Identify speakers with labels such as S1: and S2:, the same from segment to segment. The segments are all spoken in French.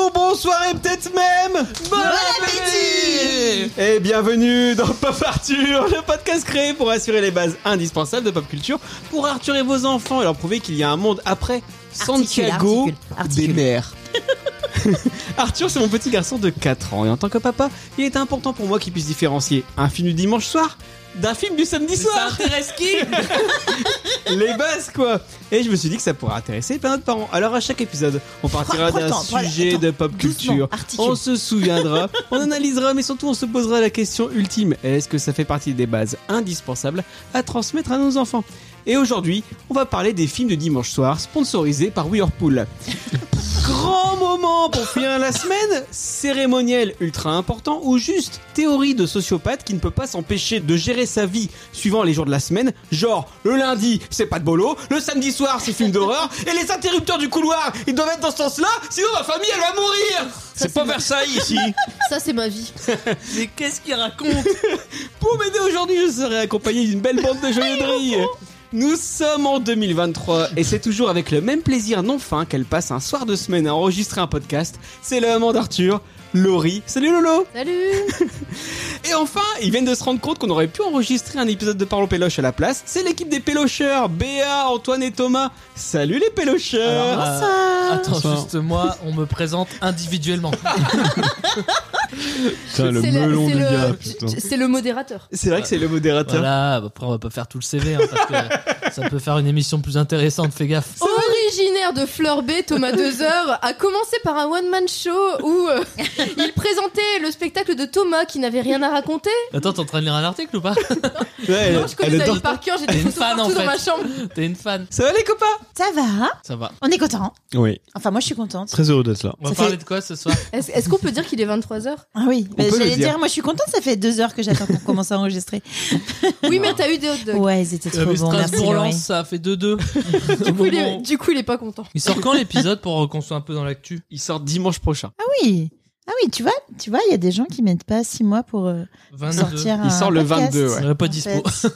S1: et peut-être même
S2: Bon appétit
S1: Et bienvenue dans Pop Arthur, le podcast créé pour assurer les bases indispensables de pop culture pour Arthur et vos enfants et leur prouver qu'il y a un monde après
S2: Articule,
S1: Santiago
S2: articule, articule.
S1: des mers. Arthur, c'est mon petit garçon de 4 ans et en tant que papa, il est important pour moi qu'il puisse différencier un film du dimanche soir d'un film du samedi
S2: Ça
S1: soir.
S2: intéresse qui
S1: les bases quoi Et je me suis dit que ça pourrait intéresser plein de parents. Alors à chaque épisode, on partira
S2: Prends- prends
S1: d'un
S2: le temps, prends-
S1: sujet
S2: attends,
S1: de pop
S2: doucement,
S1: culture.
S2: articule.
S3: Oh,
S1: On se souviendra, on analysera, mais surtout on se posera la question ultime est-ce que ça fait partie des bases indispensables à transmettre à nos enfants Et aujourd'hui, on va parler des films de dimanche soir sponsorisés par Whirlpool. Grand moment pour finir la semaine, cérémoniel ultra important ou juste théorie de sociopathe qui ne peut pas s'empêcher de gérer sa vie suivant les jours de la semaine, genre le lundi c'est pas de bolo, le samedi soir c'est film d'horreur et les interrupteurs du couloir ils doivent être dans ce sens-là sinon ma famille elle va mourir.
S3: C'est pas Versailles ici
S4: Ça, c'est ma vie.
S2: Mais qu'est-ce qu'il raconte
S1: Pour m'aider aujourd'hui, je serai accompagné d'une belle bande de joyeux de rire. Nous sommes en 2023 et c'est toujours avec le même plaisir non fin qu'elle passe un soir de semaine à enregistrer un podcast. C'est le moment d'Arthur, Laurie, salut Lolo
S4: Salut
S1: Et enfin, ils viennent de se rendre compte qu'on aurait pu enregistrer un épisode de Parlons Péloche à la place. C'est l'équipe des Pélocheurs, Béa, Antoine et Thomas. Salut les Pélocheurs
S3: Alors, euh,
S2: Ah.
S3: Attends,
S1: Bonsoir.
S3: juste moi, on me présente individuellement.
S5: Putain, le
S4: C'est la-
S5: melon
S4: c'est
S5: du
S4: le-
S5: gars,
S4: tu-
S5: putain.
S4: tu- C'est le modérateur.
S1: C'est vrai que c'est le modérateur.
S3: voilà, bah, après on va pas faire tout le CV, hein, parce que ça peut faire une émission plus intéressante, fais gaffe.
S4: Originaire de Fleur B, Thomas Dezer a commencé par un one-man show où euh, il présentait le spectacle de Thomas qui n'avait rien à raconter.
S3: Attends, t'es en train de lire un article ou pas
S1: Ouais,
S4: Non, je connais
S1: elle
S4: sa
S1: adore.
S4: vie par cœur, j'ai des
S3: Elle est
S4: photos
S3: fan,
S4: partout
S3: en
S4: dans
S3: fait.
S4: ma chambre.
S3: T'es une fan
S1: Ça va les copains
S2: Ça va hein
S3: Ça va.
S2: On est content.
S5: Oui,
S2: Enfin, moi, je suis contente.
S5: très heureux d'être là.
S3: On va
S2: Ça
S3: parler
S2: fait-
S3: de quoi ce soir
S4: Est-ce est-ce qu'on peut dire qu'il est 23h
S2: Ah oui,
S1: peut
S2: Bah,
S1: le
S2: j'allais dire.
S1: dire.
S2: moi, je suis contente. Ça fait deux heures que j'attends pour commencer à enregistrer.
S4: Oui, mais t'as eu des hot dogs.
S2: Ouais, ils étaient
S3: Euh,
S2: trop
S3: mais
S2: bons. Merci, Laurie.
S3: Strasbourg-Lens, ça a fait 2-2. Au
S4: Du coup, il est-
S3: moment-
S4: du coup, il est pas content.
S3: Il sort quand l'épisode pour qu'on soit un peu dans l'actu
S1: Ils sortent dimanche prochain.
S2: Oui. Ah oui, tu vois, tu vois, il y a des gens qui mettent pas six mois pour euh,
S3: 22.
S2: sortir.
S1: Il
S2: un
S1: sort le
S2: podcast.
S1: 22, ouais.
S3: On aurait pas
S2: En
S3: dispo.
S2: fait.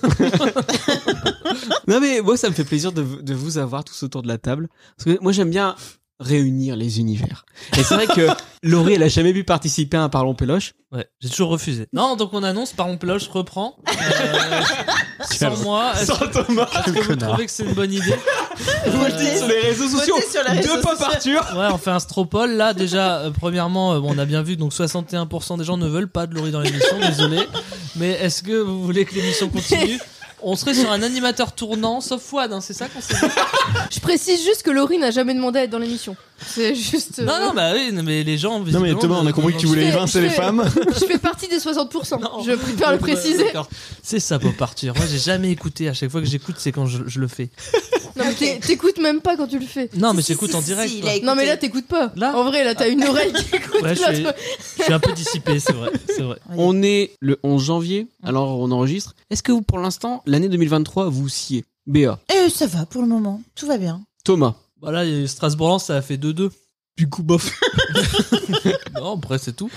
S1: Non mais moi ça me fait plaisir de, de vous avoir tous autour de la table parce que moi j'aime bien réunir les univers. Et c'est vrai que Laurie elle a jamais pu participer à un parlon péloche.
S3: Ouais, j'ai toujours refusé. Non, donc on annonce, par exemple, là, je reprends. Euh, sans moi, est-ce que-
S1: Ah, Thomas,
S3: est-ce que vous trouvez que c'est une bonne idée
S1: vous le dites
S2: Euh,
S1: sur les réseaux sociaux.
S2: votez sur les réseaux
S1: Deux pas
S2: sociaux.
S1: Arthur.
S3: Ouais, on fait un stropole là déjà. euh, premièrement, euh, bon, on a bien vu que donc 61% des gens ne veulent pas de Laurie dans l'émission, désolé. Mais est-ce que vous voulez que l'émission continue On serait sur un animateur tournant, sauf Fouad, hein, c'est ça qu'on s'est dit
S4: Je précise juste que Laurie n'a jamais demandé à être dans l'émission. C'est juste. euh,
S3: Non, non, bah oui, non, mais les gens.
S5: Non mais Thomas, on a compris que tu voulais
S4: Je fais-
S5: évincer les
S4: je fais-
S5: femmes.
S4: Je fais partie des 60%.
S3: Non.
S4: Je préfère le préciser.
S3: D'accord. C'est ça, Pop partir. Moi, j'ai jamais écouté. À chaque fois que j'écoute, c'est quand je, je le fais.
S4: Non, mais t'é- t'écoutes même pas quand tu le fais.
S3: Non, mais
S2: Si, si,
S3: j'écoute
S2: si,
S3: en
S2: si,
S3: direct.
S2: il
S3: quoi.
S2: a écouté.
S4: Non mais là t'écoutes pas.
S3: Là
S4: en vrai là t'as une oreille qui écoute.
S3: Ouais, je
S4: l'autre.
S3: suis, je suis un peu dissipé, c'est vrai. C'est vrai.
S1: On est le 11 janvier, alors on enregistre. Est-ce que vous pour l'instant l'année 2023 vous sciez Béa,
S2: Euh, ça va pour le moment, tout va bien.
S3: Euh.
S1: Thomas.
S3: Voilà, et Strasbourg-Lens, ça a fait 2-2.
S1: Du coup bof.
S3: Non, après, c'est tout.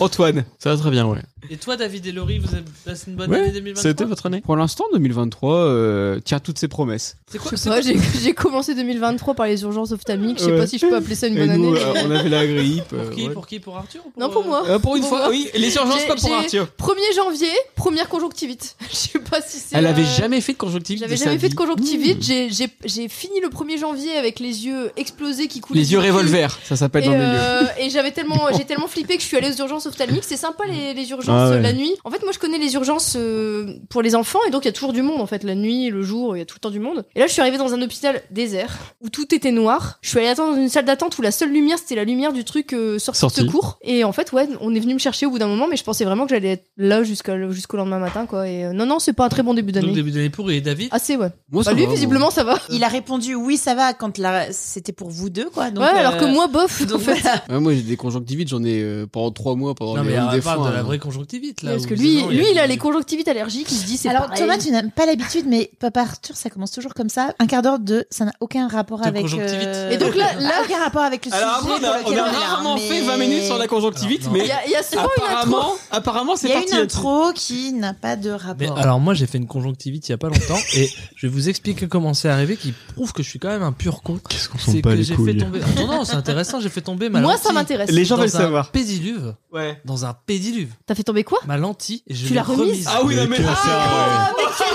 S1: Antoine.
S5: Ça va très bien, ouais.
S3: Et toi, David et Laurie, vous avez passé une bonne
S5: Ouais,
S3: année 2023
S5: Ça a été votre année
S1: Pour l'instant 2023 euh, tient toutes ses promesses.
S3: C'est
S4: Je
S3: quoi,
S4: sais pas, j'ai j'ai commencé 2023 par les urgences ophtalmiques. Je sais pas
S1: Ouais.
S4: si je peux appeler ça une
S1: Et
S4: bonne
S1: nous
S4: année.
S1: euh, on avait la grippe. euh,
S3: Pour qui,
S1: ouais.
S3: pour qui Pour Arthur ou
S4: Non pour
S3: euh,
S4: moi.
S1: Euh, pour une
S4: Pour
S1: fois,
S4: moi.
S1: oui, les urgences
S4: J'ai-
S1: pas pour
S4: j'ai-
S1: Arthur.
S4: 1er janvier, première conjonctivite. Je sais pas si c'est.
S1: Elle avait
S4: euh,
S1: jamais fait de conjonctivite.
S4: J'avais
S1: de sa
S4: jamais fait de
S1: vie. Mmh.
S4: conjonctivite. J'ai- J'ai j'ai fini le 1er janvier avec les yeux explosés qui coulaient.
S1: Les
S4: du
S1: yeux
S4: cul.
S1: revolver, ça s'appelle
S4: Et,
S1: dans le milieu.
S4: euh, et j'avais tellement, j'ai tellement flippé que je suis allée aux urgences ophtalmiques. C'est sympa les, les urgences
S5: Ah ouais.
S4: euh, la nuit. En fait, moi, je connais les urgences euh, pour les enfants et donc il y a toujours du monde en fait la nuit, le jour, il y a tout le temps du monde. Et là, je suis arrivée dans un hôpital désert où tout était noir. Je suis allée attendre dans une salle d'attente où la seule lumière c'était la lumière du truc euh, sortie,
S5: Sortie.
S4: de secours. Et en fait, ouais, on est venu me chercher au bout d'un moment, mais je pensais vraiment que j'allais être là jusqu'à- jusqu'au lendemain matin quoi. Et euh, non, non, c'est pas un très bon début
S3: Donc,
S4: d'année.
S3: début d'année pourrie. Et David
S4: Assez ouais.
S1: Moi,
S4: Bah,
S1: ça
S4: lui,
S1: va,
S4: visiblement, ça va.
S2: Il a répondu oui, ça va quand la... c'était pour vous deux quoi. Donc,
S4: ouais, alors
S2: euh,
S4: que moi, bof. en
S2: donc
S4: fait.
S2: voilà.
S1: Ouais, moi, j'ai des conjonctivites, j'en ai euh, pendant 3 trois mois pour avoir
S3: Non,
S5: Oh,
S3: mais
S1: les
S3: elle
S1: rides
S3: parle
S1: des foins.
S3: de la
S1: hein.
S3: vraie conjonctivite là.
S4: Parce
S3: où
S4: que lui,
S3: visiblement,
S4: lui, il a
S3: des-
S4: les conjonctivites allergiques, il se dit c'est
S2: Alors
S4: pareil.
S2: Thomas, tu n'as pas l'habitude, mais Pop Arthur, ça commence toujours comme ça. Un quart d'heure de, ça n'a aucun rapport
S3: De
S2: avec. euh,
S3: conjonctivite.
S4: Et donc là- là-
S2: aucun rapport avec le
S1: Alors
S2: sujet
S1: après, on
S2: pour
S1: a,
S2: lequel
S1: on a
S2: est là,
S1: rarement
S2: mais-
S1: fait 20 minutes sur la conjonctivite,
S3: Non, non.
S4: Il
S1: mais
S4: y a, il y a souvent une intro.
S1: apparemment, apparemment,
S2: Il
S1: c'est
S2: y a
S1: parti.
S2: une intro qui n'a pas de rapport.
S3: Mais alors moi j'ai fait une conjonctivite il y a pas longtemps et je vais vous expliquer comment c'est arrivé qui prouve que je suis quand même un pur con.
S5: Qu'est-ce qu'on
S3: C'est
S5: sent pas
S3: que
S5: les
S3: j'ai fait
S5: couilles
S3: tomber. Non non c'est intéressant j'ai fait tomber ma
S4: Moi,
S3: lentille
S4: ça m'intéresse.
S5: Les gens
S3: dans
S5: veulent
S3: un
S5: savoir.
S3: Pédiluve
S1: Ouais.
S3: dans un pédiluve
S4: T'as fait tomber quoi
S3: ma lentille et je
S4: Tu
S3: l'ai
S4: l'as remise
S3: remise.
S1: Ah oui, non, mais.
S5: Ah,
S1: Ah,
S4: mais quelle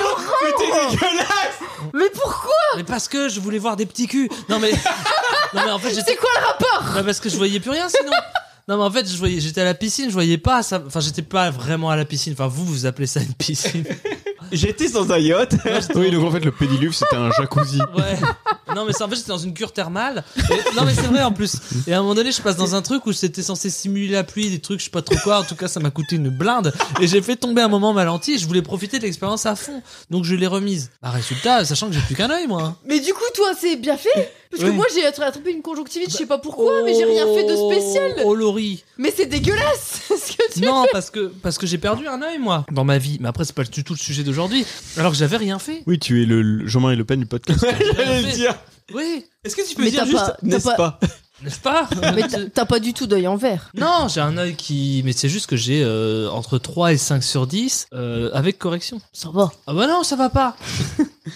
S1: mais t'es dégueulasse
S4: Mais pourquoi
S3: Mais parce que je voulais voir des petits culs. Non mais non mais en fait j'étais
S4: C'est quoi le rapport
S3: Bah, parce que je voyais plus rien sinon. Non mais en fait je voyais j'étais à la piscine je voyais pas ça enfin j'étais pas vraiment à la piscine enfin vous vous appelez ça une piscine.
S1: J'étais dans un yacht.
S5: Oui, donc en fait, le pédiluve, c'était un jacuzzi.
S3: Ouais. Non, mais c'est en fait, j'étais dans une cure thermale. Et- non, mais c'est vrai en plus. Et à un moment donné, je passe dans un truc où c'était censé simuler la pluie, des trucs, je sais pas trop quoi. En tout cas, ça m'a coûté une blinde. Et j'ai fait tomber un moment ma lentille. Je voulais profiter de l'expérience à fond. Donc, je l'ai remise. Bah, résultat, sachant que j'ai plus qu'un œil, moi.
S4: Mais du coup, toi, c'est bien fait Parce que
S3: Oui.
S4: moi, j'ai attra- attrapé une conjonctivite, je sais pas pourquoi, mais j'ai rien fait de spécial
S3: Oh, Laurie.
S4: Mais c'est dégueulasse ce que tu...
S3: Non, parce que, parce que j'ai perdu un œil, moi, dans ma vie. Mais après, c'est pas du tout le sujet d'aujourd'hui. Alors que j'avais rien fait.
S5: Oui, tu es le- le Jean-Marie Le Pen du podcast.
S1: J'allais le dire.
S3: Oui.
S1: Est-ce que tu peux
S4: Mais
S1: dire
S4: t'as
S1: juste,
S4: pas- t'as
S1: n'est-ce
S4: pas-
S1: pas
S3: N'est-ce pas?
S4: Mais t'as- t'as pas du tout d'œil en verre.
S3: Non, j'ai un œil qui. Mais c'est juste que j'ai euh, entre 3 et 5 sur 10 euh, avec correction.
S2: Ça va.
S3: Ah bah non, ça va pas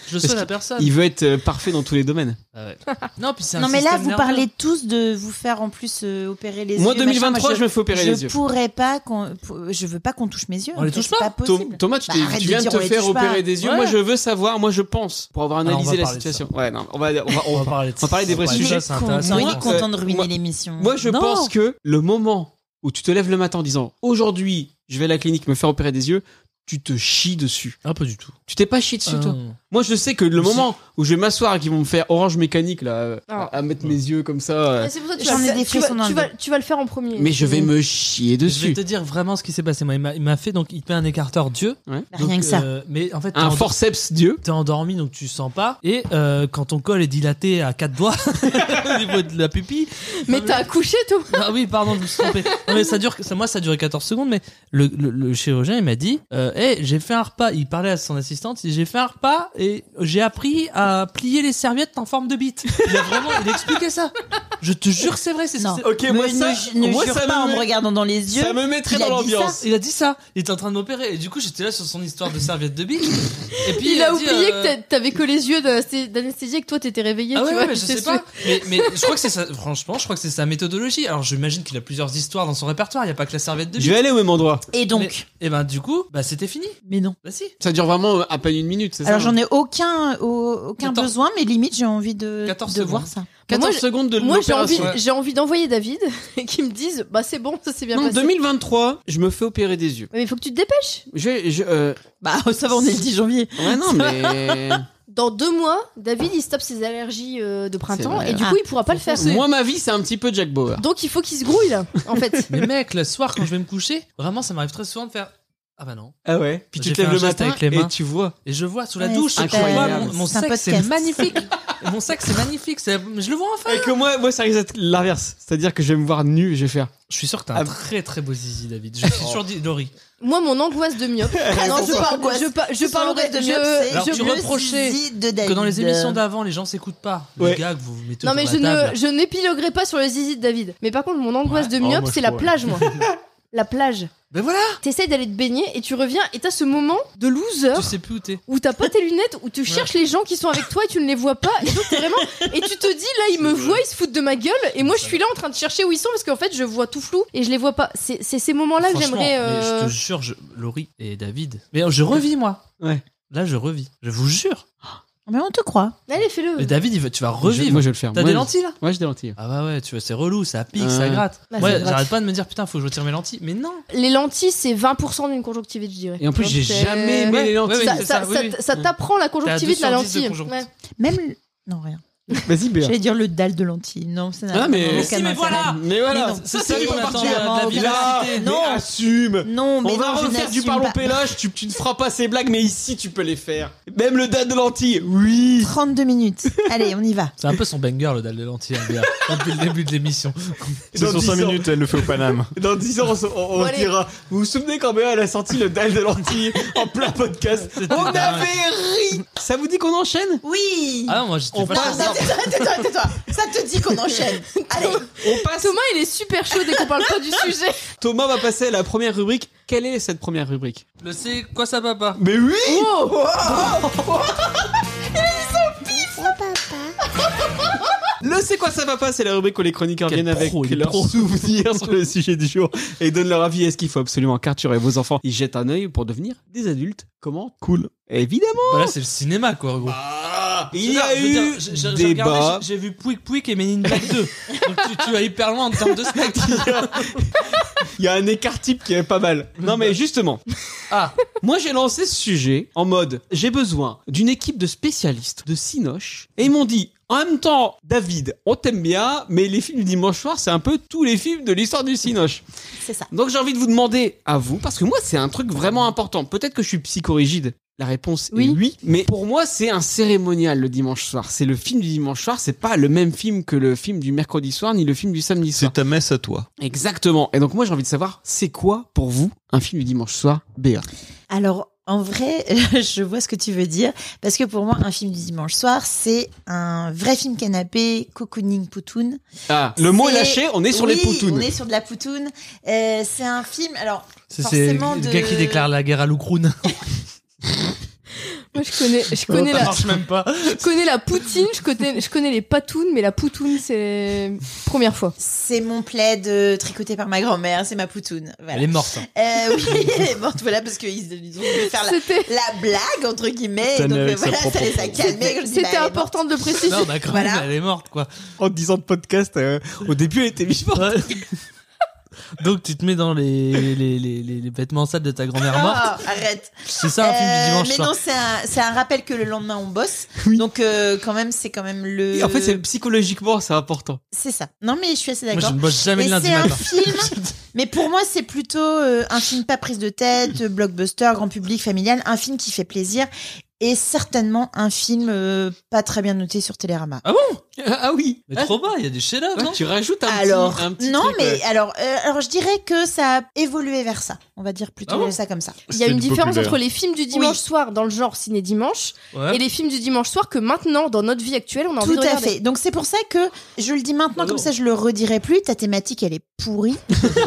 S3: Je
S1: Parce
S3: sois la personne.
S1: Il veut être euh, parfait dans tous les domaines.
S3: Ah ouais. Non, puis c'est un
S2: Non, mais là,
S3: système
S2: vous
S3: nerveux.
S2: parlez tous de vous faire en plus euh, opérer les
S1: Moi,
S2: yeux. machin.
S1: 2023, je me fais opérer
S2: je
S1: les yeux.
S2: pourrais pas qu'on, pour- je veux pas qu'on touche mes yeux.
S3: On
S2: en
S3: les
S2: fait,
S3: touche
S2: c'est
S3: pas
S2: possible.
S1: Tom- Thomas, tu,
S2: Bah,
S1: t'es-
S2: arrête
S1: tu
S2: de
S1: viens de
S2: dire,
S1: te
S2: on les
S1: faire
S2: touche pas.
S1: opérer des yeux.
S3: Ouais.
S1: Moi, je veux savoir, moi, je pense, pour avoir
S3: Ah, on va
S1: analysé la
S3: parler de ça.
S1: situation. Ouais, non, on va, on va- on va-
S3: parler de
S1: on va parler des vrais
S3: parler de
S1: sujets.
S3: ça, c'est
S2: Con-
S3: intéressant.
S2: Noémie
S1: Moi,
S2: content de
S1: euh,
S2: ruiner
S1: moi-
S2: l'émission.
S1: Moi, je
S3: Non.
S1: pense que le moment où tu te lèves le matin en disant aujourd'hui, je vais à la clinique me faire opérer des yeux, tu te chies dessus.
S3: Ah, pas du tout.
S1: Tu t'es pas chié dessus, toi.
S3: Euh,
S1: Moi, je sais que le
S3: Si.
S1: moment où je vais m'asseoir et qu'ils vont me faire orange mécanique, là, euh,
S4: Ah.
S1: à mettre mes yeux comme ça, euh,
S4: Ah, C'est pour ça que tu
S2: J'en
S4: vas,
S2: ai
S4: le
S2: des
S4: faire- tu, vas,
S2: frissons dans
S4: tu,
S2: le
S4: vas, tu vas le faire en premier.
S1: mais je vais me chier
S3: Je vais
S1: dessus.
S3: te dire vraiment ce qui s'est passé. Moi, il m'a- il m'a fait donc il te met un écarteur Dieu.
S2: Bah, rien que ça.
S3: mais en fait, t'es
S1: Un
S3: endor-
S1: forceps Dieu.
S3: T'es endormi donc tu sens pas et euh, quand ton col est dilaté à quatre doigts au niveau de la pupille
S4: Mais t'as accouché, toi
S3: ah oui pardon je me suis trompé non, mais ça dure ça, moi ça a duré 14 secondes mais le, le- le chirurgien il m'a dit euh, Hey, j'ai fait un repas il parlait à son assistante il dit, j'ai fait un repas et j'ai appris à plier les serviettes en forme de bite il a vraiment il expliquait ça je te jure c'est vrai c'est
S2: Non.
S3: c'est-
S1: Ok,
S2: Ne-
S1: moi,
S2: ne,
S1: ça,
S2: ju- ne
S1: moi,
S2: jure
S1: ça
S2: pas en
S1: me-
S2: me regardant dans les yeux.
S1: Ça me mettrait
S2: il a
S1: dans
S2: dit ça.
S1: l'ambiance.
S3: il a dit ça il était en train de m'opérer et du coup j'étais là sur son histoire de serviette de bite et puis
S4: Il, a
S3: dit,
S4: oublié
S3: euh,
S4: que t'a- t'avais que les yeux d'anesthé- d'anesthésie et que toi t'étais réveillé.
S3: Ah
S4: tu
S3: ouais,
S4: vois,
S3: ouais, mais
S4: tu
S3: je
S4: t'es
S3: sais pas. Mais, mais je crois que c'est ça. Franchement, je crois que c'est sa méthodologie. Alors j'imagine qu'il a plusieurs histoires dans son répertoire. Il n'y a pas que la serviette de
S1: Je
S3: bite.
S1: vais aller au même endroit.
S2: Et donc,
S3: Et ben du coup, bah c'était fini.
S2: mais non.
S3: Bah si.
S1: Ça dure vraiment euh, à peine une minute, c'est ça
S2: Alors j'en ai aucun, au- aucun
S3: 14.
S2: besoin, mais limite j'ai envie de,
S3: 14
S2: de
S3: secondes.
S2: voir ça.
S4: Bah,
S1: 14
S4: moi, j'ai-
S1: hein. secondes de
S4: Moi j'ai envie,
S1: l'opération.
S3: Ouais.
S4: j'ai envie d'envoyer David et qu'il me dise bah c'est bon ça s'est bien
S1: Non,
S4: passé.
S1: 2023, je me fais opérer des yeux.
S4: Mais il faut que tu te dépêches.
S1: Je, je, euh,
S2: Bah ça va, on est le 10 janvier.
S1: ouais, non, mais.
S4: Dans deux mois, David il se tape ses allergies euh, de printemps
S1: vrai.
S4: et du coup il pourra pas le faire.
S1: Moi, ma vie, c'est un petit peu Jack Bauer.
S4: Donc il faut qu'il se grouille là, en fait.
S3: Mais mec, le soir quand je vais me coucher, vraiment ça m'arrive très souvent de faire. Ah bah non.
S1: Ah ouais Puis tu
S3: J'ai
S1: te lèves
S3: fait un
S1: le
S3: geste
S1: matin
S3: avec les mains.
S1: et tu vois.
S3: Et je vois sous la
S2: Ouais,
S3: douche.
S2: c'est
S3: je vois
S1: incroyable.
S3: mon, mon
S2: C'est un
S3: sexe, c'est
S2: podcast.
S3: magnifique. Et mon sexe, c'est magnifique. c'est- Je le vois enfin.
S1: Et que moi, moi, ça risque d'être l'inverse. C'est-à-dire que je vais me voir nu et je vais faire.
S3: Je suis sûr que t'as un
S1: Ah. Oh.
S3: très très beau zizi, David. Je suis sûr, dit Laurie.
S4: Moi mon angoisse de myope. Ah non, je,
S2: Pourquoi
S4: par-
S2: angoisse
S4: je, par- je
S2: Je
S4: parlerai
S2: parlerai de
S4: je-
S2: mieux,
S3: Alors,
S4: je-
S3: tu reprochais Que dans les émissions d'avant, les gens s'écoutent pas. Les
S1: Ouais.
S3: gars que vous vous mettez
S4: Non
S3: autour
S4: mais
S3: de
S4: je
S3: la
S4: ne
S3: table.
S4: je n'épiloguerai pas sur le zizi de David. Mais par contre mon angoisse de
S5: Oh,
S4: myope
S5: moi, je
S4: c'est la
S5: pourrais.
S4: plage moi. La plage.
S3: Ben voilà.
S4: T'essayes d'aller te baigner et tu reviens et t'as ce moment de loser
S3: Tu sais plus où t'es.
S4: où t'as pas tes lunettes, où tu cherches les gens qui sont avec toi et tu ne les vois pas, et donc t'es vraiment, et tu te dis là ils me voient, ils se foutent de ma gueule, et moi je suis là en train de chercher où ils sont parce qu'en fait je vois tout flou et je les vois pas. C'est c'est ces moments-là que
S3: Franchement,
S4: j'aimerais.
S3: mais
S4: euh,
S3: Je te jure, je- Laurie et David. Mais je revis, moi.
S1: Ouais.
S3: Là, je revis. Je vous jure.
S2: Mais on te croit.
S4: Allez fais-le.
S3: Mais David, il va- tu vas
S1: Je-
S3: revivre.
S1: Moi, je vais le faire.
S3: T'as
S1: Moi,
S3: des
S1: je-
S3: lentilles, là
S1: Ouais, j'ai des lentilles.
S3: Ah bah ouais, tu vois, c'est relou, ça pique, ça
S1: Euh.
S3: gratte.
S4: Bah,
S3: ouais,
S4: c'est grave.
S3: j'arrête pas de me dire, putain, faut que je retire mes lentilles. Mais non.
S4: Les lentilles c'est 20% d'une conjonctivite, je dirais.
S1: Et en plus,
S4: Donc,
S1: j'ai
S4: c'est-
S1: jamais aimé
S3: Ouais.
S1: les lentilles.
S3: Ouais,
S4: Ça,
S3: c'est
S4: ça-
S3: ça, oui,
S4: ça-
S3: oui.
S4: ça t'apprend la conjonctivite,
S3: T'as
S4: la
S3: deux sur dix de
S4: lentille.
S3: conjonctivite.
S4: Ouais.
S2: Même. le- Non, rien.
S1: Vas-y, Béa.
S2: J'allais dire le dalle de lentilles. Non, ça n'a
S1: Ah, mais-
S2: aucun
S1: Mais si,
S3: mais
S2: intérêt.
S3: voilà
S1: Mais voilà,
S2: Mais non.
S1: c'est
S3: Ça,
S1: ça
S3: c'est
S1: qu'on
S3: pas
S1: attend de
S2: particulièrement
S1: la
S2: original.
S1: vérité.
S2: Non.
S1: Mais assume
S2: Non, mais
S1: On va
S2: non, je
S1: refaire du
S2: n'assume
S1: parlons
S2: pas.
S1: péloche, tu, tu ne feras pas ces blagues, mais ici tu peux les faire. Même le date de lentilles, oui
S2: 32 minutes. Allez, on y va.
S3: C'est un peu son banger le dalle de lentilles, hein, Béa, depuis le début de l'émission.
S5: C'est sur 5
S1: dix ans-
S5: minutes, elle le fait au Paname.
S1: Dans 10 ans, on, se- on- on
S4: Bon, allez.
S1: dira Vous vous souvenez quand Béa elle a sorti le dalle de lentilles en plein podcast
S3: C'était
S1: On
S3: dingue.
S1: avait ri Ça vous dit qu'on enchaîne
S2: Oui
S3: Ah non, moi j'étais
S1: On
S3: pas
S2: Non,
S1: passe-
S3: sûr.
S2: non, tais-toi, tais-toi, tais-toi. Ça te dit qu'on enchaîne. Allez,
S1: On passe
S4: Thomas, il est super chaud dès qu'on parle pas du sujet.
S1: Thomas va passer à la première rubrique. Quelle est cette première rubrique
S3: Le c'est quoi ça papa
S1: Mais oui Oh. Le C'est quoi ça va pas C'est la rubrique où les chroniqueurs
S3: Quel
S1: viennent avec
S3: pro, il est
S1: leurs
S3: pro.
S1: souvenirs sur le sujet du jour et donnent leur avis. Est-ce qu'il faut absolument carturer vos enfants Ils jettent un œil pour devenir des adultes. Comment Cool. Évidemment
S3: Bah là c'est le cinéma quoi en gros.
S1: Ah, Il y
S3: Non,
S1: a
S3: Ah, je veux
S1: eu
S3: dire, j'ai- j'ai- j'ai regardé,
S1: débat.
S3: J'ai j'ai vu Pouic Pouic et Men in Black 2. Donc tu, tu vas hyper loin en termes de spectre.
S1: Il y a un écart type qui est pas mal. Non mais justement,
S3: Ah,
S1: moi j'ai lancé ce sujet en mode j'ai besoin d'une équipe de spécialistes de Cinoche et ils m'ont dit en même temps David, on t'aime bien mais les films du dimanche soir c'est un peu tous les films de l'histoire du Cinoche.
S2: c'est ça.
S1: Donc j'ai envie de vous demander à vous, parce que moi c'est un truc vraiment important. Peut-être que je suis psychorigide. La réponse est
S4: Oui.
S1: oui, mais pour moi c'est un cérémonial le dimanche soir. C'est le film du dimanche soir, c'est pas le même film que le film du mercredi soir ni le film du samedi soir.
S5: C'est ta messe à toi.
S1: Exactement. Et donc moi j'ai envie de savoir, c'est quoi pour vous un film du dimanche soir, Béa
S2: Alors, en vrai, je vois ce que tu veux dire. Parce que pour moi, un film du dimanche soir, c'est un vrai film canapé, cocooning, poutoune.
S1: Ah, le mot est
S2: C'est-
S1: lâché, on est sur les
S2: Oui, On
S1: poutounes.
S2: est sur de la poutoune. Euh, c'est un film. Alors,
S3: c'est c'est le
S2: Forcément de-
S3: gars qui déclare la guerre à Loukroun.
S4: Moi, je connais, je connais, la,
S3: même pas.
S4: je connais la poutine, je connais, je connais les patounes, mais la poutoune, c'est première fois.
S2: c'est mon plaid euh, tricoté par ma grand-mère, c'est ma poutoune. Voilà.
S3: Elle est morte. hein.
S2: Euh, oui, elle est morte, voilà, parce qu'ils ils ont voulu faire la,
S4: C'était,
S2: la blague, entre guillemets.
S5: Tanner
S2: Donc, euh,
S5: avec sa
S2: voilà,
S5: propre
S2: ça les a
S5: peau.
S2: calmés.
S4: c'était important de le préciser.
S3: Non, bah quand même,
S2: Voilà.
S3: elle est morte quoi.
S1: En 10 ans de podcast, euh, au début elle était vivante.
S3: Ouais. Donc tu te mets dans les, les, les, les- les vêtements sales de ta
S1: Ah,
S3: grand-mère morte.
S2: arrête.
S3: C'est ça un film
S2: Ah. Euh,
S3: du dimanche
S2: mais
S3: soir.
S2: non, c'est un, c'est un rappel que le lendemain on bosse.
S1: Oui.
S2: Donc euh, quand même, c'est quand même le.
S1: Et en fait, c'est psychologiquement c'est important.
S2: c'est ça. Non, mais je suis assez
S3: Moi je
S2: d'accord.
S3: ne bosse jamais
S2: Mais
S3: le lundi
S2: c'est un
S3: matin.
S2: film. Mais pour moi, c'est plutôt euh, un film pas prise de tête, euh, blockbuster, grand public, familial, un film qui fait plaisir et certainement un film euh, pas très bien noté sur Télérama.
S1: Ah oui.
S3: Mais trop bas, il y a des chefs-d'œuvre. non
S1: Tu rajoutes un
S2: alors,
S1: petit, un petit
S2: non,
S1: truc,
S2: mais
S1: ouais.
S2: alors, euh, alors je dirais que ça a évolué vers ça. On va dire plutôt
S3: Ah bon
S2: ça comme ça.
S4: Il y a
S5: C'est
S4: une
S5: du
S4: différence
S5: populaire.
S4: entre les films du dimanche soir dans le genre ciné dimanche
S3: Ouais.
S4: et les films du dimanche soir que maintenant, dans notre vie actuelle, on a envie
S2: Tout
S4: de
S2: à
S4: regarder.
S2: fait. Donc c'est pour ça que je le dis maintenant,
S3: Oh
S2: comme
S3: non.
S2: ça je le redirai plus. Ta thématique, elle est pourrie.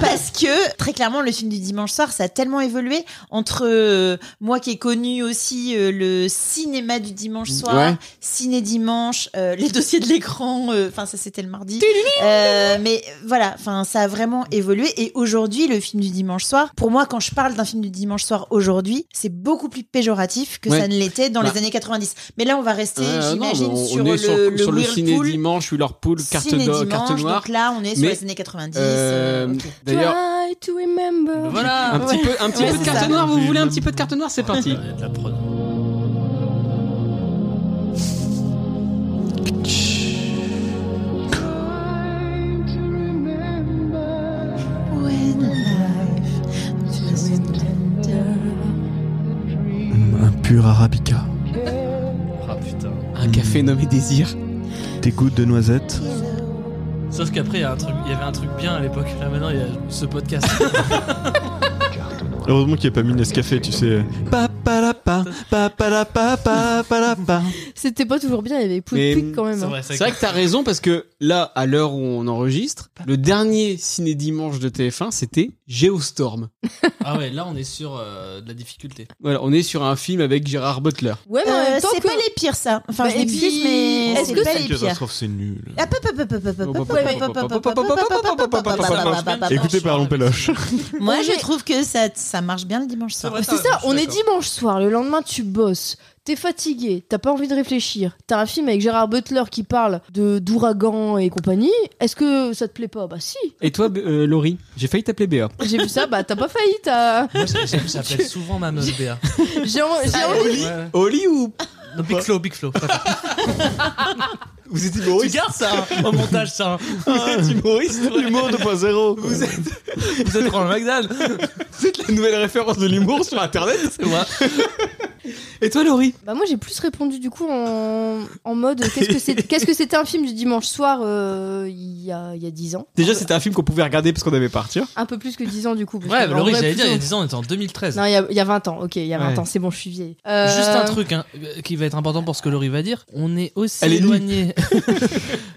S2: parce que très clairement, le film du dimanche soir, ça a tellement évolué entre euh, moi qui ai connu aussi euh, le cinéma du dimanche soir,
S1: Ouais.
S2: ciné dimanche, euh, les dossiers de l'écran. euh, Enfin, ça c'était le mardi. Euh, mais voilà, enfin ça a vraiment évolué. Et aujourd'hui, le film du dimanche soir, pour moi, quand je parle d'un film du dimanche soir aujourd'hui, c'est beaucoup plus péjoratif que
S1: Ouais.
S2: ça ne l'était dans
S1: Bah.
S2: les années 90. Mais là, on va rester,
S1: Ah, non, mais
S2: j'imagine,
S1: on-
S2: sur,
S1: on est
S2: le,
S1: sur,
S2: le
S1: sur le ciné
S2: Whirlpool.
S1: dimanche, Whirlpool, carte,
S2: Ciné
S1: do-
S2: dimanche,
S1: carte noire.
S2: Donc là, on est sur
S1: Mais,
S2: les années 90.
S1: Euh,
S2: euh,
S1: D'ailleurs,
S4: Try to remember.
S3: Voilà.
S1: un petit peu, un petit
S2: Ouais,
S1: peu de
S2: c'est
S1: carte
S2: ça.
S1: noire, vous voulez un petit peu de carte noire C'est parti.
S3: Ouais, de la prod.
S2: When life doesn't matter.
S5: Un pur arabica.
S3: Ah putain.
S1: Un café nommé Désir.
S5: Des gouttes de noisettes.
S3: Sauf qu'après, il y, a un truc- il y avait un truc bien à l'époque. Là, maintenant, il y a ce podcast.
S5: Heureusement qu'il n'y a pas mis Nescafé, tu sais. Papalapa, papalapa, papalapa.
S4: C'était pas toujours bien, il y avait
S1: Mais,
S4: Pouic quand même.
S3: C'est
S4: hein.
S3: vrai, c'est
S1: C'est
S3: vrai.
S1: vrai que t'as raison parce que là, à l'heure où on enregistre, le dernier ciné dimanche de TF1, c'était Geostorm.
S3: Ah ouais, là, on est sur euh, de la difficulté.
S1: Voilà, on est sur un film avec Gérard Butler.
S4: Ouais, mais en
S2: Euh,
S4: même temps,
S2: c'est
S4: que-
S2: pas les pires, ça. Enfin,
S4: Bah,
S2: je
S4: et
S2: m'excuse,
S4: puis,
S2: mais
S4: est-ce
S2: c'est
S4: que
S2: pas
S4: c'est
S2: les pires.
S5: catastrophe, c'est nul.
S2: Hop, hop, hop, hop, hop, hop, hop, hop, hop, hop, hop, hop, hop, hop, hop, hop, hop, hop.
S5: Écoutez, parlons péloche.
S2: Moi,
S4: Ouais,
S2: je
S4: mais-
S2: trouve que ça, ça marche bien le dimanche soir.
S3: vrai,
S4: C'est ça, on est dimanche soir, le lendemain tu bosses, t'es fatigué, t'as pas envie de réfléchir, t'as un film avec Gérard Butler qui parle de d'ouragan et compagnie, est-ce que ça te plaît pas Bah si,
S1: Et toi, B- euh, Laurie, j'ai failli t'appeler Béa.
S4: j'ai vu ça, bah t'as pas failli, t'as...
S3: Moi, ça- ça- ça s'appelle souvent ma meuf Béa.
S4: J'ai en- j'ai envie...
S3: Ouais.
S1: Oli ou
S3: Non, Big Flow, Big Flow.
S1: Vous êtes
S3: Tu
S1: humoriste
S3: gardes ça hein, au montage, ça. hein.
S1: Vous êtes humoriste
S5: L'humour 2.0.
S1: Vous êtes,
S3: Vous êtes Roland McDan.
S1: vous êtes la nouvelle référence de l'humour sur Internet
S3: C'est moi.
S1: Et toi, Laurie
S4: Bah moi j'ai plus répondu du coup en, en mode qu'est-ce que c'est qu'est-ce que c'était un film du dimanche soir euh, il y a il y a 10 ans.
S1: Déjà,
S4: Un peu-
S1: c'était un film qu'on pouvait regarder parce qu'on avait partir.
S4: un peu plus que 10 ans du coup. parce
S3: Ouais,
S4: que,
S3: mais
S4: en
S3: Laurie,
S4: vrai,
S3: j'allais
S4: plus
S3: dire, il y a
S4: on-
S3: 10 ans, on était en 2013.
S4: Non, il y, a, il y a 20 ans. OK, il y a 20
S1: Ouais.
S4: ans, c'est bon, je suis vieille. Euh,
S3: Juste un truc hein, euh, qui va être important pour ce que Laurie va dire. On est aussi
S1: Elle est nue.
S3: éloigné.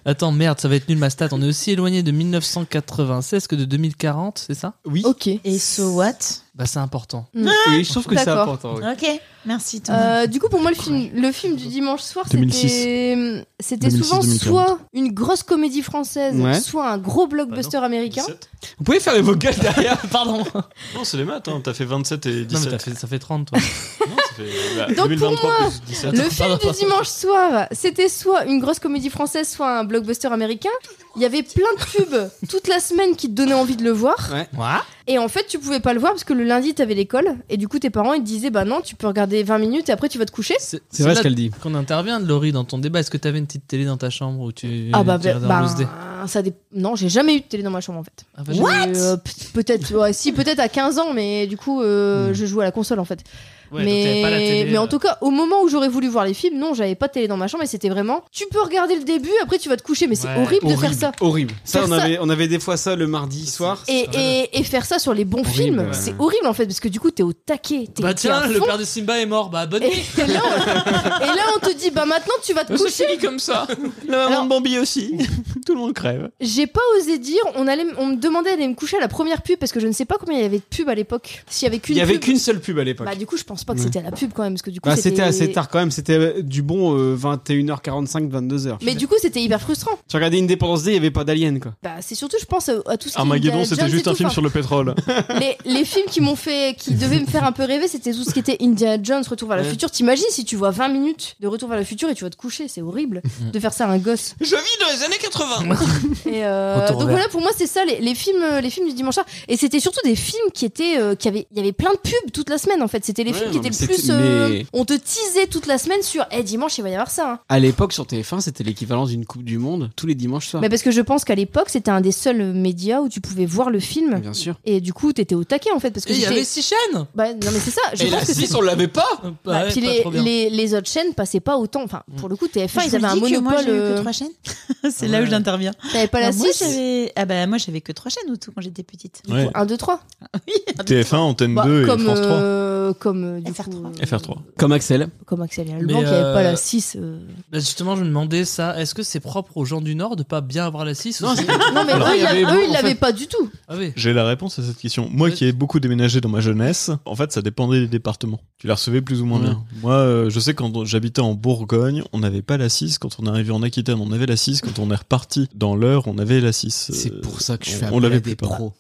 S3: Attends, merde, ça va être nul ma stat. On est aussi éloigné de 1996 que de 2040, c'est ça
S1: Oui.
S4: Euh, OK.
S2: Et so what
S3: Bah, c'est important.
S1: Oui, je trouve que c'est
S4: D'accord.
S1: important. oui.
S2: Ok, merci Thomas.
S4: Euh, du coup, pour moi, le film, le film du dimanche soir,
S5: 2006.
S4: c'était c'était
S5: 2006,
S4: souvent
S5: 2040.
S4: soit une grosse comédie française,
S1: Ouais.
S4: soit un gros
S3: Bah
S4: blockbuster américain.
S1: Vous pouvez faire les vocales derrière
S3: Pardon.
S5: Non, c'est les maths, hein. t'as fait 27 et
S3: Non, mais
S5: 17.
S3: t'as fait, ça fait 30, toi.
S5: Non, ça fait bah,
S4: Donc, pour
S5: 2023
S4: moi,
S5: plus 17.
S4: Le
S3: Attends,
S4: film
S3: pardon.
S4: du dimanche soir, c'était soit une grosse comédie française, soit un blockbuster américain. Il y avait plein de pubs toute la semaine qui te donnaient envie de le voir.
S1: Ouais.
S3: Moi
S4: Et en fait, tu pouvais pas le voir parce que le lundi, t'avais l'école. Et du coup, tes parents, ils te disaient, bah non, tu peux regarder 20 minutes et après, tu vas te coucher.
S3: C'est
S1: C'est vrai
S3: là
S1: ce qu'elle dit.
S3: qu'on intervient, Laurie, dans ton débat. Est-ce que t'avais une petite télé dans ta chambre où tu.
S4: Ah bah,
S3: tu
S4: bah,
S3: regardais en
S4: bah,
S3: loose day
S4: ça dé- non, j'ai jamais eu de télé dans ma chambre en fait.
S3: Ah, bah,
S4: J'ai- euh, p- peut-être ouais, si peut-être à 15 ans mais du coup euh,
S3: Hmm.
S4: je jouais à la console en fait.
S3: ouais, donc
S4: mais
S3: t'avais pas la télé,
S4: mais en
S3: euh,
S4: tout cas au moment où j'aurais voulu voir les films, non, j'avais pas de télé dans ma chambre et c'était vraiment tu peux regarder le début après tu vas te coucher mais c'est
S3: Ouais.
S4: horrible, de faire ça.
S1: Horrible. Ça,
S4: Faire
S1: on
S4: ça.
S1: avait, on avait des fois ça le mardi soir.
S4: Et,
S3: horrible.
S4: et, et faire ça sur les bons
S1: Horrible,
S4: films,
S1: ouais.
S4: c'est horrible en fait parce que du coup t'es au taquet, t'es
S3: Bah
S4: t'es à
S3: tiens, le
S4: fond.
S3: père de Simba est mort. Bah, bonne
S4: Et,
S3: nuit.
S4: et là, on... et là, on te dit bah maintenant tu vas te
S1: Ça
S4: coucher.
S1: finit comme ça. La maman
S4: Alors-
S1: de Bambi aussi. Tout le monde crève.
S4: J'ai pas osé dire, on allait, m- on me demandait d'aller me coucher à la première pub parce que je ne sais pas combien il y avait de pubs à l'époque. S'il y avait
S1: Il
S4: qu'une
S1: y avait
S4: pub-
S1: qu'une seule pub à l'époque.
S4: Bah du coup, je pense pas que
S1: Ouais.
S4: c'était à la pub quand même, parce que du coup,
S1: Bah, c'était assez tard quand même, c'était euh, du bon euh, 21h45, 22h.
S4: Mais du coup, c'était hyper frustrant.
S1: Tu regardais Independence Day, il n'y avait pas d'alien quoi.
S4: Bah, c'est surtout, je pense, à, à tout ce qui
S5: Armageddon,
S4: Indiana
S5: Ah, c'était
S4: Jones et
S5: juste un
S4: tout.
S5: film
S4: Enfin,
S5: sur le pétrole.
S4: les, les films qui m'ont fait, qui devaient me faire un peu rêver, c'était tout ce qui était Indiana Jones, Retour vers le
S1: Ouais.
S4: futur. T'imagines si tu vois 20 minutes de Retour vers le futur et tu vas te coucher, c'est horrible de faire ça à un gosse.
S1: Je vis dans les années 80.
S4: Et euh,
S3: Retour
S4: donc
S3: vers-
S4: voilà, pour moi, c'est ça les, les films, euh, les films du dimanche soir. Et c'était surtout des films qui étaient, euh, qui avaient, il y avait plein de pubs toute la semaine en fait. C'était les
S1: Ouais,
S4: films qui
S1: non,
S4: étaient
S1: mais
S4: le
S1: c'était-
S4: plus, euh,
S1: mais-
S4: on te teasait toute la semaine sur, eh dimanche il va y avoir ça. hein.
S1: À l'époque sur TF1, c'était l'équivalent d'une Coupe du Monde tous les dimanches soirs.
S4: Mais parce que je pense qu'à l'époque, c'était un des seuls médias où tu pouvais voir le film.
S1: Bien sûr.
S4: Et du coup, t'étais au taquet en fait. Parce que
S3: Et il y
S4: j'étais-
S3: avait 6 chaînes
S4: Bah, non, mais c'est ça. Je
S1: Et
S4: pense
S1: la
S4: que c'est-
S1: 6, on l'avait pas
S3: Bah,
S4: Bah,
S3: ouais,
S4: puis
S3: pas
S4: les,
S3: trop bien.
S4: les, les autres chaînes passaient pas autant. Enfin, pour le coup, TF1, ils
S2: Je vous
S4: avaient un
S2: dis que Moi,
S4: monopole.
S2: j'ai eu que
S4: euh,
S2: trois chaînes. c'est là où
S3: Ouais.
S2: j'interviens.
S4: T'avais pas la
S2: Alors, moi,
S4: 6
S2: j'avais- ah bah moi j'avais que trois chaînes au tout quand j'étais petite.
S5: Ouais.
S4: 1, 2, 3.
S5: TF1, Antenne
S4: Bah,
S5: 2 et
S4: comme,
S5: France 3.
S4: euh, comme, euh, du
S2: FR3.
S4: coup, euh,
S5: FR3.
S1: Comme Axel.
S4: Comme Axel et
S3: Mais,
S4: Alban, qui avait pas
S3: euh,
S4: la 6. euh.
S3: Bah, justement, je me demandais ça. Est-ce que c'est propre aux gens du Nord de pas bien avoir la 6
S1: Non,
S3: ou c'est-
S4: Non, mais
S1: Alors,
S4: eux,
S1: il y
S4: ils
S1: avait
S4: l'a-
S1: beau,
S4: eux, ils
S1: en fait.
S4: l'avaient pas du tout.
S3: Ah oui.
S5: J'ai la réponse à cette question. Moi qui ai beaucoup déménagé dans ma jeunesse, en fait, ça dépendait des départements. Tu la recevais plus ou moins
S1: Ouais.
S5: bien. Moi, euh, je sais quand on- j'habitais en Bourgogne, on n'avait pas la 6. Quand on arrivait en Aquitaine, on avait la 6. Quand on est reparti dans l'heure, on avait la 6. Euh,
S1: C'est pour ça que je
S5: on-
S1: fais
S5: on
S1: appel
S5: l'avait
S1: à
S5: plus
S1: des
S5: pas.
S1: pros.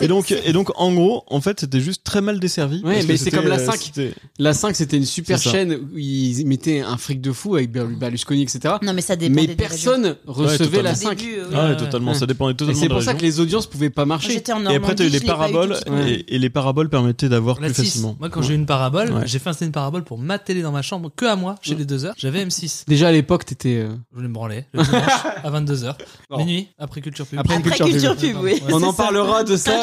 S5: Et donc, et donc, en gros, en fait, c'était juste très mal desservi.
S1: Ouais,
S5: parce que
S1: mais c'est
S5: c'était,
S1: comme la
S5: euh,
S1: 5.
S5: c'était-
S1: La 5, c'était une super
S5: C'est ça.
S1: chaîne où ils mettaient un fric de fou avec Berlu- Berlusconi, etc.
S2: Non mais ça dépend.
S1: Mais personne recevait
S5: totalement.
S1: la
S5: Au
S1: 5.
S2: euh,
S5: Ah ouais,
S3: Ouais.
S5: totalement.
S1: Ouais.
S5: Ça dépendait
S1: Et
S5: totalement
S1: c'est
S5: de la
S1: pour ça
S5: région.
S1: que les audiences pouvaient pas marcher.
S2: J'étais en
S5: Et
S2: Normandie.
S5: après, t'as eu les
S2: je l'ai pas
S5: paraboles,
S2: eu tout de suite.
S1: Ouais.
S5: et, et les paraboles permettaient d'avoir
S3: La
S5: plus
S3: 6.
S5: facilement.
S3: Moi, quand j'ai eu une parabole,
S5: Ouais.
S3: j'ai fait installer une parabole pour ma télé dans ma chambre, que à moi, chez les 2 heures. J'avais M6.
S1: Déjà à l'époque, t'étais. euh,
S3: Je voulais me branler le dimanche à 22h.
S1: Non.
S3: Minuit, après culture pub.
S1: Après
S2: Après
S1: Culture
S2: culture,
S3: Pub.
S2: pub, oui.
S3: Ouais,
S1: On
S2: C'est
S1: en
S2: ça.
S1: parlera de ça,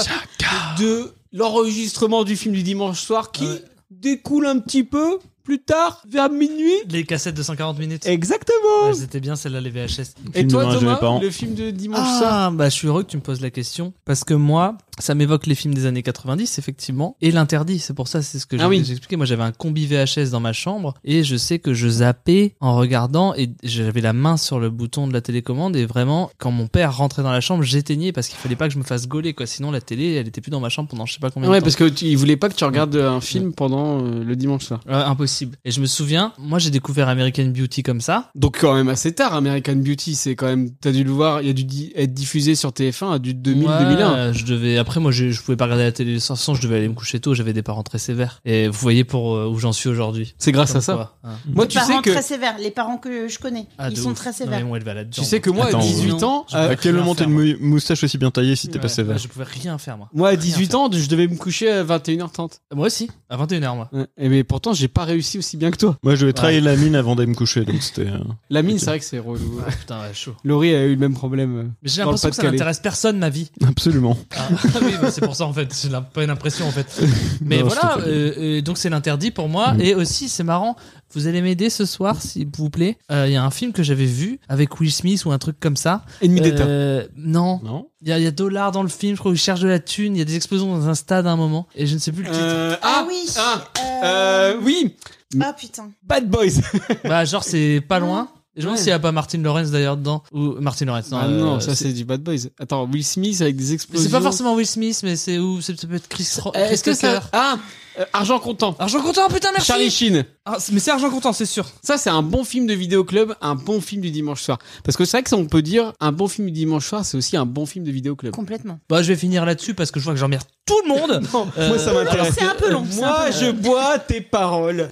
S1: de l'enregistrement du film du dimanche soir qui
S3: Ouais.
S1: découle un petit peu plus tard, vers minuit.
S3: Les cassettes de 140 minutes.
S1: Exactement.
S3: Ouais, C'était bien celle-là, les VHS.
S1: Et
S5: Film de
S1: toi,
S5: Noël chez mes
S1: Thomas,
S5: parents.
S1: le film de dimanche soir
S3: Ah, bah, je suis heureux que tu me poses la question. Parce que moi, ça m'évoque les films des années 90, effectivement. Et l'interdit. C'est pour ça, c'est ce que
S1: Ah
S3: j'ai
S1: oui.
S3: j'ai expliqué. Moi, j'avais un combi VHS dans ma chambre. Et je sais que je zappais en regardant. Et j'avais la main sur le bouton de la télécommande. Et vraiment, quand mon père rentrait dans la chambre, j'éteignais parce qu'il fallait pas que je me fasse gauler, quoi. Sinon, la télé, elle était plus dans ma chambre pendant je sais pas combien
S1: Ouais,
S3: de temps.
S1: parce que tu, il voulait pas que tu regardes un film pendant euh, le dimanche soir.
S3: Euh, impossible. Et je me souviens, moi, j'ai découvert American Beauty comme ça.
S1: Donc quand même assez tard, American Beauty, c'est quand même, t'as dû le voir, il a dû di- être diffusé sur TF1 à du 2000-2001.
S3: Ouais, Je devais. Après, moi, je, je pouvais pas regarder la télé le soir. Sans, je devais aller me coucher tôt. J'avais des parents très sévères. Et vous voyez pour euh, où j'en suis aujourd'hui.
S1: Ah, C'est grâce à
S3: Comme
S1: ça.
S3: quoi, hein.
S1: Moi,
S2: Les
S1: tu sais
S2: parents
S1: que,
S2: très sévères, les parents que je connais,
S3: Ah,
S2: ils
S3: de
S2: sont
S3: ouf.
S2: très
S3: Non,
S2: sévères.
S3: mais moi, elle va là-dedans.
S1: tu sais que moi,
S5: Attends,
S1: à 18 ans,
S3: je-
S1: euh,
S5: À quel
S3: rien
S5: moment t'as
S3: faire,
S5: une mou- moustache aussi bien taillée si t'es
S3: Ouais,
S5: pas sévère
S3: Je pouvais rien faire, moi.
S1: moi à
S3: Rien
S1: 18 ans, je devais me coucher à 21h30.
S3: faire. Moi aussi, à 21h, moi.
S1: Ouais. Et Eh, mais pourtant, j'ai pas réussi aussi bien que toi.
S5: Moi, je vais trahir la mine avant d'aller me coucher, donc c'était. euh,
S1: La mine,
S5: Ok.
S1: c'est vrai que c'est relou.
S3: Ah, putain, ouais, chaud.
S1: Laurie a eu le même problème. euh,
S3: Mais j'ai
S1: Dans le
S3: l'impression que ça
S1: Pas-de-Calais.
S3: n'intéresse personne ma vie.
S5: Absolument.
S3: Ah, oui, bah, c'est pour ça en fait. C'est la- pas une impression en fait. Mais
S5: Non,
S3: voilà,
S5: je te fais-
S3: euh, euh, donc c'est l'interdit pour moi.
S5: Mm.
S3: Et aussi, c'est marrant, vous allez m'aider ce soir, s'il vous plaît. Euh, Il y a un film que j'avais vu avec Will Smith ou un truc comme ça.
S1: Ennemi d'État.
S3: Euh, non,
S5: Non
S3: il y, a- il y a dollars dans le film, je crois qu'il cherche de la thune, il y a des explosions dans un stade à un moment. Et je ne sais plus le titre.
S1: Euh,
S2: Ah oui.
S1: ah,
S2: Euh,
S1: euh, oui,
S2: Ah putain.
S1: Bad Boys.
S3: Bah, genre, c'est pas loin. Et Je me demande
S1: Ouais.
S3: s'il n'y a pas Martin Lawrence d'ailleurs dedans. Ou Martin Lawrence, non.
S1: Ah
S3: euh,
S1: non, ça c'est du Bad Boys. Attends, Will Smith avec des
S3: Mais
S1: explosions.
S3: C'est pas forcément Will Smith, mais c'est où C'est- Ça peut être Chris, Ro-
S1: Euh,
S3: Chris
S1: Est-ce que
S3: Tucker.
S1: ça. Ah euh, Argent comptant.
S3: Argent content, putain, merci
S1: Charlie Sheen.
S3: Ah, c'est- Mais c'est argent content, c'est sûr.
S1: Ça, c'est un bon film de vidéoclub, un bon film du dimanche soir. Parce que c'est vrai que ça, on peut dire, un bon film du dimanche soir, c'est aussi un bon film de vidéoclub.
S2: Complètement.
S3: Bah, je vais finir là-dessus parce que je vois que j'emmerde tout le monde.
S1: Non,
S3: Euh,
S1: moi, ça m'intéresse.
S2: C'est un peu long. c'est un peu
S1: Moi,
S2: long.
S1: je bois tes paroles.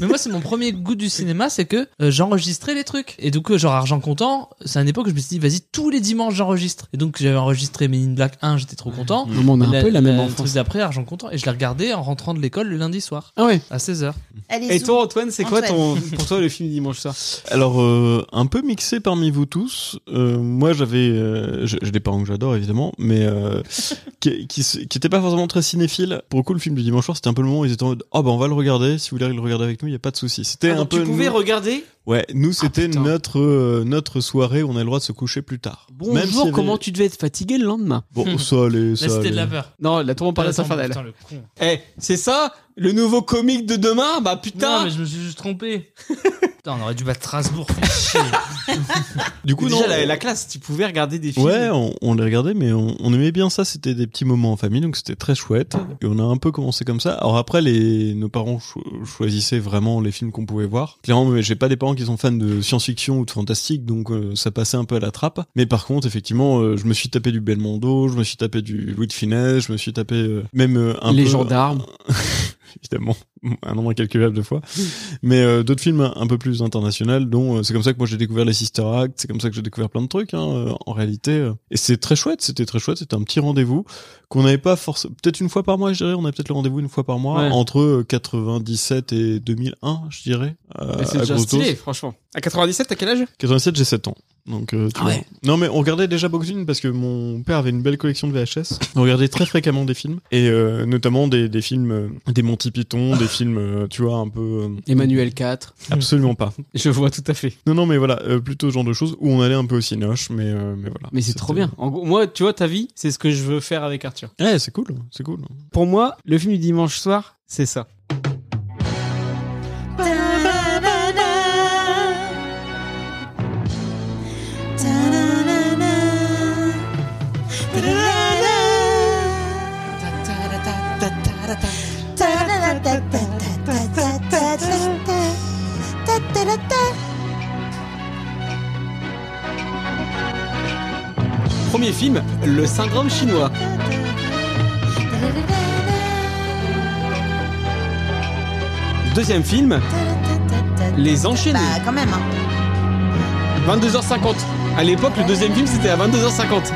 S3: mais moi, c'est mon premier goût du cinéma, c'est que euh, j'enregistrais les trucs. Et du coup, genre argent content, c'est à une époque où je me suis dit, vas-y, tous les dimanches, j'enregistre. Et donc, j'avais enregistré Men in Black 1, j'étais trop content.
S5: Mm.
S1: on a un peu la même
S3: le
S1: enfance.
S3: truc d'après, argent content. Et je la regardais en rentrant de l'école le lundi soir,
S1: Ah ouais.
S3: à 16h.
S2: Allez,
S1: Et
S2: zou.
S1: toi, Antoine, c'est quoi ton,
S2: Antoine.
S1: pour toi le film du dimanche soir
S5: Alors, euh, un peu mixé parmi vous tous. Euh, moi, j'avais. euh, je- J'ai des parents que j'adore, évidemment, mais. euh, qui qui s- qui étaient pas forcément très cinéphiles. Pour le coup, le film du dimanche soir, c'était un peu le moment où ils étaient en mode Oh, bah, on va le regarder. Si vous voulez le regarder avec nous, il n'y a pas de souci. C'était
S1: Ah,
S5: un
S1: donc,
S5: peu.
S1: Tu pouvais
S5: nous-
S1: regarder
S5: Ouais, nous, c'était
S1: putain.
S5: notre, euh, notre soirée où on a le droit de se coucher plus tard. Même s'il y
S1: Bonjour,
S5: avait-
S1: comment tu devais être fatigué le lendemain
S5: Bon, ça allait, ça
S3: La cité de
S5: allait.
S3: la peur.
S1: Non, la tour on parle à
S3: Attends,
S1: Saint-Fernel.
S3: putain, le con.
S1: Eh, c'est ça Le nouveau comique de demain Bah
S3: Non,
S1: putain
S3: mais je me suis juste trompé. Putain, on aurait dû battre Strasbourg. fais chier.
S5: Du coup,
S1: Déjà,
S5: non,
S1: la, la classe, tu pouvais regarder des films.
S5: Ouais, on, on les regardait, mais on, on aimait bien ça. C'était des petits moments en famille, donc c'était très chouette.
S1: Ah.
S5: Et on a un peu commencé comme ça. Alors après, les, nos parents cho- choisissaient vraiment les films qu'on pouvait voir. Clairement, mais j'ai pas des parents qui sont fans de science-fiction ou de fantastique, donc euh, ça passait un peu à la trappe. Mais par contre, effectivement, euh, je me suis tapé du Belmondo, je me suis tapé du Louis de Funès, je me suis tapé euh, même euh, un
S1: les
S5: peu...
S1: gendarmes.
S5: évidemment un nombre incalculable de fois mais euh, d'autres films un, un peu plus internationaux dont euh, c'est comme ça que moi j'ai découvert les Sister Act c'est comme ça que j'ai découvert plein de trucs hein, euh, en réalité euh. et c'est très chouette c'était très chouette c'était un petit rendez-vous qu'on n'avait pas forcément peut-être une fois par mois je dirais on a peut-être le rendez-vous une fois par mois
S1: Ouais.
S5: entre euh, 97 et 2001 je dirais euh,
S1: Mais c'est
S5: à
S1: déjà
S5: grosso
S1: stylé,
S5: modo.
S1: franchement. À 97, t'as quel âge
S5: 87 j'ai 7 ans donc euh, tu
S1: Ah
S5: vois.
S1: ouais.
S5: non mais on regardait déjà beaucoup de films parce que mon père avait une belle collection de VHS on regardait très fréquemment des films et euh, notamment des, des films euh, des Monty Python
S1: Ah.
S5: des films euh, tu vois un peu euh,
S1: Emmanuel 4.
S5: absolument pas
S1: Je vois tout à fait.
S5: non non mais voilà euh, plutôt ce genre de choses où on allait un peu au cinoche mais euh, mais voilà
S1: Mais c'est trop
S5: C'était-
S1: bien. En gros, moi, tu vois, ta vie, c'est ce que je veux faire avec Arthur.
S5: ouais c'est cool c'est cool
S1: Pour moi, le film du dimanche soir, c'est ça. Premier film, Le syndrome chinois. Deuxième film, Les enchaînés.
S2: Bah, quand même, hein.
S1: 22h50. À l'époque, le deuxième film, c'était à 22h50.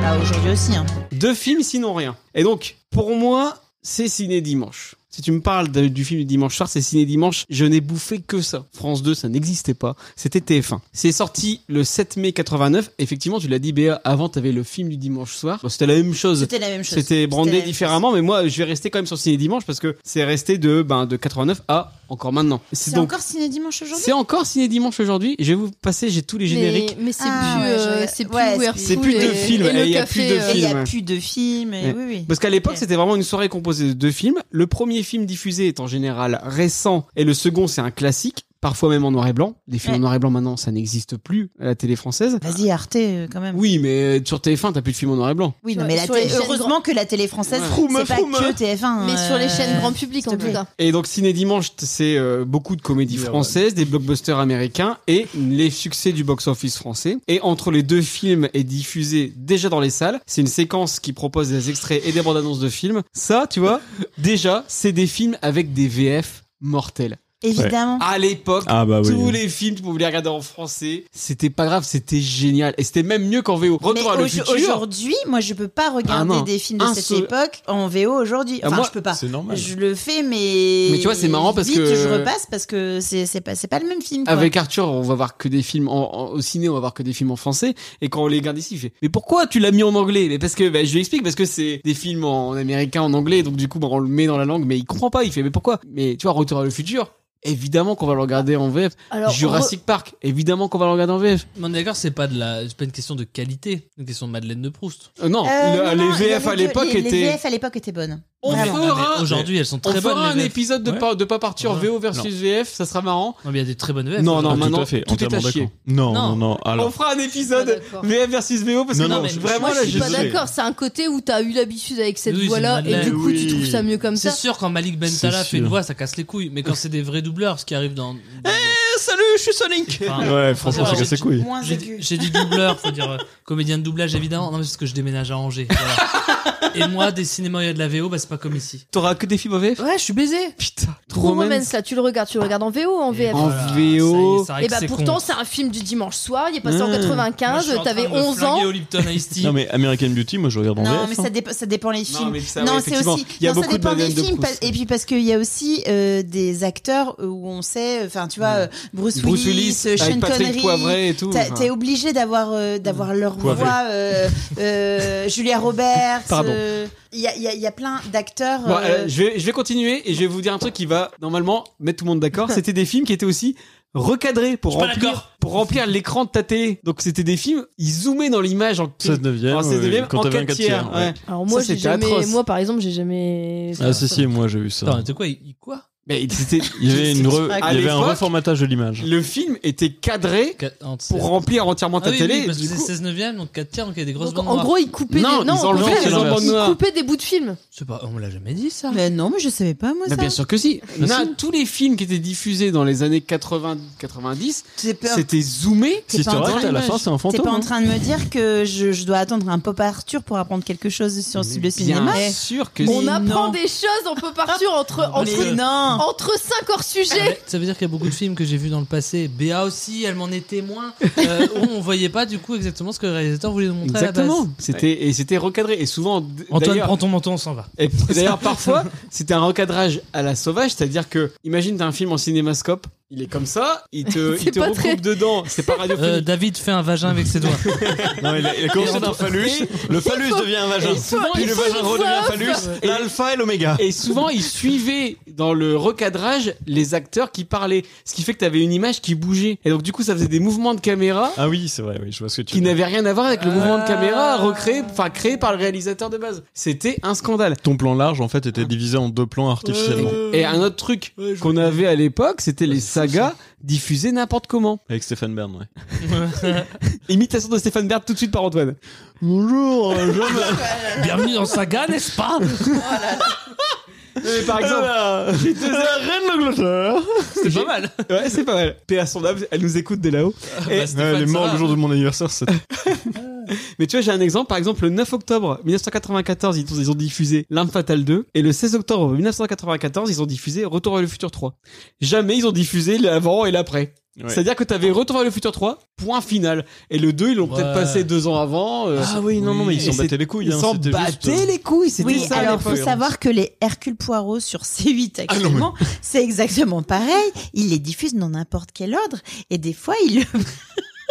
S2: Bah, aujourd'hui aussi, hein.
S1: Deux films, sinon rien. Et donc, pour moi, c'est Ciné Dimanche. Si tu me parles de- du film du dimanche soir, c'est Ciné Dimanche. Je n'ai bouffé que ça. France 2, ça n'existait pas. C'était TF1. C'est sorti le 7 mai 89. Effectivement, tu l'as dit, Béa, avant, t'avais le film du dimanche soir. Bon, c'était la même chose.
S2: C'était la même chose.
S1: C'était
S2: la
S1: brandé
S2: même
S1: différemment, mais moi, je vais rester quand même sur Ciné Dimanche parce que c'est resté de, ben, de 89 à encore maintenant.
S2: chose.
S1: C'est
S2: C'est
S1: donc.
S2: encore ciné dimanche aujourd'hui
S1: C'est encore Ciné Dimanche aujourd'hui. Je vais vous passer, j'ai tous les génériques.
S4: Mais, mais c'est
S2: Ah,
S4: plus,
S2: ouais,
S4: euh,
S2: je-
S4: c'est plus
S2: ouais,
S4: Werthoul
S2: c'est
S1: plus
S4: et-
S1: de films,
S4: et
S1: et
S4: le
S1: il y a
S4: café,
S1: plus de
S4: euh,
S2: Et il n'y
S1: films.
S2: a plus de films. et
S1: Ouais.
S2: Oui, oui.
S1: Parce qu'à l'époque,
S2: Ok.
S1: c'était vraiment une soirée composée de deux films. Le premier film diffusé est en général récent et le second, c'est un classique, parfois même en noir et blanc. Des films
S2: Ouais.
S1: en noir et blanc maintenant, ça n'existe plus à la télé française.
S2: Vas-y, Arte, euh, quand même.
S1: Oui, mais euh, sur TF1, t'as plus de films en noir et blanc.
S2: Oui,
S4: Sur-
S2: non, mais la
S4: sur les
S2: télé-
S4: chaînes
S2: heureusement que la télé française,
S1: Ouais. hein.
S5: Froume,
S2: c'est pas
S5: froume.
S2: que TF1.
S4: Mais sur les
S2: euh,
S4: chaînes grand public, en
S2: s'il te
S4: tout
S2: plaît.
S4: cas.
S1: Et donc, Ciné Dimanche, t- c'est euh, beaucoup de comédies
S5: Ouais, ouais.
S1: françaises, des blockbusters américains et les succès du box-office français. Et entre les deux films est diffusé déjà dans les salles. C'est une séquence qui propose des extraits et des bandes annonces de films. Ça, tu vois, déjà, c'est des films avec des VF mortels.
S2: évidemment.
S1: À l'époque,
S5: Ah bah oui.
S1: tous les films, tu pouvais les regarder en français. C'était pas grave, c'était génial. Et c'était même mieux qu'en VO.
S2: Mais
S1: Retour à le
S2: au-
S1: futur.
S2: aujourd'hui, moi, je peux pas regarder
S1: Ah non.
S2: des films de
S1: Un
S2: cette
S1: seul-
S2: époque en VO aujourd'hui.
S1: Ah,
S2: Enfin,
S1: moi,
S2: je peux pas.
S5: C'est normal.
S2: Je le fais, mais.
S1: Mais tu vois, c'est marrant parce
S2: vite,
S1: que-
S2: je repasse parce que c'est c'est pas, c'est pas le même film. quoi.
S1: Avec Arthur, on va voir que des films en- en- au ciné, on va voir que des films en français. Et quand on les regarde ici, il fait Mais pourquoi tu l'as mis en anglais Mais parce que bah, je lui explique parce que c'est des films en américain, en anglais. Donc du coup, bah, on le met dans la langue, mais il comprend pas. Il fait Mais pourquoi Mais tu vois, Retour à le futur. Évidemment qu'on va le regarder en VF.
S4: Alors,
S1: Jurassic Park. Évidemment qu'on va le regarder en VF.
S3: Mais on est d'accord, c'est pas de la, c'est pas une question de qualité, c'est une question de Madeleine de Proust.
S1: Euh, non,
S2: Euh,
S1: le-
S2: non, non,
S1: les
S2: il y
S1: VF à
S2: avait deux-
S1: l'époque
S2: les- Les
S1: étaient.
S2: VF à l'époque étaient bonnes.
S1: On
S2: Vraiment.
S3: Non, mais
S1: fera-
S3: aujourd'hui, elles sont
S1: On
S3: très bonnes.
S1: fera un
S3: les VF.
S1: épisode de,
S5: Ouais.
S1: pas, de pas partir
S3: Ouais.
S1: VO versus VF, ça sera marrant.
S3: Non, mais il y a des très bonnes VF.
S1: Non, non,
S5: Ah,
S1: maintenant,
S5: tout à fait,
S1: tout est à
S5: entièrement
S1: chier.
S5: d'accord. Non, non,
S3: Non.
S5: non.
S1: on
S5: Alors,
S1: fera un
S4: Ah,
S1: épisode
S4: d'accord.
S1: VF versus VO parce
S5: Non,
S1: que
S5: non,
S1: non,
S3: mais
S1: vraiment
S4: Moi,
S1: là,
S4: je suis
S1: j'ai
S4: pas
S5: désolé.
S4: d'accord. C'est un côté où t'as eu l'habitude avec cette
S3: Oui, c'est
S4: voix-là, et
S3: Madeleine,
S4: du coup,
S5: oui.
S4: tu trouves ça mieux comme
S3: C'est
S4: ça.
S3: sûr, quand Malik
S5: C'est
S3: Bentala fait
S5: sûr.
S3: une voix, ça casse les couilles. Mais quand c'est des vrais doubleurs, ce qui arrive dans. Eh,
S1: Salut, je suis Sonic.
S3: Enfin,
S5: ouais, franchement, ça
S3: Alors,
S5: casse les
S3: j'ai-
S5: couilles.
S2: Moins
S3: J'ai
S2: aigu.
S3: dit- j'ai dit doubleur, faut dire euh, comédien de doublage évidemment. Non, mais c'est parce que je déménage à Angers. voilà. Et moi, des cinémas où il y a de la VO, bah c'est pas comme ici.
S1: T'auras que des films en VF
S4: Ouais, je suis baisé.
S1: Putain,
S4: True
S1: trop même.
S4: Romance, là, tu le regardes, tu le regardes en VO, en VF.
S1: En
S3: ça y est,
S1: VO.
S3: c'est vrai
S4: Et
S3: que
S4: bah
S3: Ah, c'est
S4: pourtant,
S3: con.
S4: c'est un film du dimanche soir, il est passé en
S1: Mmh.
S3: Moi, je
S4: 95,
S3: suis en train
S4: t'avais
S3: de me
S4: 11 ans.
S3: flinguer au Lipton Ice Tea.
S5: Non, mais American Beauty, moi je regarde en
S2: Non,
S5: VF.
S2: mais
S5: hein.
S2: ça, dépa- ça dépend les films.
S1: mais ça,
S2: non,
S1: ouais,
S2: c'est
S1: effectivement,
S2: aussi.
S1: Il y a
S2: non, ça
S1: beaucoup de
S2: dépend des
S1: Madeleine de
S2: films.
S1: Proust.
S2: pas- et puis parce qu'il y a aussi euh, des acteurs euh, où on sait, enfin, tu vois, euh, Bruce,
S1: Bruce Willis,
S2: euh, Sean
S1: avec Patrick
S2: Connery.
S1: Poivret et tout.
S2: T'as-
S1: enfin.
S2: T'es obligé d'avoir euh,
S1: Mmh.
S2: d'avoir leur
S5: Poivré.
S2: voix, euh, euh, Julia Roberts.
S1: Pardon.
S2: euh, Il y, a, il y a- il y a plein d'acteurs.
S1: Bon,
S2: euh,
S1: euh, je, vais, je vais continuer et je vais vous dire un truc qui va normalement mettre tout le monde d'accord. C'était des films qui étaient aussi recadrés pour
S3: Je suis pas
S1: remplir,
S3: d'accord.
S1: pour remplir l'écran de ta télé. Donc c'était des films, ils zoomaient dans l'image en
S5: 16 neuvième,
S1: en 16 neuvième,
S5: euh, quand
S1: en
S5: t'avais un
S1: 4
S5: 4
S1: tiers.
S5: tiers,
S1: ouais.
S5: ouais.
S4: Alors moi,
S1: Ça,
S4: j'ai
S1: c'était
S4: jamais.
S1: atroce.
S4: Moi, par exemple, j'ai jamais.
S5: Ah, si, si, moi j'ai vu ça.
S3: Attends, mais t'es quoi il- il- Quoi
S1: Mais c'était,
S5: Il y avait, une re-
S1: À
S5: il y avait un
S1: l'époque,
S5: reformatage de l'image.
S1: le film était cadré
S3: Quatre- en- c'est-
S1: pour remplir entièrement
S3: Ah
S1: ta
S3: oui,
S1: télé.
S3: oui, parce que
S1: du
S3: c'est
S1: coup-
S3: 16 neuvième, donc 4 tiers, donc il y a des grosses
S4: Donc,
S3: bandes
S4: en
S3: noires.
S4: gros, ils coupaient
S1: Non,
S4: des... non,
S1: ils
S4: au
S1: enlevaient
S4: contraire,
S5: les bandes
S4: ils
S1: noires.
S4: coupaient des bouts de films.
S3: C'est pas, on me l'a jamais dit ça.
S2: mais non, mais je savais pas moi
S1: Bah,
S2: ça.
S1: bien sûr que si.
S5: Bah,
S1: Na-
S5: si.
S1: tous les films qui étaient diffusés dans les années 80-90,
S2: T'es pas,
S1: c'était zoomé.
S2: T'es pas en train
S5: Sisterhood,
S2: de
S5: à la
S1: me-
S5: fin, c'est un
S2: t'es
S5: fantôme.
S2: pas en
S5: hein.
S2: train de me dire que je, je dois attendre un pop Arthur pour apprendre quelque chose sur
S1: Mais
S2: le cinéma
S1: Bien sûr que
S2: Mais
S4: On
S1: si.
S2: a-
S4: apprend
S2: non.
S4: des choses en peut partir entre
S3: Parce
S4: entre
S3: que-
S2: non.
S4: entre 5 hors sujet.
S3: Ouais, Ça veut dire qu'il y a beaucoup de films que j'ai vus dans le passé. Béa aussi, elle m'en est témoin. euh, où on voyait pas du coup exactement ce que le réalisateur voulait nous montrer à la
S1: Exactement.
S3: base.
S1: C'était et c'était recadré et souvent d-
S3: Antoine,
S1: d'ailleurs-
S3: prends ton manteau, on s'en va.
S1: Et puis, d'ailleurs, parfois, c'était un recadrage à la sauvage, c'est-à-dire que, imagine, t'as un film en cinémascope, il est comme ça, il te,
S4: C'est
S1: il te
S4: pas
S1: recoupe
S4: très-
S1: dedans, c'est pas
S3: Euh,
S1: radiophonique.
S3: David fait un vagin avec ses doigts.
S5: Non, il a, il a commencé d'un phallus, le phallus devient un vagin,
S1: Et souvent,
S5: puis
S1: il
S5: le
S1: faut
S5: vagin
S4: une
S5: redevient un
S4: voix
S5: phallus,
S1: Et-
S5: l'alpha et l'oméga.
S1: Et souvent, ils suivaient dans le recadrage les acteurs qui parlaient, ce qui fait que t'avais une image qui bougeait. Et donc, du coup, ça faisait des mouvements de caméra
S5: Ah oui, c'est vrai, oui, je vois ce que tu
S1: qui
S5: veux dire.
S1: n'avaient rien à voir avec le
S3: Ah.
S1: mouvement de caméra recréé, enfin créé par le réalisateur de base. C'était un scandale.
S5: Ton plan large, en fait, était divisé en deux plans artificiellement.
S1: Et un autre truc
S3: Ouais, je
S1: qu'on avait à l'époque, c'était les
S5: c'est fou, ça.
S1: sagas diffusées n'importe comment.
S5: Avec Stéphane Bern, ouais.
S1: Imitation de Stéphane Bern tout de suite par Antoine.
S5: Bonjour, je
S3: Bienvenue dans Saga, n'est-ce pas
S1: par exemple,
S5: la reine d'Angleterre.
S3: C'est pas mal.
S1: Ouais, c'est pas mal. Paix à son âme, elle nous écoute dès là-haut. Et-
S3: bah, Stéphane,
S5: Elle est
S3: ça
S5: morte
S3: va.
S5: le jour de mon anniversaire, c'est
S1: Mais tu vois, j'ai un exemple. Par exemple, le 9 octobre 1994, ils ont, ils ont diffusé L'Arme Fatale 2. Et le 16 octobre 1994, ils ont diffusé Retour vers le futur 3. Jamais ils ont diffusé l'avant et l'après.
S5: Ouais.
S1: C'est-à-dire que t'avais Retour vers le futur 3, point final. Et le 2, ils l'ont
S3: Ouais.
S1: peut-être passé deux ans avant. euh,
S5: Ah oui, non, non, mais ils s'en
S1: Et c'est-
S5: battaient les couilles.
S1: Ils
S5: hein,
S1: s'en
S5: c'était juste,
S1: battaient
S5: euh,
S1: les couilles, c'était
S2: Oui,
S1: ça à
S2: alors
S1: l'époque.
S2: faut savoir que les Hercule Poirot sur C8
S5: Ah non, mais-
S2: actuellement, c'est exactement pareil. Ils les diffusent dans n'importe quel ordre et des fois ils.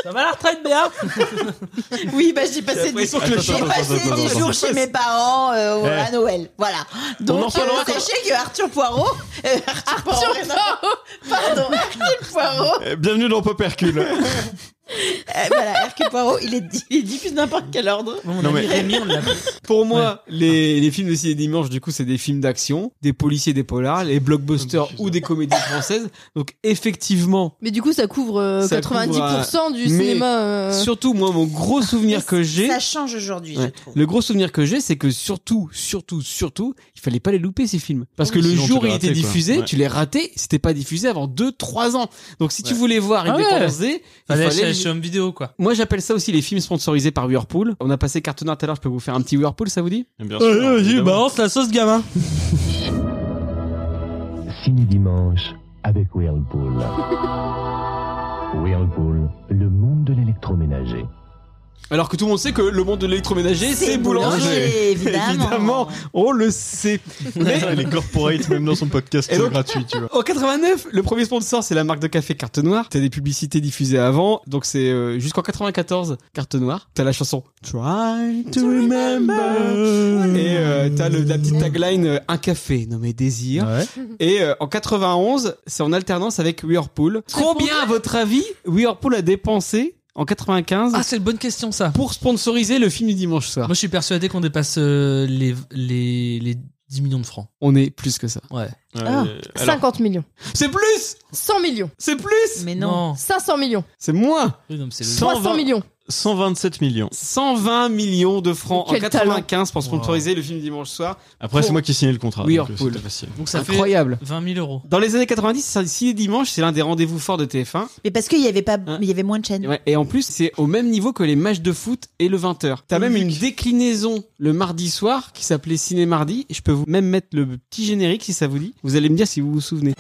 S3: Ça va la retraite, Béa
S2: Oui, bah j'ai passé des,
S1: l'impression que
S5: le
S2: j'ai
S5: chien-
S2: passé
S5: Attends,
S2: des
S5: attends,
S2: jours
S1: attends.
S2: chez mes parents euh, au-
S5: Eh.
S2: à Noël, voilà.
S1: en
S2: Donc
S1: reparlera
S2: euh,
S1: quand-
S2: sachez que Arthur Poirot, euh, Arthur, Poirot, non, pardon, Hercule Poirot,
S5: euh, Bienvenue dans Pop Hercule.
S2: euh, voilà, Hercule Poirot, il est, il est diffuse n'importe quel ordre.
S3: Mon
S5: Non,
S3: ami
S5: mais-
S3: Rémi, on l'a
S1: Pour moi, les, les films de ciné dimanche, du coup, c'est des films d'action, des policiers, des polars, les blockbusters ou des comédies françaises. Donc, effectivement,
S4: Mais du coup, ça couvre euh,
S1: Ça
S4: 90% du
S1: Mais
S4: cinéma. euh,
S1: surtout, moi, mon gros souvenir que j'ai,
S2: Ça change aujourd'hui,
S1: Ouais.
S2: je trouve.
S1: le gros souvenir que j'ai, c'est que surtout, surtout, surtout, il fallait pas les louper, ces films. Parce que le
S5: Sinon, tu
S1: jour où
S5: les
S1: ils étaient
S5: ratais, quoi.
S1: diffusés,
S5: Ouais.
S1: tu les ratais, c'était pas diffusé avant 2-3 ans. Donc, si tu
S5: Ouais.
S1: voulais voir
S3: Ah ouais.
S1: Indépendance Day, il
S3: Fallait
S1: fallait
S3: chez, chez Home Vidéo, quoi.
S1: moi, j'appelle ça aussi les films sponsorisés par Whirlpool. On a passé Carton tout à l'heure, je peux vous faire un petit Whirlpool, ça vous dit
S5: Bien
S3: Vas-y,
S5: évidemment.
S3: balance la sauce gamin.
S6: Ciné Dimanche, avec Whirlpool. Whirlpool, le monde de l'électroménager.
S1: Alors que tout le monde sait que le monde de l'électroménager, c'est boulanger.
S2: évidemment.
S1: Évidemment, on le sait.
S5: Ça, Les corporates, même dans son podcast,
S1: Et
S5: c'est
S1: donc-
S5: gratuit, tu vois.
S1: En 89, le premier sponsor, c'est la marque de café Carte Noire. T'as des publicités diffusées avant, donc c'est euh, jusqu'en 94, Carte Noire. T'as la chanson Try to Remember. Et euh, t'as le- la petite tagline euh, Un café nommé Désir. Et euh, en 91, c'est en alternance avec Whirlpool. Combien, à votre avis, Whirlpool a dépensé en 95
S3: Ah, c'est une bonne question ça.
S1: pour sponsoriser le film du dimanche soir
S3: Moi, je suis persuadé qu'on dépasse euh, les, les, les 10 millions de francs.
S1: On est plus que ça.
S3: Ouais.
S2: Ah.
S5: Euh, alors,
S4: 50 millions.
S1: C'est plus
S4: 100 millions.
S1: C'est plus
S2: Mais non.
S4: 500 millions.
S1: C'est moins
S3: Oui, non, mais c'est logique.
S5: 120.
S4: 300 millions.
S5: 127 millions.
S1: 120 millions de francs en
S4: Quel
S1: 95 pour sponsoriser le film dimanche soir.
S5: Après, c'est
S1: Pour-
S5: moi qui signais le contrat.
S1: Oui,
S5: donc, euh,
S1: Whirlpool.
S5: c'était facile.
S3: Donc ça
S1: Incroyable.
S3: fait 20 000 euros.
S1: Dans les années 90, ça- si les dimanches, c'est l'un des rendez-vous forts de TF1.
S2: Mais parce qu'il y avait pas,
S1: Hein
S2: il y avait moins de chaînes.
S1: Et, ouais, et en plus, c'est au même niveau que les matchs de foot et le 20h. T'as même une déclinaison le mardi soir qui s'appelait Ciné Mardi. Je peux vous même mettre le petit générique si ça vous dit. Vous allez me dire si vous vous souvenez.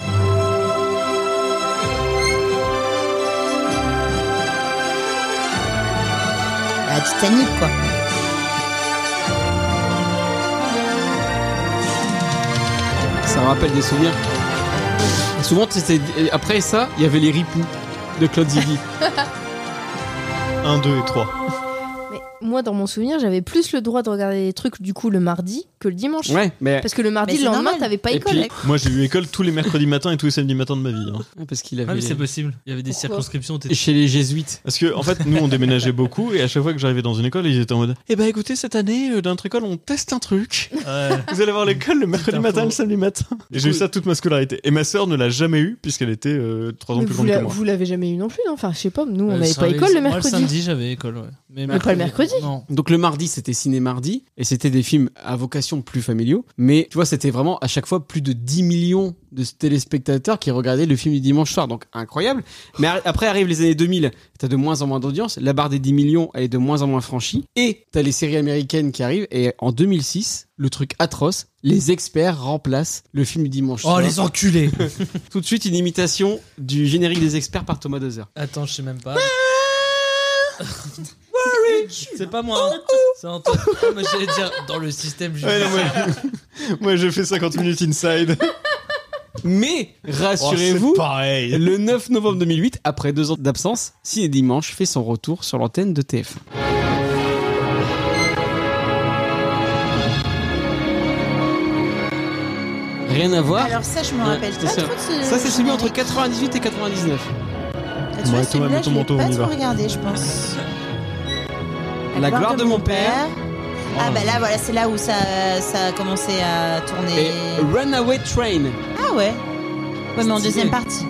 S2: Bah, Titanic, quoi.
S1: Ça me rappelle des souvenirs. Et souvent, c'était- et après ça, il y avait les ripoux de Claude Zidi.
S5: 1, 2 et 3.
S4: Mais moi, dans mon souvenir, j'avais plus le droit de regarder les trucs du coup le mardi que le dimanche.
S1: ouais, mais
S4: Parce que le mardi,
S2: Mais
S4: le
S2: c'est
S4: lendemain,
S2: normal.
S4: t'avais pas
S5: Et
S4: école.
S5: puis, moi, j'ai eu école tous les mercredis matins et tous les samedis matins de ma vie. hein.
S1: parce qu'il
S3: Ah,
S1: avait
S3: mais c'est possible. Il y avait des
S4: Pourquoi
S3: circonscriptions. où t'étais-
S1: chez les jésuites.
S5: Parce que, en fait, nous, on déménageait beaucoup et à chaque fois que j'arrivais dans une école, ils étaient en mode Eh ben écoutez, cette année, euh, dans notre école, on teste un truc. Vous allez voir l'école le mercredi
S3: info.
S5: matin, le samedi matin. Et j'ai eu ça toute ma scolarité. Et ma sœur ne l'a jamais eu puisqu'elle était 3 ans
S4: Mais
S5: plus
S4: vous
S5: grande que
S4: la-
S5: moi.
S4: vous l'avez jamais eu non plus, non Enfin, je sais pas, nous, on
S3: Euh,
S4: n'avait
S3: ça
S4: pas
S3: avait-
S4: école le
S3: moi,
S4: mercredi.
S3: Le samedi, j'avais école, ouais.
S1: Mais
S4: pas le mercredi.
S3: Non.
S1: Donc le mardi, c'était ciné mardi et c'était des films à vocation plus familiaux. Mais tu vois, c'était vraiment à chaque fois plus de 10 millions de téléspectateurs qui regardaient le film du dimanche soir. Donc incroyable. Mais ar- après arrivent les années 2000, t'as de moins en moins d'audience. La barre des 10 millions, elle est de moins en moins franchie. Et t'as les séries américaines qui arrivent. Et en 2006, le truc atroce, les experts remplacent le film du dimanche
S3: Oh,
S1: soir.
S3: les enculés
S1: Tout de suite, une imitation du générique des experts par Thomas Dozer.
S3: Attends, je sais même pas.
S1: Ah
S3: C'est pas moi. hein.
S1: Oh,
S3: C'est Antoine. Ah, mais J'allais dire dans le système
S5: Ouais,
S3: judiciaire.
S5: non, moi, moi, j'ai fait 50 minutes inside.
S1: Oh, Mais rassurez-vous,
S5: Oh, c'est pareil.
S1: Le 9 novembre 2008, après deux ans d'absence, Ciné Dimanche fait son retour sur l'antenne de TF1. Rien à voir.
S2: Alors ça, je me
S1: Ah. Ouais,
S2: rappelle
S1: c'est
S2: pas
S1: ça.
S2: trop de ce.
S1: Ça, c'est celui
S2: générique.
S1: entre 98 et 99.
S2: Ah, Tu vois,
S5: Ouais, Thomas,
S2: celui-là,
S5: mets
S2: je
S5: ton
S2: l'ai
S5: manteau, on
S2: pas
S5: y
S2: trop
S5: va.
S2: regardé, je pense.
S1: La gloire de mon père.
S2: Ah bah là, voilà, c'est là où ça, ça a commencé à tourner.
S1: Et Runaway Train.
S2: Ah ouais. Ouais, mais en
S1: Stylé.
S2: deuxième partie.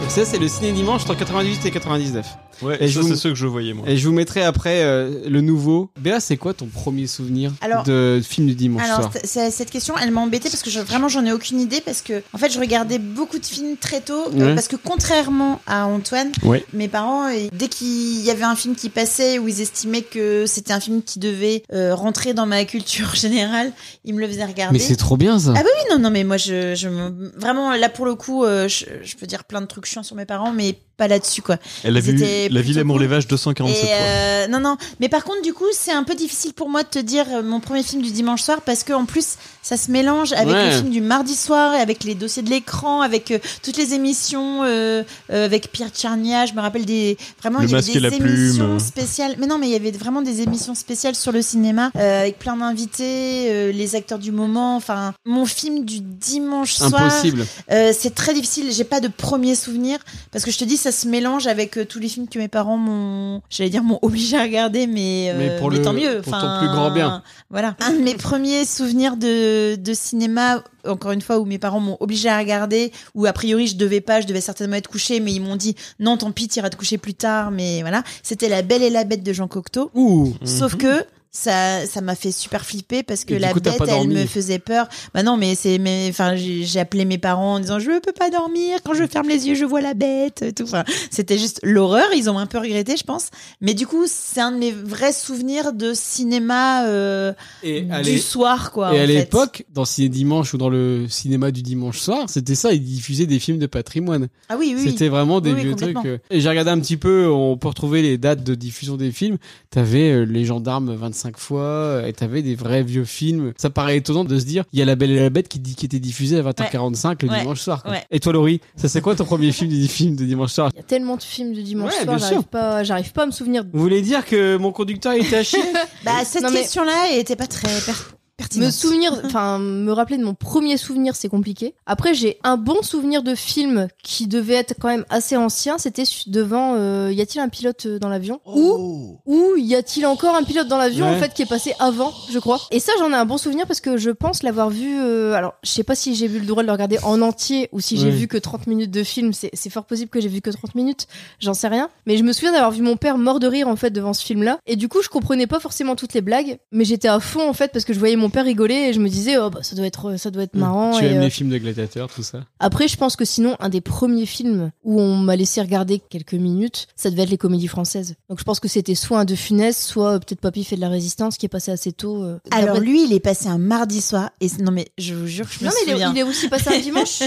S1: Donc ça, c'est le Ciné Dimanche entre 98 et 99.
S5: Ouais,
S1: Et je
S5: ça,
S1: vous-
S5: c'est ceux que je voyais, moi.
S1: Et je vous mettrai après euh, le nouveau. Béa, c'est quoi ton premier souvenir
S2: Alors-
S1: de film du dimanche
S2: Alors
S1: soir
S2: c'est- c'est- cette question, elle m'a embêtée parce que je, vraiment j'en ai aucune idée parce que en fait je regardais beaucoup de films très tôt euh,
S1: Ouais.
S2: parce que contrairement à Antoine,
S5: Ouais.
S2: mes parents euh, dès qu'il y avait un film qui passait où ils estimaient que c'était un film qui devait euh, rentrer dans ma culture générale, ils me le faisaient regarder.
S1: Mais c'est trop bien ça.
S2: Ah oui non non mais moi je, je me- vraiment là pour le coup euh, je, je peux dire plein de trucs chiants sur mes parents mais pas là-dessus quoi.
S5: Elle a
S2: Ils
S5: vu
S2: étaient
S5: La ville
S2: plutôt
S5: amour les
S2: cool.
S5: vaches 247
S2: Et
S5: fois.
S2: euh, non, non. Mais par contre, du coup, c'est un peu difficile pour moi de te dire euh, mon premier film du dimanche soir parce que en plus, ça se mélange avec
S1: Ouais.
S2: les films du mardi soir et avec les dossiers de l'écran, avec euh, toutes les émissions, euh, euh, avec Pierre Tchernia. Je me rappelle des vraiment
S5: Le
S2: il y avait
S5: masque et
S2: des
S5: la plume.
S2: émissions spéciales. Mais non, mais il y avait vraiment des émissions spéciales sur le cinéma euh, avec plein d'invités, euh, les acteurs du moment. Enfin, mon film du dimanche soir.
S1: Impossible.
S2: Euh, c'est très difficile. J'ai pas de premier souvenir parce que je te dis, ça se mélange avec euh, tous les films que mes parents m'ont, j'allais dire, m'ont obligé à regarder, mais, euh,
S1: Mais pour le-
S2: tant mieux.
S1: pour ton plus grand bien.
S2: Voilà. Un de mes premiers souvenirs de, de cinéma, encore une fois, où mes parents m'ont obligé à regarder, où a priori je devais pas, je devais certainement être couchée, mais ils m'ont dit, non, tant pis, t'iras te coucher plus tard, mais voilà. C'était La Belle et la Bête de Jean Cocteau.
S1: Ouh.
S2: Sauf que ça ça m'a fait super flipper parce que
S1: Mhm. Et du
S2: la
S1: coup, t'as
S2: bête
S1: pas
S2: elle
S1: dormi.
S2: me faisait peur bah non mais c'est mais enfin j'ai j'ai appelé mes parents en disant je peux pas dormir quand je ferme les yeux je vois la bête tout enfin c'était juste l'horreur ils ont un peu regretté je pense mais du coup c'est un de mes vrais souvenirs de cinéma euh,
S1: Et à
S2: du
S1: l'é-
S2: soir quoi
S1: et
S2: en
S1: à
S2: fait.
S1: l'époque, dans Ciné Dimanche ou dans le cinéma du dimanche soir, c'était ça, ils diffusaient des films de patrimoine.
S2: ah oui oui, oui
S1: C'était vraiment des
S2: Oui, oui,
S1: vieux trucs.
S2: complètement.
S1: euh. Et j'ai regardé un petit peu, on peut retrouver les dates de diffusion des films. T'avais euh, Les Gendarmes 25 fois, euh, et t'avais des vrais vieux films. Ça paraît étonnant de se dire, il y a La Belle et la Bête qui, dit- qui était diffusée à 20h45 le
S2: Ouais.
S1: dimanche soir. quoi.
S2: Ouais.
S1: Et toi, Laurie, ça c'est quoi ton premier film du film de dimanche soir
S4: Il y a tellement de films du dimanche
S1: Ouais,
S4: soir,
S1: bien
S4: j'arrive
S1: sûr.
S4: pas, j'arrive pas à me souvenir. de-
S1: Vous voulez dire que mon conducteur il était à chier
S2: bah cette
S4: Non, mais-
S2: question là était pas très per- pertinente
S4: Me souvenir, enfin, me rappeler de mon premier souvenir, c'est compliqué. Après, j'ai un bon souvenir de film qui devait être quand même assez ancien. C'était su- devant euh, Y a-t-il un pilote euh, dans l'avion Ou
S1: Oh.
S4: ou y a-t-il encore un pilote dans l'avion
S1: Ouais.
S4: en fait qui est passé avant, je crois. Et ça, j'en ai un bon souvenir parce que je pense l'avoir vu. euh, alors, je sais pas si j'ai eu le droit de le regarder en entier ou si j'ai
S1: Ouais.
S4: vu que 30 minutes de film. C'est c'est fort possible que j'ai vu que 30 minutes. J'en sais rien. Mais je me souviens d'avoir vu mon père mort de rire en fait devant ce film-là. Et du coup, je comprenais pas forcément toutes les blagues, mais j'étais à fond en fait parce que je voyais mon père rigoler et je me disais oh bah ça doit être ça doit être marrant.
S1: Mmh. Tu
S4: et,
S1: aimes
S4: euh,
S1: les films de gladiateurs, tout ça
S4: après, je pense que sinon, un des premiers films où on m'a laissé regarder quelques minutes, ça devait être les comédies françaises. Donc je pense que c'était soit un de Funès, soit euh, peut-être Papy fait de la résistance qui est passé assez tôt. euh,
S2: alors
S4: d'après-
S2: lui il est passé un mardi soir et non mais je vous jure je me
S4: non, mais il est,
S2: souviens
S4: il est aussi passé un dimanche.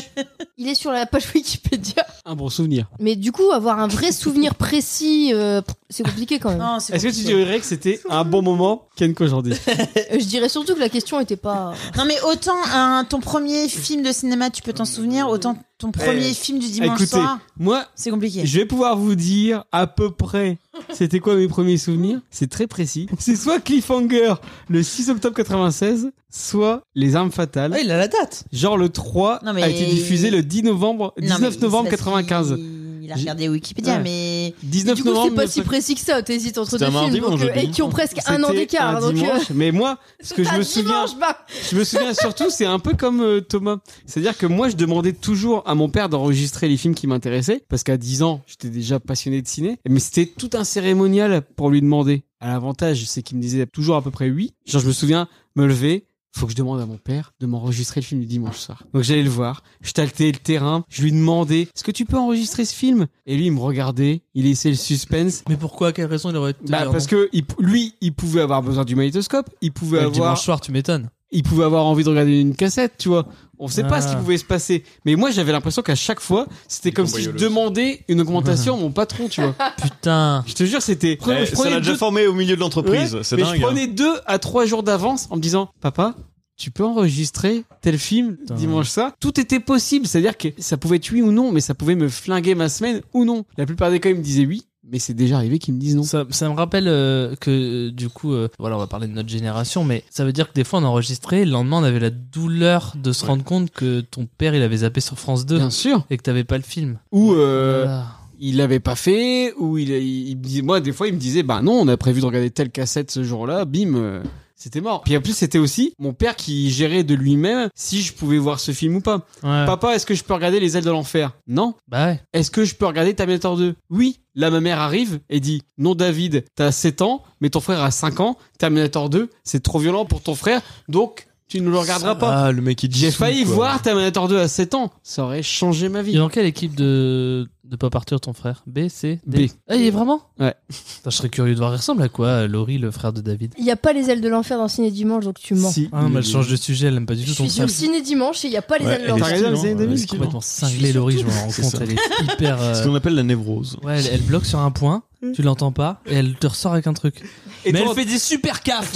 S4: il est sur la page Wikipédia.
S1: Un bon souvenir.
S4: Mais du coup, avoir un vrai souvenir précis, euh, pff, c'est compliqué quand même.
S2: Non, c'est
S1: Est-ce que tu
S2: compliqué.
S1: dirais que c'était un bon moment, Ken Kojandi
S4: Euh, Je dirais surtout que la question était pas.
S2: Non mais autant un- ton premier film de cinéma tu peux t'en souvenir, autant ton premier film du dimanche
S1: Eh, Écoutez,
S2: soir,
S1: moi,
S2: c'est compliqué.
S1: Je vais pouvoir vous dire à peu près c'était quoi mes premiers souvenirs. C'est très précis. C'est soit Cliffhanger le 6 octobre 96, soit Les Armes Fatales.
S3: Ah, il a la date.
S1: Genre le 3
S2: Non, mais-
S1: a été diffusé le 10 novembre,
S2: Non,
S1: 19
S2: mais
S1: novembre
S2: c'est parce
S1: 95.
S2: qu'il- Il a regardé Wikipédia,
S1: Ouais.
S2: mais
S1: 19
S4: du coup,
S1: novembre.
S4: c'est pas si précis que ça. T'hésites entre
S5: C'était
S4: deux
S5: un mardi,
S4: films donc,
S5: moi,
S4: euh,
S5: j'ai
S4: et
S5: dit.
S4: qui ont presque un an
S1: C'était
S4: d'écart.
S1: un
S4: donc, euh,
S1: dimanche. Mais moi, ce que je
S4: un
S1: me souviens,
S4: dimanche, bah,
S1: je me souviens surtout, c'est un peu comme euh, Thomas. C'est-à-dire que moi, je demandais toujours à mon père d'enregistrer les films qui m'intéressaient, parce qu'à 10 ans, j'étais déjà passionné de ciné, mais c'était tout un cérémonial pour lui demander. À l'avantage, c'est qu'il me disait toujours à peu près oui. Genre, je me souviens me lever, faut que je demande à mon père de m'enregistrer le film du dimanche soir. Donc j'allais le voir, je tâtais le terrain, je lui demandais, est-ce que tu peux enregistrer ce film Et lui, il me regardait, il laissait le suspense,
S3: Mais pourquoi Quelle raison il aurait été
S1: bah,
S3: alors,
S1: parce
S3: bon.
S1: que il- lui, il pouvait avoir besoin du magnétoscope, il pouvait
S3: Ouais, le
S1: avoir,
S3: dimanche soir, tu m'étonnes.
S1: il pouvait avoir envie de regarder une cassette, tu vois. On sait
S3: Ah.
S1: pas ce qui pouvait se passer. Mais moi, j'avais l'impression qu'à chaque fois, c'était comme si je
S5: cambrioleuses.
S1: demandais une augmentation à mon patron, tu vois.
S3: Putain.
S1: Je te jure, c'était.
S5: Eh, ça l'a déjà formé au milieu de l'entreprise,
S1: Ouais,
S5: c'est
S1: mais
S5: dingue. hein.
S1: je prenais deux à trois jours d'avance en me disant, papa. Tu peux enregistrer tel film
S3: Putain.
S1: dimanche ça Tout était possible, c'est-à-dire que ça pouvait être oui ou non, mais ça pouvait me flinguer ma semaine ou non. La plupart des cas, ils me disaient oui, mais c'est déjà arrivé qu'ils me disent non.
S3: Ça, ça me rappelle euh, que euh, du coup, euh, voilà, on va parler de notre génération, mais ça veut dire que des fois on enregistrait, le lendemain on avait la douleur de se rendre compte que ton père il avait zappé sur France 2
S1: Bien sûr.
S3: et que t'avais pas le film.
S1: Ou euh,
S3: Voilà.
S1: il l'avait pas fait ou il, il, il me disait moi des fois il me disait bah non on a prévu de regarder telle cassette ce jour-là bim euh, c'était mort puis en plus c'était aussi mon père qui gérait de lui-même si je pouvais voir ce film ou pas
S3: Ouais.
S1: papa est-ce que je peux regarder les ailes de l'enfer non
S3: Bah ouais.
S1: est-ce que je peux regarder Terminator 2 oui là ma mère arrive et dit non David t'as 7 ans mais ton frère a 5 ans Terminator 2 c'est trop violent pour ton frère donc tu ne le regarderas pas
S5: Ah, le mec il
S1: j'ai failli voir Terminator 2 à 7 ans ça aurait changé ma
S3: Il est
S1: vie
S3: dans quelle équipe de de Pop Arthur ton frère B, C, D
S1: B.
S3: Ah, il est vraiment
S1: Ouais.
S3: Putain, je serais curieux de voir, il ressemble à quoi euh, Laurie, le frère de David
S4: il y a pas les ailes de l'enfer dans Ciné Dimanche, donc tu mens.
S1: Si.
S3: Ah, mais elle change de sujet, elle aime pas du
S4: Je
S3: tout ton
S4: suis
S3: frère.
S4: sur Ciné Dimanche et il y a pas les ailes de
S1: est
S4: l'enfer.
S1: T'as regardé dans les
S5: hein.
S1: années 2000,
S3: C'est complètement cinglée,
S2: suis
S3: Laurie, je me rends
S5: C'est
S3: compte,
S5: ça.
S3: elle est hyper. euh,
S5: Ce qu'on appelle la névrose.
S3: Ouais, elle, elle bloque sur un point, tu l'entends pas, et elle te ressort avec un truc.
S1: Et
S3: mais
S1: toi,
S3: elle fait des super cafes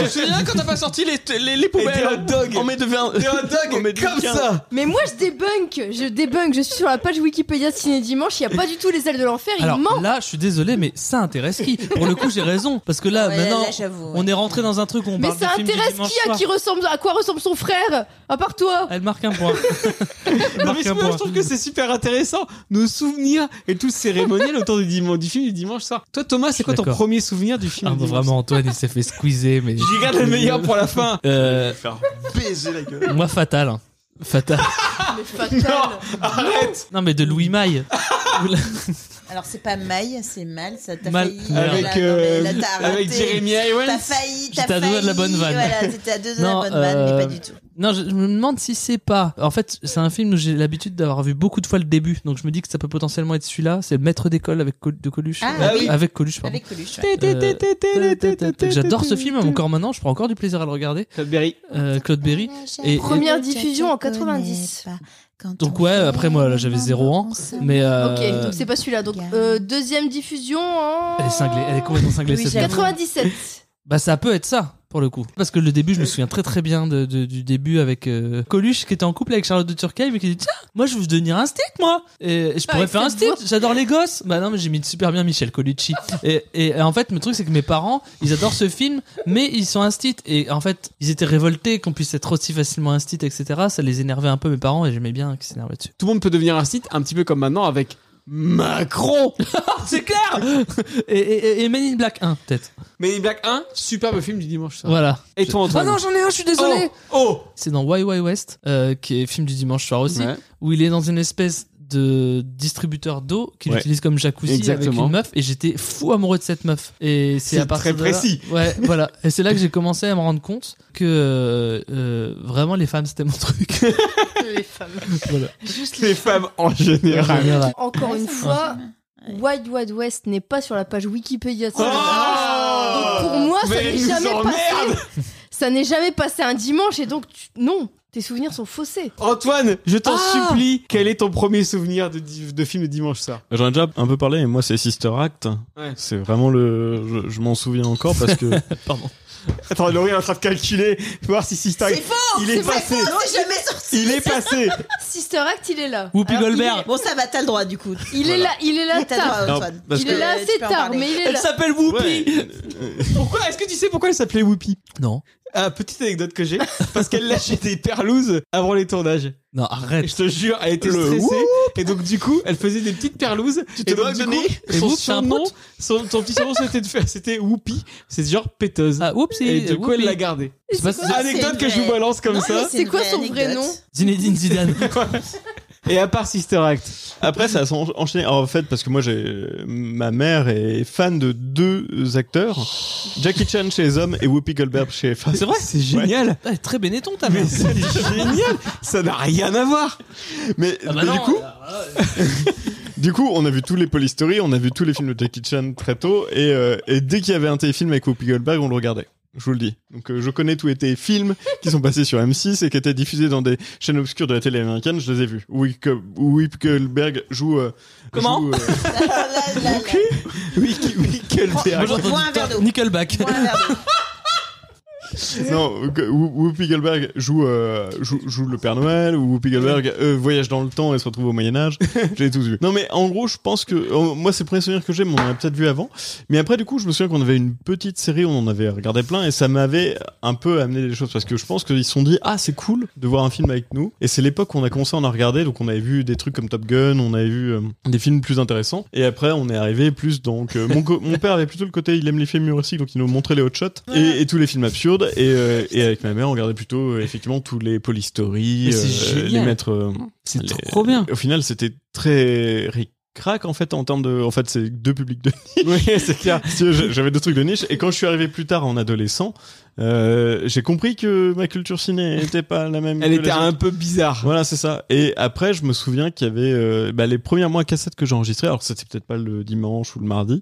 S5: quand t'as pas sorti les, les,
S1: poubelles, Et des hot dogs. on
S5: met de
S1: comme ça
S4: Mais moi je débunk, je débunk, je suis sur la page Wikipédia de Ciné Dimanche, il y a pas du tout les ailes de l'enfer, il
S3: Alors
S4: ment.
S3: là, je suis désolé, mais ça intéresse qui Pour le coup, j'ai raison, parce que là,
S2: Ouais,
S3: maintenant,
S2: là, j'avoue, ouais.
S3: on est rentré dans un truc où on
S4: Mais
S3: parle
S4: ça
S3: de films du
S4: intéresse
S3: dimanche
S4: qui à
S3: soir.
S4: qui ressemble à quoi ressemble son frère à part toi.
S3: Elle marque un point. Elle
S1: Non, mais
S3: marque
S1: c'est
S3: un
S1: vrai,
S3: point.
S1: je trouve que c'est super intéressant. Nos souvenirs et tout ce cérémonial autour du, dimanche, du film du dimanche soir. Toi, Thomas, c'est quoi ton
S3: D'accord.
S1: premier souvenir du film
S3: Ah,
S1: du
S3: non,
S1: dimanche
S3: vraiment, Antoine, il s'est fait squeezer, mais.
S1: Je garde le meilleur pour la fin.
S3: Euh,
S5: Faire baiser la gueule.
S3: moi, fatal. hein. Fatal.
S4: Ah, Mais fatal.
S1: Arrête
S3: Non, mais de Louis Maille. Vous la-
S2: Alors, c'est pas maille, c'est mal, ça t'a
S3: Mal.
S2: failli.
S3: Avec,
S2: Voilà, non, mais là, t'as
S1: euh, avec
S2: raté.
S1: Jeremy Irons.
S2: T'as failli, t'as
S3: J'étais à deux doigts de la
S2: failli.
S3: bonne vanne.
S2: Voilà, t'étais à deux doigts
S3: Non,
S2: de la bonne vanne,
S3: euh,
S2: mais pas du tout.
S3: Non, je, je me demande si c'est pas. En fait, c'est un film où j'ai l'habitude d'avoir vu beaucoup de fois le début, donc je me dis que ça peut potentiellement être celui-là. C'est le Maître d'école avec Col- de Coluche,
S2: Ah,
S3: Euh,
S2: oui.
S3: avec Coluche, pardon.
S2: Avec Coluche, ouais.
S3: Euh, J'adore ce film encore maintenant, je prends encore du plaisir à le regarder.
S1: Todd Berry.
S3: Euh, Claude Berry. Et-
S4: Première diffusion en 90.
S3: Donc ouais, après, moi, là, j'avais zéro an, Mais euh,
S4: Ok, donc c'est pas celui-là. Donc euh, deuxième diffusion en.
S3: elle est cinglée, elle est complètement cinglée
S2: Oui,
S3: cette
S2: j'ai-
S3: dame.
S4: 97.
S3: Bah ça peut être ça pour le coup, parce que le début, je me souviens très très bien de, de- du début avec euh, Coluche qui était en couple avec Charlotte de Turckheim et qui dit tiens, moi je veux devenir un steak moi, et
S1: Ah,
S3: je pourrais
S4: Avec
S3: faire un
S4: cette
S3: steak. J'adore les gosses. Bah non, mais j'ai mis super bien Michel Colucci. et, et en fait, le truc c'est que mes parents, ils adorent ce film, mais ils sont instits et en fait, ils étaient révoltés qu'on puisse être aussi facilement instits, etc. Ça les énervait un peu mes parents et j'aimais bien qu'ils s'énervaient dessus.
S1: Tout le monde peut devenir un site, un petit peu comme maintenant avec Macron.
S3: C'est clair. et, et, et Men in Black 1 peut-être.
S1: Mais in Black 1, superbe film du dimanche. soir.
S3: Voilà.
S1: Et toi,
S3: Ah
S1: Antoine
S3: non, j'en ai un, je suis désolé.
S1: Oh,
S3: C'est dans Why Why West, euh, qui est film du dimanche soir aussi,
S1: Ouais.
S3: où il est dans une espèce de distributeur d'eau qu'il
S5: Ouais.
S3: utilise comme jacuzzi avec
S1: Exactement.
S3: une meuf et j'étais fou amoureux de cette meuf et c'est
S1: C'est
S3: à partir
S1: très
S3: de là-
S1: précis.
S3: ouais voilà et c'est là que j'ai commencé à me rendre compte que euh, euh, vraiment les femmes c'était mon truc
S4: Les femmes.
S3: Voilà.
S4: Juste les
S1: Les femmes en
S3: En
S1: général.
S3: général.
S4: Encore une fois, Wild Wild West n'est pas sur la page Wikipédia. de
S1: Oh
S4: Saint-Valentin. Donc pour moi, ça
S1: Mais
S4: n'est
S1: ils nous
S4: jamais
S1: emmerdent.
S4: passé. Ça n'est jamais passé un dimanche et donc tu- non, tes souvenirs sont faussés.
S1: Antoine, je t'en
S3: Ah
S1: supplie, quel est ton premier souvenir de, di- de film de dimanche soir
S5: J'en ai déjà un peu parlé, mais moi c'est Sister Act.
S1: Ouais.
S5: C'est vraiment le. Je, je m'en souviens encore parce que.
S3: pardon
S1: Attends, Laurie est en train de calculer, voir si Sister
S2: C'est
S1: Act.
S2: faux
S1: Il est
S2: c'est vrai,
S1: passé.
S2: faux, c'est jamais sorti.
S1: Il est passé.
S4: Ah, Sister Act, il est là.
S3: Whoopi
S4: Alors,
S3: Goldberg
S2: Bon, ça va, t'as le droit, du coup.
S4: Il, est- il est là, il est là
S2: T'as le
S4: tard.
S2: droit,
S5: Non,
S2: Antoine.
S5: parce
S4: Il
S5: que-
S4: est là
S2: Tu
S4: assez
S2: peux en
S4: tard,
S2: parler.
S4: mais il est
S3: elle
S4: là.
S3: s'appelle Whoopi
S5: Ouais.
S1: Pourquoi Est-ce que tu sais pourquoi elle s'appelait Whoopi
S3: non
S1: Ah, petite anecdote que j'ai, parce qu'elle lâchait des perlouses avant les tournages.
S3: non
S1: Et
S3: arrête
S1: je te jure, elle était
S5: Le
S1: stressée. Et donc, du coup, elle faisait des petites perlouses.
S5: te
S1: et donc,
S5: moques
S1: du
S5: de
S1: coup,
S5: Nick
S3: Et
S1: son
S3: Whoop, c'est un
S1: surnom,
S3: pote
S1: son, son petit surnom, c'était de faire, c'était Whoopi. C'est genre péteuse.
S3: ah oups
S1: et du
S3: c'est
S1: coup, elle l'a gardée.
S3: C'est pas-
S4: Ah,
S2: Ça, c'est
S1: Anecdote que je vous
S2: vrai.
S1: balance comme
S2: Non, mais
S1: ça.
S4: C'est quoi
S2: une
S4: son vrai
S2: anecdote.
S4: nom
S3: Zinedine Zidane
S1: Et à part Sister Act.
S5: Après, ça s'est en- enchaîné. Alors, en fait, parce que moi, j'ai ma mère est fan de deux acteurs, Jackie Chan chez les hommes et Whoopi Goldberg chez les femmes.
S1: C'est vrai, c'est génial.
S3: Ah, elle est très Benetton ta
S1: Mais
S3: mère
S5: Ah,
S1: c'est génial. Ça n'a rien à voir.
S5: Mais,
S3: Ah bah
S5: mais
S3: non,
S5: du coup,
S3: euh,
S5: du coup, on a vu tous les Police Story, on a vu tous les films de Jackie Chan très tôt, et, euh, et dès qu'il y avait un téléfilm avec Whoopi Goldberg, on le regardait. Je vous le dis. Donc, euh, je connais tous les téléfilms qui sont passés sur M6 et qui étaient diffusés dans des chaînes obscures de la télé américaine. Je les ai vus. Whoopi Whoopi Goldberg joue. euh,
S3: Comment
S5: joue, euh,
S2: Là, là, là, là.
S1: Oui, oui, quel
S2: Prends-
S1: verre.
S2: Bois
S3: Bonjour,
S2: un verre d'eau.
S3: Nickelback
S2: Bois un verre d'eau.
S5: Non, que- Who- Whoopi Goldberg joue, euh, joue, joue le Père Noël, ou Whoopi Goldberg euh, voyage dans le temps et se retrouve au Moyen-Âge. J'ai tous vu. Non, mais en gros, je pense que. euh, moi, c'est le premier souvenir que j'ai, mais on en a peut-être vu avant. Mais après, du coup, je me souviens qu'on avait une petite série, on en avait regardé plein, et ça m'avait un peu amené des choses. Parce que je pense qu'ils se sont dit, ah, c'est cool de voir un film avec nous. Et c'est l'époque où on a commencé à en regarder, donc on avait vu des trucs comme Top Gun, on avait vu euh, des films plus intéressants. Et après, on est arrivé plus donc. euh, mon, co- mon père avait plutôt le côté, il aime les films humoristiques, donc il nous montrait les hot shots et, et tous les films absurdes. Et, euh, et avec ma mère, on regardait plutôt, euh, effectivement, tous les Police Story,
S3: Mais c'est
S5: euh,
S3: génial.
S5: les maîtres. euh,
S3: c'est
S5: les-
S3: trop bien
S5: Au final, c'était très ric-rac en fait en termes de. En fait, c'est deux publics de
S1: Oui, c'est clair.
S5: si tu veux, je- J'avais deux trucs de niche. Et quand je suis arrivé plus tard en adolescent, euh, j'ai compris que ma culture ciné n'était pas la même.
S1: Elle
S5: que
S1: était
S5: les autres.
S1: un peu bizarre.
S5: Voilà, c'est ça. Et après, je me souviens qu'il y avait euh, bah, les premières mois cassettes que j'ai enregistrées. Alors, c'était peut-être pas le dimanche ou le mardi.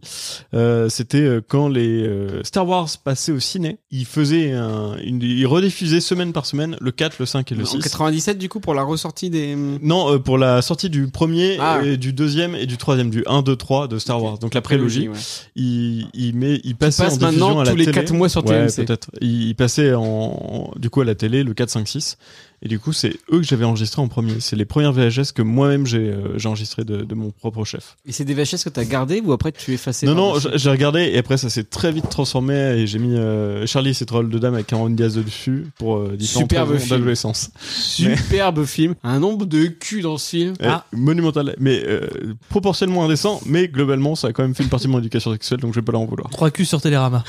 S5: Euh, c'était euh, quand les euh, Star Wars passaient au ciné. Ils faisaient un, une, ils rediffusaient semaine par semaine le 4, le 5 et le
S1: En
S5: 6.
S1: 97, du coup, pour la ressortie des.
S5: Non, euh, pour la sortie du premier,
S1: Ah.
S5: et du deuxième et du troisième, du 1, 2, 3 de Star Wars, donc la prélogie.
S1: ouais.
S5: il, il, met, il passait
S1: passe
S5: en diffusion
S1: maintenant
S5: à la
S1: tous les
S5: télé.
S1: quatre mois sur
S5: Ouais,
S1: TMC.
S5: peut-être. Il, il passait en, en- du coup à la télé le 4, 5, 6. Et du coup, c'est eux que j'avais enregistré en premier. C'est les premières VHS que moi-même j'ai euh, j'ai enregistré de, de mon propre chef.
S1: Et c'est des VHS que t'as gardé ou après tu effacé
S5: Non, non, j'ai j'ai regardé et après ça s'est très vite transformé et j'ai mis euh, Charlie et ses trolls de dame avec Cameron Diaz dessus pour euh, différentes
S1: Superbe
S5: raisons
S1: film.
S5: d'adolescence.
S1: Superbe film. Un nombre de cul dans ce film.
S5: Euh, Monumental, mais euh, proportionnellement indécent, mais globalement ça a quand même fait une partie de mon éducation sexuelle donc je vais pas leur en vouloir.
S3: 3 Q sur Télérama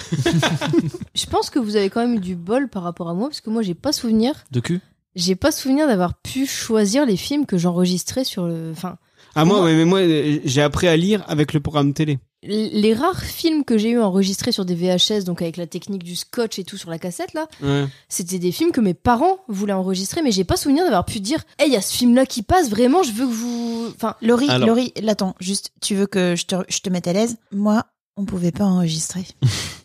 S4: Je pense que vous avez quand même eu du bol par rapport à moi parce que moi j'ai pas souvenir
S3: de cul
S4: j'ai pas souvenir d'avoir pu choisir les films que j'enregistrais sur le. Enfin,
S1: Ah, moi, ouais, mais moi, euh, j'ai appris à lire avec le programme télé.
S4: L- Les rares films que j'ai eu enregistrés sur des VHS, donc avec la technique du scotch et tout sur la cassette, là,
S1: Ouais.
S4: c'était des films que mes parents voulaient enregistrer, mais j'ai pas souvenir d'avoir pu dire Hey, il y a ce film-là qui passe, vraiment, je veux que vous. Enfin,
S2: Laurie,
S5: Alors.
S2: Laurie, attends, juste, tu veux que je te, je te mette à l'aise Moi, on pouvait pas enregistrer.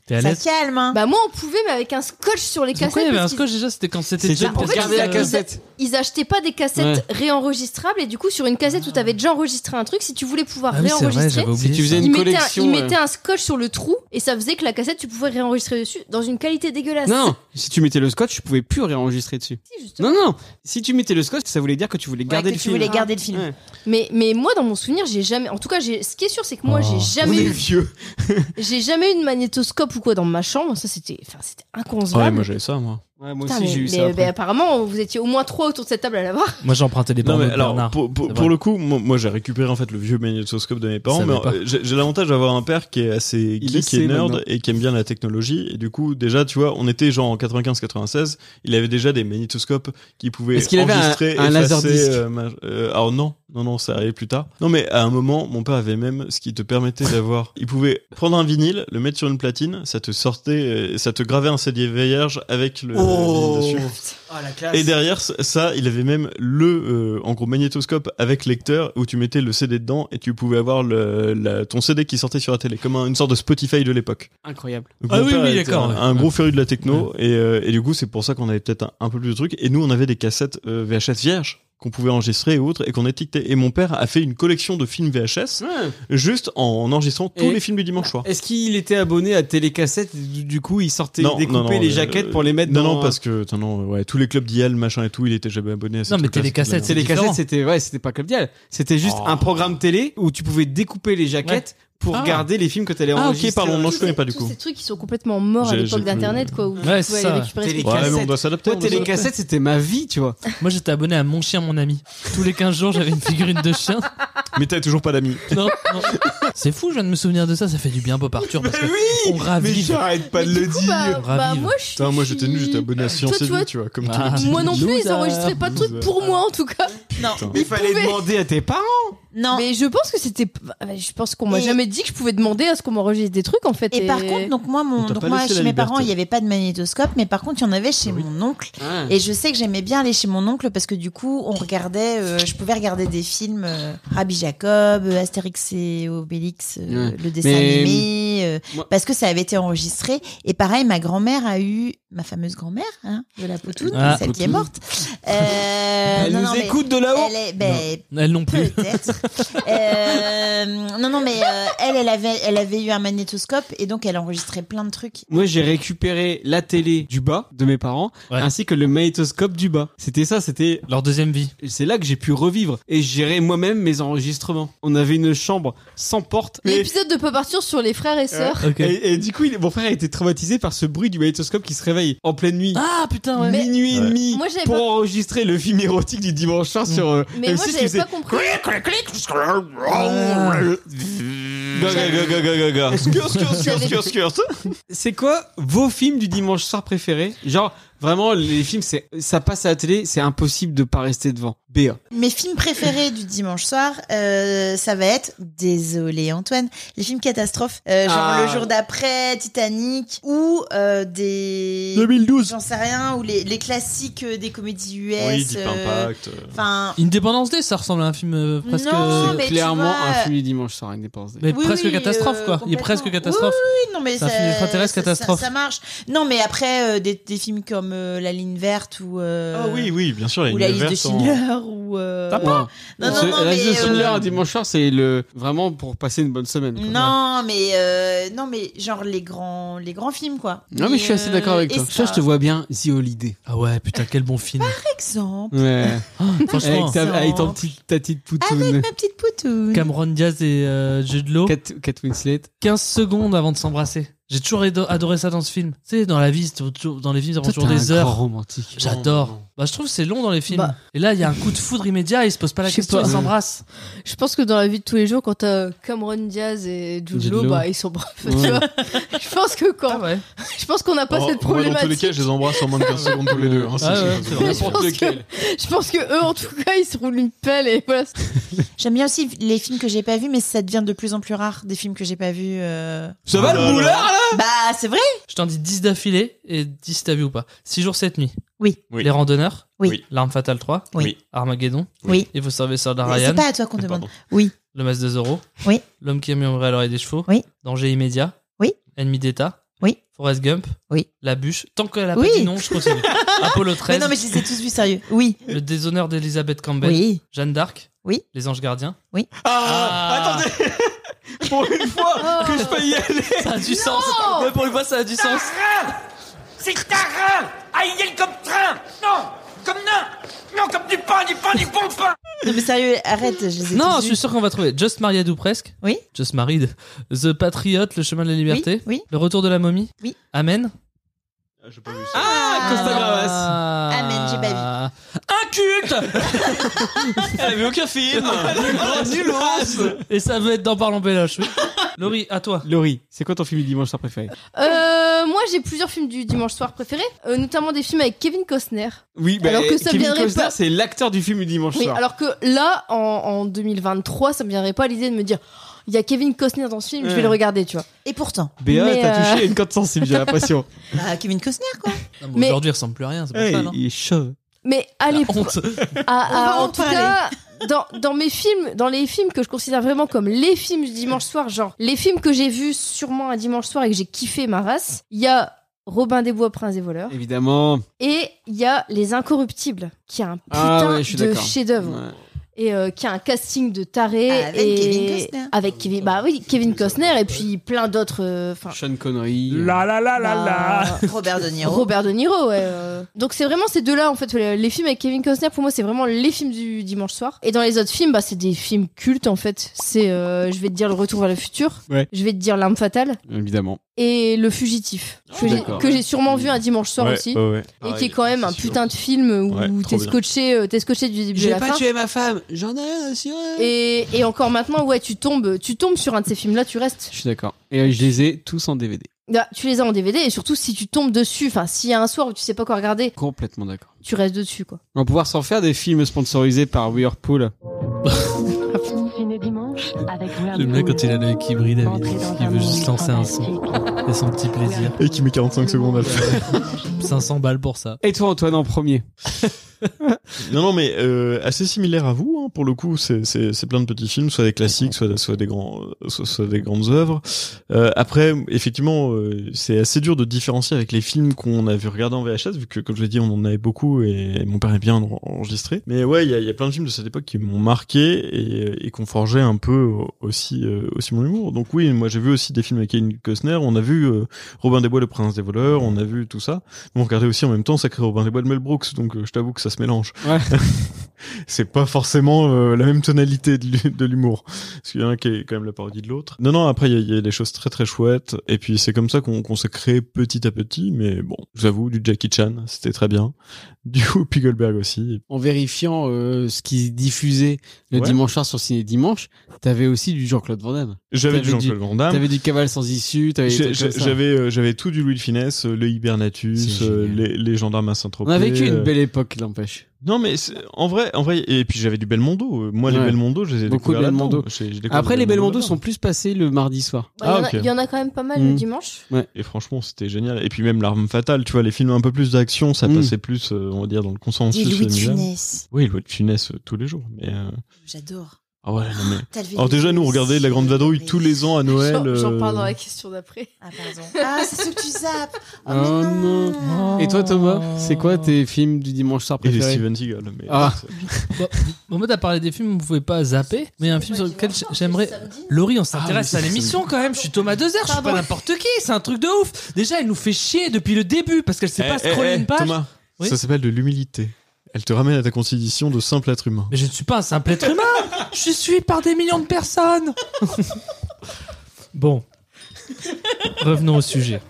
S3: T'es à
S2: Ça
S3: l'aise
S2: calme, hein
S4: bah, moi, on pouvait, mais avec un scotch sur les
S3: Pourquoi il y
S4: cassettes.
S3: avait un
S4: parce qu'ils- Bah,
S3: scotch déjà C'était quand
S1: C'est
S3: c'était jeune
S1: juste pour
S4: en fait,
S1: garder la
S4: ils-
S1: cassette.
S4: Ils achetaient pas des cassettes réenregistrables, et du coup, sur une cassette où t'avais déjà enregistré un truc, si tu voulais pouvoir
S3: Ah oui, c'est vrai,
S4: réenregistrer,
S3: j'avais oublié.
S1: Si tu
S3: ça.
S1: faisais une
S4: ils mettaient, un,
S1: collection,
S4: ils
S1: ouais.
S4: mettaient un scotch sur le trou, et ça faisait que la cassette, tu pouvais réenregistrer dessus dans une qualité dégueulasse.
S1: Non, si tu mettais le scotch, tu pouvais plus réenregistrer dessus.
S4: Si, justement.
S1: Non, non, si tu mettais le scotch, ça voulait dire que tu voulais
S2: Ouais,
S1: garder
S2: que
S1: le
S2: tu
S1: film.
S2: voulais garder le film.
S1: Ouais.
S4: Mais, mais moi, dans mon souvenir, j'ai jamais. En tout cas, j'ai- ce qui est sûr, c'est que moi,
S3: Oh.
S4: j'ai
S5: Ah,
S1: On
S4: jamais
S1: est
S4: eu,
S1: vieux.
S4: j'ai jamais eu de magnétoscope ou quoi dans ma chambre. Ça, c'était, enfin, c'était
S5: Ouais,
S4: inconcevable.
S5: moi j'avais ça, moi.
S1: Ouais, moi
S4: Putain,
S1: aussi,
S4: mais-
S1: j'ai eu
S4: mais,
S1: ça. après.
S4: bah, apparemment, vous étiez au moins trois autour de cette table à l'avoir.
S3: Moi j'empruntais les
S5: Non,
S3: bandes
S5: mais
S3: de
S5: alors,
S3: Bernard.
S5: pour, pour-
S3: c'est
S5: pour
S3: vrai.
S5: le coup, moi, moi, j'ai récupéré en fait le vieux magnétoscope de mes parents,
S3: Ça
S5: mais
S3: va pas.
S5: euh, j'ai j'ai l'avantage d'avoir un père qui est assez
S1: Il
S5: geek
S1: le sait
S5: et nerd
S1: maintenant.
S5: et qui aime bien la technologie. Et du coup, déjà, tu vois, on était genre en 95-96, il avait déjà des magnétoscopes qui pouvaient
S1: Est-ce qu'il avait un-
S5: enregistrer,
S1: un
S5: effacer,
S1: laserdisc
S5: euh, ma- euh, alors non, non, non, ça arrivait plus tard. Non, mais à un moment, mon père avait même ce qui te permettait d'avoir. Il pouvait prendre un vinyle, le mettre sur une platine, ça te sortait, euh, ça te gravait un CD vierge avec le
S1: Oh.
S5: vinyle dessus. Et derrière c- ça, il avait même le, euh, en gros, magnétoscope avec lecteur où tu mettais le CD dedans et tu pouvais avoir le, la- ton CD qui sortait sur la télé, comme un- une sorte de Spotify de l'époque.
S1: Incroyable.
S5: Donc,
S3: Ah
S5: mon
S3: oui,
S5: père
S3: oui,
S5: était
S3: d'accord,
S5: Un,
S3: ouais.
S5: un gros féru de la techno et, euh, et du coup, c'est pour ça qu'on avait peut-être un, un peu plus de trucs. Et nous, on avait des cassettes euh, VHS vierges qu'on pouvait enregistrer et autres et qu'on étiquetait. Et mon père a fait une collection de films VHS juste en, enregistrant tous
S1: Et-
S5: les films du dimanche soir.
S1: Est-ce qu'il était abonné à Télécassette Du du coup, il sortait,
S5: Non,
S1: il découpait
S5: non, non,
S1: les
S5: euh,
S1: jaquettes pour les mettre
S5: Non,
S1: dans.
S5: non, parce que attends, non, ouais, tous les clubs d'IAL, machin et tout, il était jamais abonné à ces
S3: Non, mais t'es
S5: trucs-là,
S3: des
S5: c'était de la
S3: cassettes,
S5: merde.
S3: c'est des
S1: Télécassette,
S3: différent.
S1: c'était ouais, c'était pas Club Dial. C'était juste
S5: Oh.
S1: un programme télé où tu pouvais découper les jaquettes pour
S3: Ah.
S1: garder les films que t'allais
S5: Ah, ok,
S1: enregistrer.
S5: pardon, non,
S1: dans-
S5: je connais pas, du
S4: Tous
S5: coup.
S4: Ces trucs qui sont complètement morts à
S5: J'ai-
S4: l'époque
S5: j'ai plus-
S4: d'Internet, quoi. Où tu pouvais
S3: Ouais, c'est
S4: aller
S3: ça, ouais.
S4: récupérer ce
S1: Télé-
S4: truc.
S5: Ouais, mais on
S1: cassettes.
S5: doit s'adapter.
S1: Toi,
S5: on doit s'adapter.
S1: Télécassette, c'était ma vie, tu vois.
S3: Moi j'étais abonné à Mon Chien, Mon Ami. Tous les 15 jours j'avais une figurine de chien.
S5: Mais t'as toujours pas d'amis.
S3: Non, non. C'est fou, je viens de me souvenir de ça, ça fait du bien Bob Arthur. Parce que on ravive.
S5: j'arrête pas
S4: Mais du coup, bah, bah,
S3: Ravive.
S4: moi, je suis.
S5: Putain, moi j'étais nul, j'étais abonné à
S4: Toi,
S5: Science et
S4: tu vois,
S5: Vie, tu vois, comme tous
S3: Ah.
S5: les petits.
S4: Moi non plus, ils
S3: Loser.
S4: enregistraient pas de trucs pour moi, en tout cas.
S2: Non,
S5: Putain.
S1: Mais fallait
S4: pouvait.
S1: demander à tes parents.
S2: non.
S4: Mais je pense que c'était. bah, Je pense qu'on m'a
S2: Et-
S4: jamais dit que je pouvais demander à ce qu'on m'enregistre des trucs, en fait.
S2: Et par contre, donc moi,
S5: On
S2: mon,
S5: t'a
S2: donc
S5: pas
S2: moi
S5: laissé
S2: chez
S5: la
S2: mes parents,
S5: liberté.
S2: il n'y avait pas de magnétoscope, mais par contre, il y en avait chez
S5: Oui.
S2: mon oncle. Et je sais que j'aimais bien aller chez mon oncle parce que du coup, on regardait, euh, je pouvais regarder des films euh, Rabbi Jacob, euh, Astérix et Obélix, euh,
S1: Ouais.
S2: le dessin
S1: Mais-
S2: animé, euh,
S1: Moi-
S2: parce que ça avait été enregistré. Et pareil, ma grand-mère a eu, ma fameuse grand-mère, hein, de la Poutoune,
S3: Ah,
S2: celle qui est
S3: Poutoune.
S2: morte. Euh,
S1: Elle
S2: non,
S1: nous
S2: non, mais
S1: écoute oh. de là-haut.
S2: elle est, ben,
S3: Elles non plus.
S2: Peut-être. Euh, non, non, mais euh, elle, elle avait, elle avait eu un magnétoscope et donc elle enregistrait plein de trucs.
S1: Moi, j'ai récupéré la télé du bas de mes parents,
S3: Ouais.
S1: ainsi que le magnétoscope du bas. C'était ça, c'était
S3: Leur deuxième vie.
S1: c'est là que j'ai pu revivre et gérer moi-même mes enregistrements. On avait une chambre sans porte. mais-
S4: L'épisode de Pop Arthur sur les frères et sœurs.
S3: Ok.
S1: Et, et du coup, il- mon frère a été traumatisé par ce bruit du magnétoscope qui se réveille en pleine nuit.
S3: Ah putain, ouais.
S1: Minuit et
S5: Ouais.
S1: demi
S4: Moi, j'avais
S1: pour
S4: pas-
S1: enregistrer le film érotique du dimanche soir
S3: Mm.
S1: sur euh,
S4: Mais moi,
S1: M6 qui
S4: j'avais
S1: faisait
S4: pas compris.
S5: Skirt, skirt, skirt, skirt, skirt.
S1: C'est quoi vos films du dimanche soir préférés Genre vraiment les films c'est ça passe à la télé, c'est impossible de pas rester devant. BA.
S2: Mes films préférés du dimanche soir, euh, ça va être, désolé Antoine, les films catastrophes, euh, genre
S1: Ah.
S2: Le jour d'après, Titanic, ou euh, des...
S5: 2012.
S2: J'en sais rien, ou les, les classiques euh, des comédies US.
S5: Oui, Deep
S2: euh,
S5: Impact.
S2: Enfin...
S3: Indépendance Day, ça ressemble à un film euh, presque.
S2: Non,
S1: C'est
S2: mais tu
S1: clairement
S2: vois-
S1: un film du dimanche soir indépendance.
S3: Mais
S2: Oui,
S3: presque
S2: oui,
S3: catastrophe
S2: euh,
S3: quoi. Il est presque
S2: complètement.
S3: catastrophe.
S2: Oui, non, mais
S3: C'est un film extraterrestre,
S2: ça- ça-
S3: catastrophe.
S2: Ça, marche. Non, mais après, euh, des, des films comme euh, La ligne verte ou. euh,
S5: Ah oui, oui, bien sûr, il y a
S2: Ou
S5: une
S2: la liste de
S5: verte en-
S2: Schindler ou. euh, Non, non, non,
S1: la liste
S2: mais,
S1: de Schindler
S2: euh,
S1: un dimanche soir, c'est le vraiment pour passer une bonne semaine. quoi.
S2: Non, mais euh, non, mais genre les grands, les grands films quoi.
S1: Non mais je suis assez d'accord avec
S2: euh,
S1: toi.
S2: et
S1: Ça,
S2: ça,
S1: je te vois bien The Holiday.
S3: Ah ouais, putain, quel bon film. Oh,
S2: Par exemple,
S1: Ouais.
S3: Franchement,
S1: avec ta, avec ton petit, ta petite poutoune.
S2: ma petite poutoune.
S3: Cameron Diaz et euh, Jude Law.
S1: Cat, Cat Winslet.
S3: 15 secondes avant de s'embrasser. J'ai toujours ado- adoré ça dans ce film. Tu sais, dans la vie, c'est toujours- dans les films, ça prend
S1: Toi,
S3: toujours
S1: t'es un
S3: des
S1: grand
S3: heures.
S1: romantique.
S3: J'adore. Bah, je trouve que c'est long dans les films.
S4: Bah.
S3: Et là, il y a un coup de foudre immédiat, ils se posent pas la
S4: Je sais
S3: question,
S4: pas.
S3: ils s'embrassent.
S4: Je pense que dans la vie de tous les jours, quand t'as Cameron Diaz et Jude
S5: Jude
S4: Law,
S5: Law.
S4: bah ils sont braves. tu
S5: Ouais.
S4: vois. Je pense que quand,
S3: Ah ouais.
S4: je pense qu'on n'a pas cette
S5: bah. Oh, moi, dans tous les
S4: problématique.
S5: cas, je les embrasse en moins de 15 secondes tous les deux. hein,
S3: Ah
S5: c'est-
S3: ouais,
S5: c'est-
S3: c'est vrai.
S4: Je pense
S5: lequel.
S4: Je pense que eux, en tout cas, ils se roulent une pelle et voilà.
S2: J'aime bien aussi les films que j'ai pas vus, mais ça devient de plus en plus rare des films que j'ai pas vus. euh.
S1: Ça va
S5: Ah là
S1: le boulard là
S2: Bah, c'est vrai.
S3: Je t'en dis 10 d'affilée et 10 si t'as vu ou pas. 6 jours, 7 nuits.
S2: Oui.
S5: Oui.
S3: Les randonneurs.
S2: Oui.
S3: L'arme fatale 3.
S2: Oui.
S3: Armageddon.
S2: Oui.
S3: Et vous servez sur
S2: Mais C'est
S3: Ryan.
S2: pas à toi
S1: Ah,
S2: qu'on demande.
S5: Pardon.
S3: Le masque de Zorro.
S2: Oui.
S3: L'homme qui a mis ombré à l'oreille des chevaux.
S2: Oui.
S3: Danger immédiat.
S2: Oui.
S3: Ennemi d'État.
S2: Oui.
S3: Forrest Gump.
S2: Oui.
S3: La bûche. Tant qu'elle a
S2: Oui.
S3: pas dit non, je continue. Apollo
S2: Mais
S3: 13.
S2: non, mais je les ai tous vus, sérieux. Oui.
S3: Le déshonneur d'Elisabeth
S1: Ben-
S3: Campbell.
S2: Oui.
S3: Jeanne d'Arc.
S2: Oui.
S3: Les anges gardiens.
S1: Ah,
S3: Ah.
S1: Attendez Pour une fois que je peux y aller
S3: Ça a du sens. Ouais, pour une fois, ça a du sens.
S7: C'est tarin Aïe Hein, comme train Non Comme nain Non, comme du pain, du pain, du bon pain
S2: Non, mais sérieux, arrête, je les ai tous
S3: Non, je
S2: vus.
S3: suis sûr qu'on va trouver. Just Married ou presque.
S2: Oui.
S3: Just Married. The Patriot, Le chemin de la liberté.
S2: Oui. oui.
S3: Le retour de la momie.
S2: Oui.
S3: Amen.
S1: Ah, Costa Gravas
S3: Ah.
S2: Amen, j'ai pas
S3: Inculte
S1: Elle avait aucun film Nul
S3: Et ça veut être dans Parlons Péloche. Oui. Laurie, à toi.
S1: Laurie, c'est quoi ton film du dimanche soir préféré
S4: Euh, moi, j'ai plusieurs films du dimanche soir préférés, euh, notamment des films avec Kevin Costner.
S1: Oui, bah,
S4: Alors que ça
S1: Kevin
S4: viendrait
S1: Costner,
S4: pas-
S1: c'est l'acteur du film du dimanche
S4: Oui,
S1: soir.
S4: alors que là, en, en 2023, ça me viendrait pas à l'idée de me dire, Oh, il y a Kevin Costner dans ce film, je vais
S1: Ouais.
S4: le regarder, tu vois.
S2: Et pourtant,
S1: Béa,
S4: mais,
S1: t'as
S4: euh,
S1: touché une corde sensible, j'ai l'impression.
S2: bah, Kevin Costner, quoi.
S4: Mais-
S3: Aujourd'hui, il ressemble plus à rien, c'est pour
S1: Ouais,
S3: ça, non
S1: il est chauve.
S4: Mais allez,
S3: La honte.
S2: On
S4: à- à-
S2: va en
S4: en tout
S2: parler.
S4: cas, dans, dans mes films, dans les films que je considère vraiment comme les films du dimanche soir, genre les films que j'ai vus sûrement un dimanche soir et que j'ai kiffé ma race, il y a Robin des Bois, Prince et voleurs,
S1: Évidemment.
S4: et il y a Les Incorruptibles, qui a un putain
S1: Ah ouais, je suis
S4: de
S1: d'accord.
S4: chef-d'œuvre.
S1: Ouais.
S4: et euh, qui a un casting de taré
S2: Avec
S4: et
S2: Kevin Costner.
S4: avec Kevin bah oui Kevin Costner et puis plein d'autres euh, enfin
S1: Sean Connery.
S3: la
S1: ah
S3: la
S4: bah,
S2: Robert De Niro.
S4: Robert De Niro ouais euh. donc c'est vraiment ces deux là en fait les les films avec Kevin Costner pour moi c'est vraiment les films du dimanche soir et dans les autres films bah c'est des films cultes en fait c'est euh, je vais te dire le retour vers le futur
S1: Ouais.
S4: je vais te dire l'arme fatale
S1: Évidemment.
S4: et le fugitif que j'ai-
S1: d'accord.
S4: que j'ai sûrement vu un dimanche soir
S5: Ouais,
S4: aussi
S5: ouais, ouais.
S4: et qui est quand même un putain de film où
S5: Ouais, trop
S4: t'es
S5: bien.
S4: scotché euh, t'es scotché du début à la fin
S1: tué ma femme, j'en ai rien assuré.
S4: Et, et encore maintenant, ouais, tu tombes, tu tombes sur un de ces films-là, tu restes.
S1: Je suis d'accord. Et euh, je les ai tous en DVD.
S4: Là, tu les as en DVD et surtout si tu tombes dessus, enfin s'il y a un soir où tu sais pas quoi regarder,
S1: Complètement d'accord.
S4: tu restes dessus quoi.
S1: On va pouvoir s'en faire des films sponsorisés par Whirlpool.
S8: Ciné dimanche avec
S3: J'aime bien quand il a l'œil qui brille, David.
S8: Entrez dans
S3: Il
S8: un
S3: veut juste
S8: monde
S3: lancer un son.
S8: fantastique.
S3: C'est son petit plaisir.
S5: Et qui met 45 secondes à le faire.
S3: 500 balles pour ça.
S1: Et toi, Antoine, en premier
S5: Non, non, mais euh, assez similaire à vous, hein, pour le coup. C'est- C'est c'est plein de petits films, soit des classiques, soit, soit, des, grands, euh, soit, soit des grandes œuvres. Euh, après, effectivement, euh, c'est assez dur de différencier avec les films qu'on a vu regarder en VHS, vu que, comme je l'ai dit, on en avait beaucoup et mon père est bien en- enregistré. Mais ouais, il y a, il y a plein de films de cette époque qui m'ont marqué et, et qu'on forgeait un peu aussi, euh, aussi mon humour. Donc oui, moi j'ai vu aussi des films avec Kevin Costner. On a vu euh, Robin des Bois, Le Prince des voleurs. On a vu tout ça. On regardait aussi en même temps Sacré Robin des Bois de Mel Brooks. Donc euh, je t'avoue que ça se mélange c'est pas forcément euh, la même tonalité de l'hu- de l'humour. Parce qu'il y en a un qui est quand même la parodie de l'autre. Non, non, après, il y a- il y, a des choses très très chouettes. Et puis, c'est comme ça qu'on qu'on s'est créé petit à petit. Mais bon, je vous avoue, du Jackie Chan, c'était très bien. Du Whoopi Goldberg aussi.
S1: En vérifiant euh, ce qui diffusait le
S5: Ouais.
S1: dimanche soir sur Ciné Dimanche, t'avais aussi du Jean-Claude Van Damme.
S5: J'avais du
S1: T'avais
S5: Jean-Claude Van Damme.
S1: T'avais du Cavale sans issue, t'avais des
S5: J'ai-
S1: trucs
S5: j'ai-
S1: comme ça.
S5: J'avais euh, j'avais tout du Louis de Finesse, euh, le Hibernatus,
S1: C'est
S5: euh,
S1: génial.
S5: les, les gendarmes à Saint-Tropez.
S1: On a vécu une
S5: euh,
S1: belle époque, n'empêche.
S5: Non mais c'est- en vrai, en vrai, et puis j'avais du Belmondo. Euh, Moi les
S1: Ouais.
S5: Belmondo, je les ai
S1: Beaucoup de
S5: découverts là-dedans.
S1: Belmondo.
S5: J'ai- j'ai découvert
S1: Après, les Belmondo
S5: là-dedans.
S1: sont plus passés le mardi soir.
S4: Bah, il y en
S5: Ah,
S4: a-
S5: ok. Mmh.
S4: il y, en a quand même pas mal
S1: Mm.
S4: le dimanche.
S5: Et franchement, c'était génial. Et puis même l'arme fatale, tu vois, les films un peu plus d'action, ça
S1: Mm.
S5: passait plus, euh, on va dire, dans le
S2: Dis
S5: consensus.
S2: Louis de
S5: familial.
S2: Funès.
S5: Oui, Louis de Funès euh, tous les jours. Mais euh,
S2: J'adore.
S5: ah ouais, non, mais-
S2: T'as levé
S5: Alors
S2: les
S5: déjà,
S2: yeux
S5: nous, on
S2: aussi,
S5: regardait La Grande
S2: j'adore.
S5: Vadrouille tous les ans à Noël.
S4: J'en j'en
S5: euh,
S4: parle dans la question d'après.
S2: Ah, pardon. Ah, c'est ce que tu zappes.
S1: Oh,
S2: Oh, mais non.
S3: non.
S1: Et toi, Thomas, c'est quoi tes films du dimanche soir
S5: Et les
S1: préférés
S5: Steven Seagal. Mais
S1: Ah.
S3: Bon, moi, t'as parlé des films, vous pouvez pas zapper. Mais il y a un film sur lequel j'aimerais. Laurie, on s'intéresse
S1: Ah,
S3: à
S1: oui, c'est
S3: l'émission quand même. Je suis Thomas Dezer, je suis pas n'importe qui. C'est un truc de ouf. Déjà, elle nous fait chier depuis le début parce qu'elle sait
S1: Eh,
S3: pas scroller une page.
S5: eh, Thomas,
S3: Oui
S5: ça s'appelle de l'humilité. Elle te ramène à ta constitution de simple être humain.
S3: Mais je ne suis pas un simple être humain. je suis par des millions de personnes. bon. Revenons au sujet.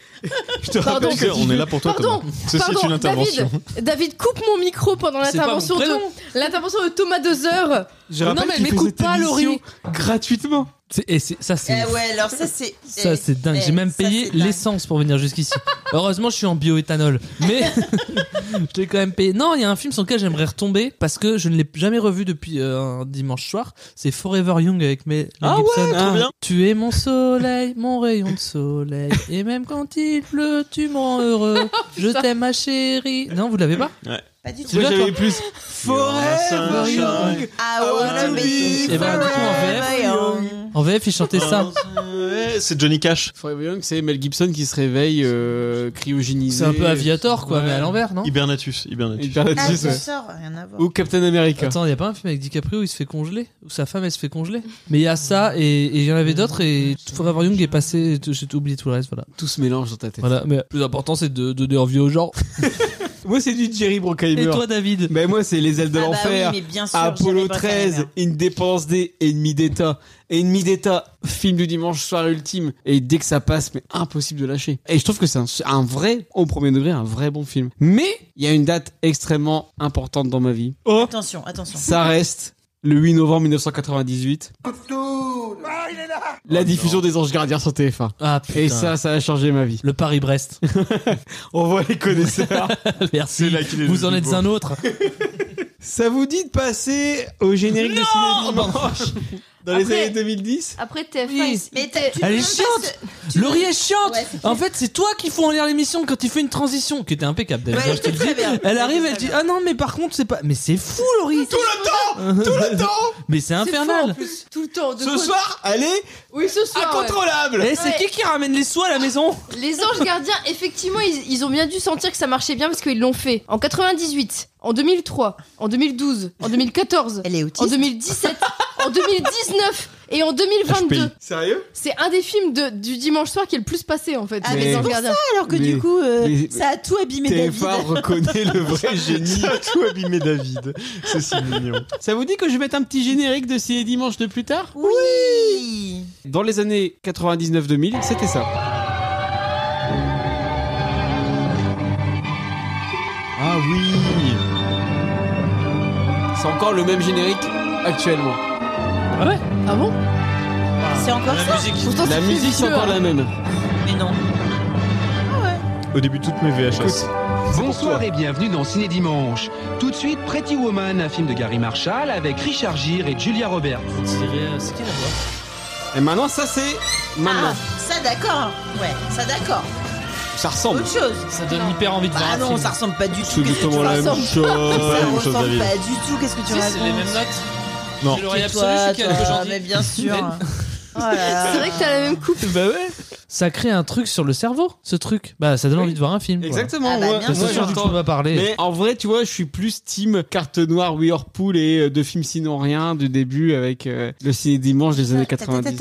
S5: Je te
S4: Pardon.
S5: rappelle que on est là pour toi.
S4: Pardon,
S5: Thomas. Ceci
S4: pardon,
S5: est une intervention.
S4: David, David, coupe mon micro pendant
S3: C'est pas mon
S4: l'intervention de,
S3: prénom.
S4: l'intervention de Thomas Dozer.
S1: Je
S4: Non,
S1: rappelle
S4: mais
S1: qu'il fait
S4: m'écoute
S1: cette
S4: pas, Laurie.
S1: émission gratuitement.
S3: C'est- Et c'est- ça, c'est.
S2: Eh ouais, alors ça, c'est. eh,
S3: Ça, c'est dingue. J'ai même
S2: Ça,
S3: payé
S2: c'est dingue.
S3: l'essence pour venir jusqu'ici. Heureusement, je suis en bioéthanol. Mais je l'ai quand même payé. Non, il y a un film sur lequel j'aimerais retomber parce que je ne l'ai jamais revu depuis euh, un dimanche soir. C'est Forever Young avec mes
S5: Ah ouais,
S3: Gibson.
S5: trop bien.
S3: Tu es mon soleil, mon rayon de soleil. Et même quand il pleut, tu me rends heureux. je t'aime, ma chérie. Non, vous l'avez pas
S2: Pas du tout.
S3: Tu
S5: Moi
S3: l'as,
S5: j'avais
S3: toi
S5: plus.
S1: Forever
S5: Sunshine.
S1: Young.
S2: I wanna be
S3: Et ben, du coup, en
S2: forever
S3: VF,
S2: young.
S3: En VF, il chantait
S5: Ah.
S3: ça.
S5: Ouais, eh, C'est Johnny Cash.
S1: Forever Young, c'est Mel Gibson qui se réveille euh, cryogénisé.
S3: C'est un peu aviator, quoi,
S1: Ouais.
S3: mais à l'envers, non
S5: Hibernatus. Hibernatus.
S2: Ah,
S1: Hyperlatus,
S2: ça
S1: ouais.
S2: sort, rien à voir.
S1: Ou Captain America.
S3: Attends, il y a pas un film avec DiCaprio où il se fait congeler Où sa femme elle se fait congeler Mais il y a ça et et il y en avait d'autres et Forever Young est passé, et tout- j'ai tout oublié tout le reste, voilà.
S1: Tout se mélange dans ta tête.
S3: Voilà, mais le plus important c'est de donner envie aux gens.
S1: Moi, c'est du Jerry Bruckheimer.
S3: Et toi David
S1: Mais moi, c'est les ailes de
S2: Ah bah
S1: l'enfer.
S2: oui, mais bien sûr,
S1: Apollo
S2: j'avais pas fait la
S1: 13,
S2: merde.
S1: Indépendance D, Ennemi d'État. Ennemi d'État, film du dimanche soir ultime. Et dès que ça passe, mais impossible de lâcher. Et je trouve que c'est un, un vrai, au premier degré, un vrai bon film. Mais il y a une date extrêmement importante dans ma vie. Oh
S2: Attention, attention.
S1: Ça reste le 8 novembre 1998.
S7: Ah,
S9: Ah,
S1: La diffusion des Anges Gardiens sur TF1.
S3: Ah
S1: Et
S3: putain.
S1: ça, ça a changé ma vie.
S3: Le Paris-Brest.
S1: On voit les connaisseurs.
S3: Merci.
S5: là qu'il est
S3: Vous
S5: le
S3: en
S5: plus
S3: êtes
S5: beau.
S3: un autre.
S1: ça vous dit de passer au générique de Ciné Dimanche dans les
S4: Après-
S1: années 2010
S4: Après TF1,
S3: Oui.
S4: il-
S2: Mais t'as- tu
S3: Elle
S2: peux
S3: est
S2: même pas
S3: chiante.
S2: se-
S3: Laurie est chiante
S2: Ouais, c'est-
S3: En fait, c'est toi qui fous en l'air l'émission quand tu fais une transition, qui était impeccable David.
S2: Ouais,
S3: je te le dis.
S2: très bien.
S3: Elle arrive,
S2: Très
S3: elle dit
S2: bien.
S3: Ah non, mais par contre, c'est pas. Mais c'est fou, Laurie Tout le temps Tout le temps Mais c'est
S4: c'est faux, en
S3: infernal
S4: plus, tout le temps. De
S1: Ce
S4: quoi-
S1: soir, elle est
S4: Oui, ce soir. ouais.
S1: incontrôlable
S3: Eh, c'est
S4: Ouais.
S3: qui qui ramène les soies à la maison
S4: Les anges gardiens, effectivement, ils, ils ont bien dû sentir que ça marchait bien parce qu'ils l'ont fait. En 98, en 2003, en 2012, en 2014,
S2: Elle est
S4: en
S2: autiste.
S4: 2017, en 2019 et en 2022.
S1: Sérieux
S4: C'est un des films de- du dimanche soir qui est le plus passé en fait.
S2: Ah,
S1: mais
S4: les anges
S1: pour
S4: gardiens.
S2: Alors que
S1: Mais-
S2: du coup, euh,
S1: mais-
S2: ça a tout abîmé David.
S1: TF1 reconnaît le vrai génie.
S5: Ça a tout abîmé David. C'est si mignon.
S1: Ça vous dit que je vais mettre un petit générique de Ciné Dimanche de plus tard
S2: Oui.
S1: Dans les années 99-2000, c'était ça.
S5: Ah oui.
S1: C'est encore le même générique actuellement.
S4: Ah bon
S2: C'est encore ça
S4: Pourtant,
S1: La
S4: c'est
S1: musique, c'est
S4: vieux,
S1: encore
S4: hein.
S1: la même.
S2: Mais non.
S5: Au début, toutes mes VHS.
S9: Bonsoir et bienvenue dans Ciné Dimanche. Tout de suite, Pretty Woman, un film de Gary Marshall avec Richard Gere et Julia Roberts.
S3: euh, C'est qui la voix
S1: Et maintenant, ça c'est. Maintenant.
S2: Ah, ça d'accord. Ouais, ça d'accord.
S1: Ça
S9: Oh,
S1: ressemble.
S2: Autre chose.
S3: Ça donne hyper envie de voir
S2: Ah
S3: un
S2: non,
S3: film.
S2: ça ressemble pas du tout.
S5: C'est
S2: Qu'est-ce que
S5: exactement
S2: tu
S5: la même
S2: racontes
S5: chose.
S2: Ça
S5: la même chose,
S2: ressemble
S5: David.
S2: pas du tout. Qu'est-ce que tu
S3: Tu sais, c'est les mêmes
S2: racontes
S3: notes.
S5: Non.
S3: J'ai l'oreille absolue,
S2: Toi,
S3: c'est qu'elle que
S2: toi,
S3: j'en dis.
S2: mais bien sûr. Oh là là.
S4: C'est vrai que t'as la même coupe.
S3: Bah ouais. Ça crée un truc sur le cerveau, ce truc. Bah ça donne
S1: Oui.
S3: envie de voir un film.
S1: Exactement.
S2: Ah bah,
S1: ouais.
S2: bien
S3: Voilà.
S1: Moi,
S3: Ça,
S2: sûr.
S3: surtout,
S1: j'entends-
S3: tu peux pas parler.
S1: Mais en vrai, tu vois, je suis plus team carte noire, Whirlpool et euh, de films sinon rien du début avec euh, le ciné dimanche des années 90.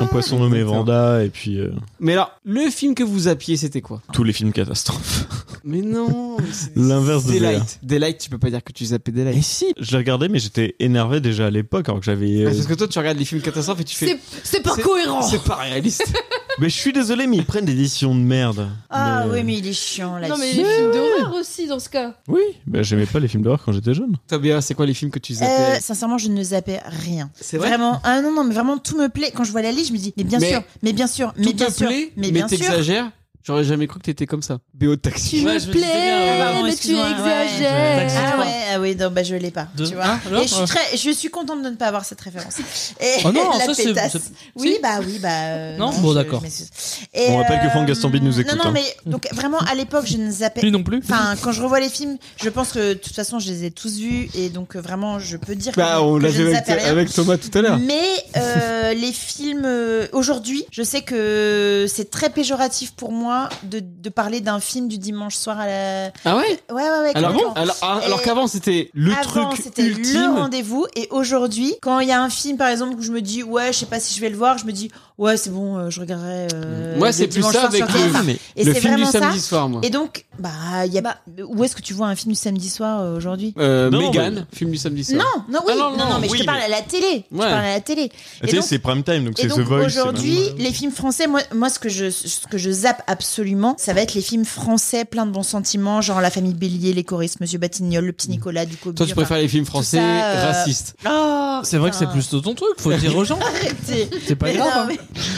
S5: Un poisson nommé
S1: Exactement.
S5: Vanda et puis euh,
S1: Mais alors, le film que vous appiez, c'était quoi
S5: tous les films catastrophes.
S1: Mais non, c'est-
S5: L'inverse de
S1: Daylight. Daylight, tu peux pas dire que tu zappais Daylight.
S5: Et si, je l'ai regardé, mais j'étais énervé déjà à l'époque, alors que j'avais. euh,
S1: Ouais,
S2: Ah,
S1: Parce que toi, tu regardes les films catastrophes et tu fais.
S4: C'est c'est pas cohérent.
S2: Oh,
S1: C'est pas réaliste.
S5: Mais je suis désolé, mais ils prennent des décisions de merde.
S1: euh,
S5: euh,
S2: Ah oui, mais il est chiant là.
S4: Non mais les films d'horreur aussi dans ce cas.
S5: Oui, bah, j'aimais pas les films d'horreur quand j'étais jeune.
S1: Tobia, c'est quoi les films que tu zappais
S2: Euh, sincèrement, je ne zappais rien.
S1: C'est
S2: Vraiment, ah non, non, mais vraiment, tout me plaît. Quand je vois la liste, je me dis, mais bien
S1: Mais-
S2: sûr, mais bien sûr, mais
S1: Tout
S2: bien
S1: te
S2: sûr,
S1: plaît,
S2: mais bien sûr.
S1: t'exagères. J'aurais jamais cru que t'étais comme ça. BO de
S4: Tu
S1: taxi.
S3: Ouais, je
S4: me
S3: me disais bien,
S4: plais,
S3: pardon,
S4: mais tu
S2: excuse-moi, ouais.
S4: exagères.
S3: Je-
S2: Ah ouais, ah oui, non, bah je l'ai pas.
S3: Deux.
S2: Tu vois.
S3: Ah, alors
S2: et je suis très, je suis contente de ne pas avoir cette référence. Et
S3: Oh non,
S2: la
S3: ça, c'est-
S2: pétasse.
S3: c'est-
S2: Oui,
S3: si.
S2: bah oui, bah. euh,
S3: Non Bon,
S2: je-
S3: d'accord.
S2: je m'excuse. Et, euh,
S5: On rappelle que Franck Gastambide nous écoute,
S2: Non, non,
S5: hein.
S2: mais donc vraiment à l'époque, je ne zappais.
S3: Lui non plus.
S2: Enfin, quand je revois les films, je pense que de toute façon, je les ai tous vus et donc euh, vraiment, je peux dire.
S1: Bah,
S2: que,
S1: on
S2: que
S1: l'a ah
S2: je ne
S1: vu avec,
S2: zappais rien. Mm.
S1: avec Thomas tout à l'heure.
S2: Mais euh, les films euh, aujourd'hui, je sais que c'est très péjoratif pour moi de, de parler d'un film du dimanche soir à la.
S1: Ah ouais
S2: Ouais, ouais, ouais.
S1: Alors,
S2: complètement.
S1: alors, ah, alors
S2: Et
S1: qu'avant c'était le
S2: Avant,
S1: truc
S2: c'était le
S1: ultime.
S2: rendez-vous. Et aujourd'hui, quand il y a un film, par exemple, où je me dis, ouais, je sais pas si je vais le voir, je me dis, ouais, c'est bon, euh, je regarderai. euh,
S1: Moi
S2: le
S1: c'est plus
S2: dimanche
S1: ça
S2: soir
S1: avec
S2: sur TF1.
S1: le,
S2: Et
S1: le
S2: c'est
S1: film du
S2: vraiment ça.
S1: samedi soir moi.
S2: Et donc, bah, il y a
S4: Bah.
S2: Où est-ce que tu vois un film du samedi soir euh, aujourd'hui
S1: Euh,
S5: Non,
S1: Mégane, film du samedi soir.
S2: non, non, oui,
S1: Ah non,
S2: non,
S1: non,
S2: mais je
S1: oui,
S2: te parle
S1: mais-
S2: à la télé. Je
S1: Ouais.
S2: parle à la télé.
S5: La
S2: Et
S5: télé,
S2: donc,
S5: c'est prime time, donc
S2: Et
S5: c'est The
S2: donc
S5: Voice. c'est
S2: aujourd'hui,
S5: maintenant.
S2: les films français, moi, moi ce, que je, ce que je zappe absolument, ça va être les films français pleins de bons sentiments, genre La famille Bélier, Les choristes, Monsieur Batignolles, Le petit Nicolas, du
S1: Mm. Toi, tu préfères les films français
S2: ça, euh,
S1: racistes.
S3: C'est vrai que c'est plus de ton truc, faut dire aux gens.
S2: Arrêtez
S3: C'est pas
S2: Mais
S3: grave.
S2: non,
S3: hein.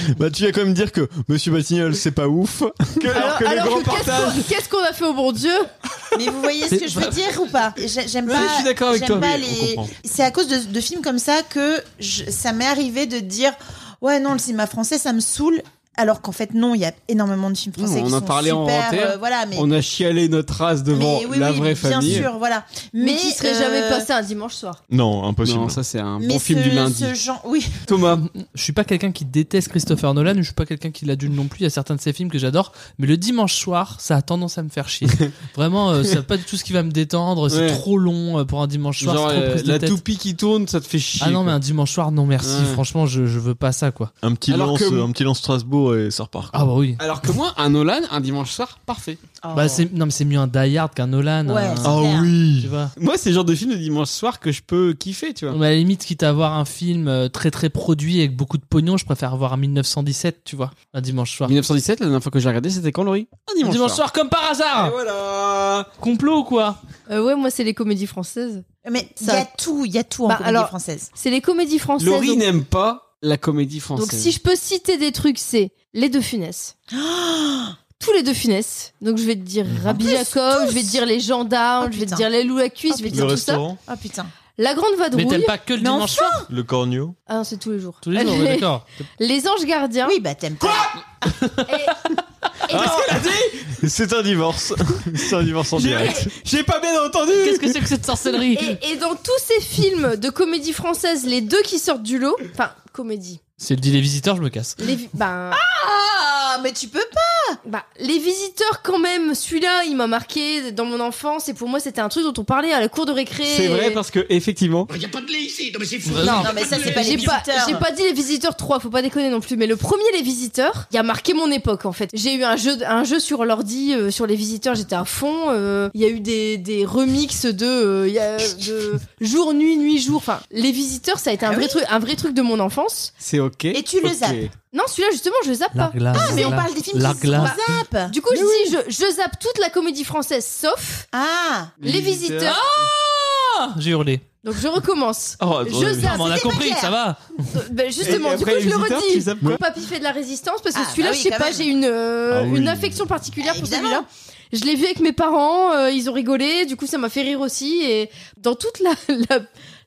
S2: mais-
S5: Bah, tu vas quand même dire que Monsieur Batignol, c'est pas ouf.
S2: Ah,
S5: Que, alors, que les grands
S4: qu'est-ce
S5: partages.
S4: qu'on- qu'est-ce qu'on a fait au bon Dieu
S2: Mais vous voyez ce
S1: C'est
S2: que je veux
S1: pas-
S2: dire ou pas J'ai- J'aime
S1: Ouais,
S2: pas.
S1: je suis d'accord avec toi.
S2: j'aime pas
S1: Oui,
S5: on
S2: les-
S5: comprend.
S2: C'est à cause de, de films comme ça que je- ça m'est arrivé de dire ouais non le cinéma français ça me saoule. Alors qu'en fait non, il y a énormément de films français
S1: on
S2: qui
S1: en
S2: sont
S1: parlait en
S2: super.
S1: rentrée.
S2: euh, voilà, mais
S1: On a chialé notre race devant
S2: mais oui,
S1: la
S2: oui,
S1: vraie
S2: bien
S1: famille.
S2: sûr, voilà.
S4: Mais, qui serait jamais
S2: euh,
S4: passé un dimanche soir.
S5: Non, impossible.
S1: Non, ça c'est un
S2: mais
S1: bon film
S2: ce-
S1: du lundi.
S2: ce genre- oui.
S1: Thomas,
S3: Euh, Je suis pas quelqu'un qui déteste Christopher Nolan, je suis pas quelqu'un qui l'adule non plus. Il y a certains de ses films que j'adore, mais le dimanche soir, ça a tendance à me faire chier. Vraiment, euh, c'est pas du tout ce qui va me détendre. C'est
S1: Ouais.
S3: trop long euh, pour un dimanche soir.
S1: genre
S3: c'est trop
S1: euh,
S3: prise de
S1: la
S3: tête.
S1: toupie qui tourne, ça te fait chier.
S3: Ah non, mais
S1: quoi.
S3: un dimanche soir, non merci.
S1: Ouais.
S3: Franchement, je, je veux pas ça, quoi.
S5: Un petit
S1: Alors
S5: lance,
S1: que-
S5: un petit lance Strasbourg et ça repart. quoi.
S3: Ah bah oui.
S1: Alors que moi, un Nolan, un dimanche soir, parfait.
S4: Oh.
S3: Bah c'est non mais c'est mieux un Die Hard qu'un Nolan.
S2: Ouais,
S3: un-
S2: c'est clair.
S3: Tu
S5: Ah oui.
S3: vois.
S1: Moi, c'est le genre de film de dimanche soir que je peux kiffer, tu vois.
S3: Mais à la limite, quitte à voir un film euh, très très produit avec beaucoup de pognon, je préfère voir un 1917, tu vois, un dimanche soir.
S1: 1917, la dernière fois que j'ai regardé, c'était quand, Laurie Un
S3: Un dimanche soir, Ah. comme par hasard
S1: Et voilà
S3: Complot ou quoi
S4: Euh, ouais, moi, c'est les comédies françaises.
S2: Mais il y
S4: ça-
S2: a tout, il y a tout en
S4: Bah,
S2: comédie
S4: alors-
S2: française.
S4: C'est les comédies françaises.
S1: Laurie
S4: donc-
S1: n'aime pas la comédie française.
S4: Donc si je peux citer des trucs, c'est les deux funesses.
S2: Oh,
S4: Tous les deux funesses. Donc je vais te dire Rabbi Jacob, je vais te dire les gendarmes,
S2: Oh,
S4: je vais te
S2: putain.
S4: dire les loups à cuisse, je vais te
S5: Le
S4: dire tout ça.
S5: restaurant,
S2: Ah putain.
S4: La grande
S3: Mais t'aimes
S4: vadrouille.
S3: pas que le
S2: Mais
S3: dimanche soir
S5: le cornio.
S4: Ah non, c'est tous les jours.
S3: Tous les jours, ouais,
S4: les,
S3: d'accord.
S4: les anges gardiens.
S2: Oui, bah t'aimes pas.
S4: Et,
S3: Ah,
S4: et-
S5: C'est un divorce. c'est un divorce en direct.
S1: J'ai pas bien entendu
S3: Qu'est-ce que c'est que cette sorcellerie
S4: et- et dans tous ces films de comédie française, les deux qui sortent du lot, enfin comédie.
S3: C'est le dit les visiteurs, je me casse.
S4: Les, vi- ben,
S2: Ah, mais tu peux pas.
S4: Bah, les visiteurs quand même, celui-là, il m'a marqué dans mon enfance et pour moi c'était un truc dont on parlait à la cour de récré.
S1: C'est vrai parce que effectivement,
S7: Il n'y a pas de lait ici, non mais c'est fou.
S4: Non,
S2: Non, mais ça c'est pas les
S4: Ah, J'ai pas,
S2: visiteurs.
S4: j'ai pas dit les visiteurs 3, faut pas déconner non plus, mais le premier les visiteurs, il a marqué mon époque en fait. J'ai eu un jeu, un jeu sur l'ordi euh, sur les visiteurs, j'étais à fond. euh, Il y a eu des, des remixes de, euh, il y a- de jour nuit nuit jour. Enfin, les visiteurs, ça a été un
S2: Ah
S4: vrai
S2: oui.
S4: truc, un vrai truc de mon enfance.
S1: c'est ok.
S2: Et tu le
S1: Ok.
S2: zappes.
S4: Non, celui-là justement, je le zappe pas.
S3: glace.
S2: Ah, mais on parle des films
S3: La
S2: qui sont
S3: glace.
S2: zappes.
S4: Du coup, je dis, je, je zappe toute la comédie française, sauf
S2: Ah.
S4: les visiteurs.
S3: Ah, J'ai hurlé.
S4: Donc je recommence.
S5: Oh,
S4: Je
S5: attendez.
S4: zappe.
S3: Ah, mais on a
S2: c'était pas
S3: compris,
S2: clair.
S3: ça va.
S4: Euh, ben, justement,
S1: Et
S4: du coup,
S1: après, les
S4: je le
S1: visiteurs, tu
S4: redis.
S1: zappes quoi
S4: Papy fait de la résistance parce que
S2: Ah,
S4: celui-là,
S2: bah oui,
S4: je sais
S2: quand
S4: pas,
S2: même.
S4: j'ai une, euh,
S5: Ah oui.
S4: une affection particulière pour
S2: Évidemment.
S4: celui-là. Je l'ai vu avec mes parents, euh, ils ont rigolé, du coup ça m'a fait rire aussi. Et dans toute la, la,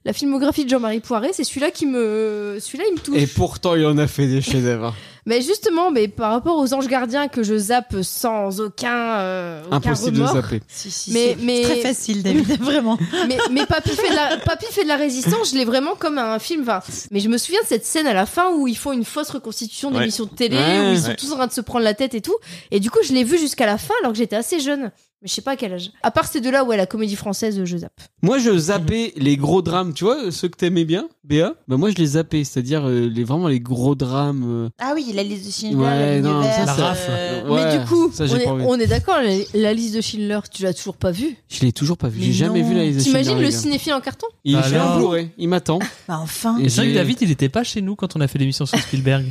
S4: la filmographie de Jean-Marie Poiret, c'est celui-là qui me, celui-là il me touche.
S1: Et pourtant, il en a fait des chefs-d'œuvre.
S4: Mais justement, mais par rapport aux Anges Gardiens que je zappe sans aucun, euh, aucun
S1: Impossible de
S4: remords,
S1: zapper.
S2: Si, si,
S4: Mais-
S2: si.
S4: mais-
S2: C'est Très facile, David, vraiment.
S4: mais, mais Papy, fait de la, Papy fait de la résistance, je l'ai vraiment comme un film. enfin, mais je me souviens de cette scène à la fin où ils font une fausse reconstitution
S5: Ouais.
S4: d'émission de télé,
S1: Ouais,
S4: où ils sont
S5: ouais.
S4: tous en train de se prendre la tête et tout. Et du coup, je l'ai vu jusqu'à la fin alors que j'étais assez jeune. Mais je sais pas à quel âge. À part ces deux-là, ouais, la comédie française, je zappe.
S1: Moi, je zappais les gros drames, tu vois, euh, ceux que t'aimais bien, Béa. Bah, moi, je les zappais, c'est-à-dire euh, les, vraiment les gros drames. euh,
S2: Ah oui, la liste de Schindler,
S1: Ouais,
S2: la
S1: non,
S2: Ligne
S1: ça,
S2: Verte,
S3: ça-
S2: euh,
S1: Ouais,
S4: mais du coup,
S1: ça, j'ai
S4: on,
S1: pas
S4: est,
S1: envie.
S4: on est d'accord, la, la liste de Schindler, tu l'as toujours pas vue.
S1: euh, Je l'ai toujours pas vu. J'ai
S2: Mais
S1: jamais
S2: non.
S1: vu la réalisation.
S4: T'imagines
S1: d'Harry,
S4: le
S1: là.
S4: cinéphile en carton
S1: Il est chez
S3: Bah, Alors.
S1: un Blu-ray, il m'attend.
S2: Bah enfin.
S1: Et
S3: Et c'est vrai que
S1: j'ai-
S3: David, il était pas chez nous quand on a fait l'émission sur Spielberg.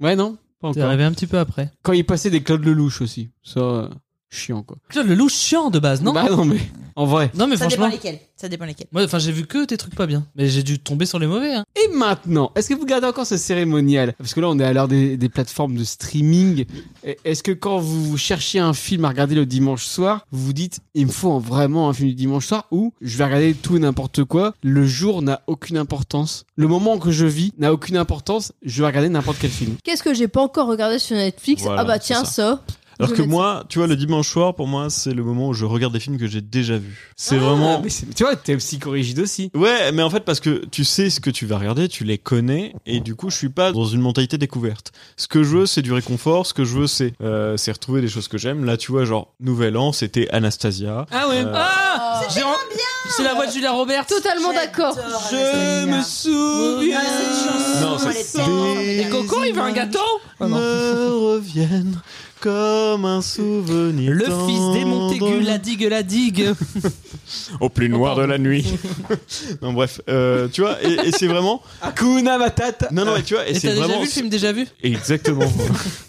S1: Ouais, non, pas
S3: T'es
S1: encore.
S3: arrivé un petit peu après.
S1: Quand il passait des Claude Lelouch aussi. Ça, euh, chiant, quoi.
S3: Claude Lelouch, chiant de base, non
S1: Bah, non, mais en vrai.
S3: Non, mais
S2: Ça dépend
S3: franchement.
S2: lesquels. Ça dépend lesquels.
S3: Moi, enfin, j'ai vu que des trucs pas bien. Mais j'ai dû tomber sur les mauvais, hein.
S1: Et maintenant, est-ce que vous gardez encore ce cérémonial Parce que là, on est à l'heure des, des plateformes de streaming. Et Est-ce que quand vous cherchez un film à regarder le dimanche soir, vous vous dites il me faut vraiment un film du dimanche soir ou je vais regarder tout et n'importe quoi Le jour n'a aucune importance. Le moment que je vis n'a aucune importance. Je vais regarder n'importe quel film.
S4: Qu'est-ce que j'ai pas encore regardé sur Netflix
S5: Voilà,
S4: Ah bah
S5: c'est
S4: tiens, ça.
S5: Alors
S4: Je
S5: que
S4: vais
S5: moi, tu vois, le dimanche soir, pour moi, c'est le moment où je regarde des films que j'ai déjà vus. C'est
S1: Ah,
S5: vraiment.
S1: mais c'est- tu vois, t'es psychorigide aussi.
S5: Ouais, mais en fait, parce que tu sais ce que tu vas regarder, tu les connais, et du coup, je suis pas dans une mentalité découverte. Ce que je veux, c'est du réconfort, ce que je veux, c'est euh, c'est retrouver des choses que j'aime. Là, tu vois, genre, Nouvel An, c'était Anastasia.
S3: Ah ouais.
S5: Euh.
S3: Ah
S4: C'est
S3: J'ai- C'est la voix de Julia Roberts.
S4: Totalement d'accord.
S2: J'adore
S1: Je
S2: Anastasia.
S1: me souviens.
S2: Ah, cette chanson,
S5: Non,
S2: elle
S5: c'est-
S2: est tellement
S5: Et
S2: formidable.
S3: Coco, il veut un gâteau
S5: Me reviennent Comme un souvenir.
S3: Le fils des
S5: tendre.
S3: Montaigu, la digue, la digue.
S5: Au plus noir de la nuit. non, bref, euh, tu vois, et, et c'est vraiment.
S1: Hakuna Matata.
S5: Non, non, mais tu vois, et,
S3: Et
S5: c'est
S3: t'as déjà
S5: vraiment.
S3: vu le film Déjà vu
S5: Exactement.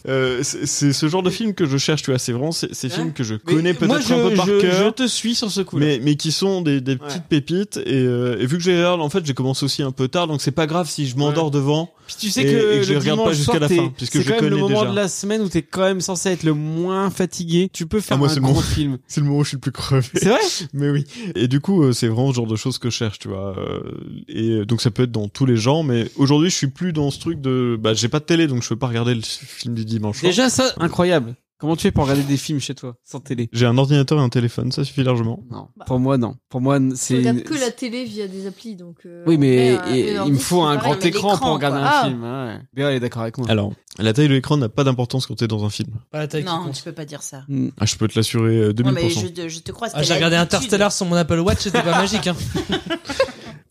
S5: Euh, c'est c'est ce genre de film que je cherche, tu vois. C'est vraiment ces, ces films que je connais
S1: Mais moi,
S5: peut-être un
S1: je-
S5: peu par
S1: je-
S5: cœur.
S1: Je te suis sur ce coup.
S5: Mais, mais qui sont des, des
S1: Ouais.
S5: petites pépites et, euh, et vu que j'ai regarde en fait j'ai commencé aussi un peu tard donc c'est pas grave si je m'endors devant
S1: Puis tu sais
S5: Et-
S1: que
S5: et que je
S1: le
S5: regarde pas
S1: dimanche
S5: jusqu'à
S1: soir,
S5: la
S1: t'es-
S5: fin, puisque
S1: c'est
S5: je
S1: quand même le
S5: connais
S1: moment
S5: déjà.
S1: de la semaine où t'es quand même censé être le moins fatigué. Tu peux faire
S5: Ah, moi,
S1: un
S5: c'est
S1: gros
S5: bon.
S1: film.
S5: c'est le moment où je suis le plus crevé
S1: C'est vrai
S5: mais oui et du coup euh, c'est vraiment ce genre de choses que je cherche tu vois euh, et euh, donc ça peut être dans tous les genres mais aujourd'hui je suis plus dans ce truc de bah j'ai pas de télé donc je peux pas regarder le film du dimanche soir.
S1: Déjà ça, incroyable. Comment tu fais pour regarder des films chez toi sans télé
S5: j'ai un ordinateur et un téléphone ça suffit largement
S1: Non. Pour moi, non. Pour moi, n-
S4: Je
S1: c'est.
S4: regarde Bah. que la télé via des applis, donc. euh,
S1: Oui, mais
S4: après, un-
S1: et-
S4: un
S1: il me
S4: ordi,
S1: faut
S4: c'est
S1: un
S4: pareil.
S1: grand écran,
S2: l'écran,
S1: pour regarder
S4: quoi.
S1: un
S4: Ah.
S1: film. hein, ouais. Béa, elle est d'accord avec moi.
S5: alors la taille de l'écran n'a pas d'importance quand t'es dans un film
S3: Pas la taille qui
S2: Non,
S3: compte.
S2: tu peux pas dire ça.
S1: Mm.
S5: ah je peux te l'assurer euh, 2000%
S2: Non, mais je, te- je te crois.
S3: Ah,
S2: c'était
S3: j'ai regardé
S2: l'habitude.
S3: Interstellar sur mon Apple Watch, c'était pas magique. Hein.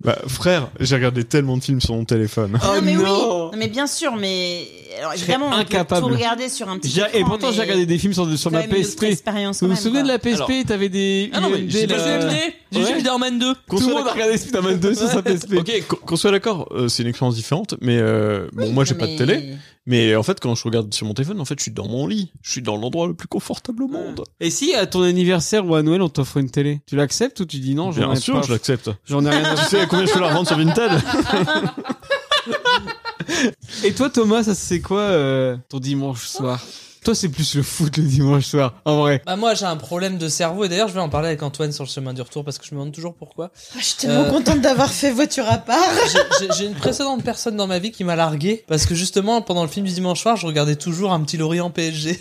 S5: bah frère j'ai regardé tellement de films sur mon téléphone
S2: Non, mais oui.
S1: Oh non.
S2: Non, mais bien sûr, mais alors,
S1: serais
S2: évidemment, on peut
S1: incapable.
S2: tout regarder sur un petit.
S1: J'ai- Et
S2: écran,
S1: pourtant,
S2: mais
S1: j'ai regardé des films sur, sur
S2: quand
S1: ma
S2: même une autre
S1: PSP.
S2: expérience
S1: Vous vous
S2: quand même,
S1: souvenez de
S2: quoi.
S1: la PSP T'avais des.
S3: Ah non, mais
S1: UMD,
S5: j'ai pas
S1: là.
S5: fait
S3: Euh, J'ai
S1: Ouais.
S3: vu Spider-man 2.
S5: Qu'on
S1: Tout le
S5: soit
S1: monde a regardé Spider-Man 2 sur sa PSP.
S5: Ok, qu'on- qu'on soit d'accord, euh, c'est une expérience différente, mais euh, bon, moi j'ai
S2: Non,
S5: pas de
S2: mais-
S5: télé, mais en fait quand je regarde sur mon téléphone, en fait je suis dans mon lit, je suis dans l'endroit le plus confortable au monde.
S1: Et si à ton anniversaire ou à Noël on t'offre une télé, tu l'acceptes ou tu dis non Ah, J'en
S5: Bien
S1: ai,
S5: sûr,
S1: pas-
S5: je l'accepte.
S1: j'en ai rien. à-
S5: tu sais à combien je peux la revendre sur Vinted
S1: Et toi Thomas, ça c'est quoi euh, ton dimanche soir Toi c'est plus le foot le dimanche soir, en vrai.
S3: Bah moi j'ai un problème de cerveau et d'ailleurs je vais en parler avec Antoine sur le chemin du retour parce que je me demande toujours pourquoi.
S2: Ah, je suis tellement
S3: Euh,
S2: contente d'avoir fait voiture à part.
S3: J'ai- j'ai- J'ai une précédente personne dans ma vie qui m'a largué parce que justement pendant le film du dimanche soir je regardais toujours un petit Lorient PSG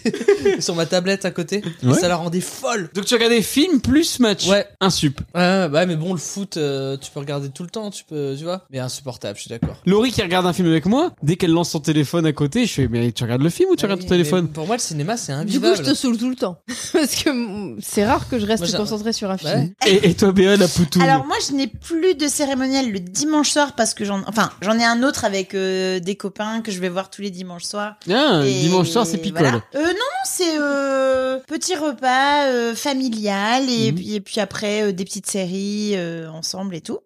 S3: sur ma tablette à côté et
S5: Ouais.
S3: ça la rendait folle.
S1: Donc tu regardes des films plus match.
S3: Ouais,
S1: Un sup.
S3: ouais, ouais, mais bon le foot euh, tu peux regarder tout le temps, tu peux tu vois. Mais insupportable, je suis d'accord.
S1: Laurie qui regarde un film avec moi, dès qu'elle lance son téléphone à côté, je fais mais tu regardes le film ou tu regardes ton
S3: Mais
S1: téléphone
S3: Pour moi le cinéma c'est
S4: Du coup,
S3: invivable.
S4: je te saoule tout le temps. Parce que mm, c'est rare que je reste
S3: Moi, j'ai-
S4: concentré sur un film.
S3: Ouais.
S1: et, et toi Béa la poutoune
S2: Alors moi, je n'ai plus de cérémonial le dimanche soir parce que j'en, enfin, j'en ai un autre avec euh, des copains que je vais voir tous les dimanches soirs.
S1: Ah,
S2: Et
S1: dimanche soir c'est picole.
S2: voilà. Euh, non, non, c'est euh, petit repas euh, familial et,
S1: Mhm.
S2: puis- et puis après euh, des petites séries euh, ensemble et tout.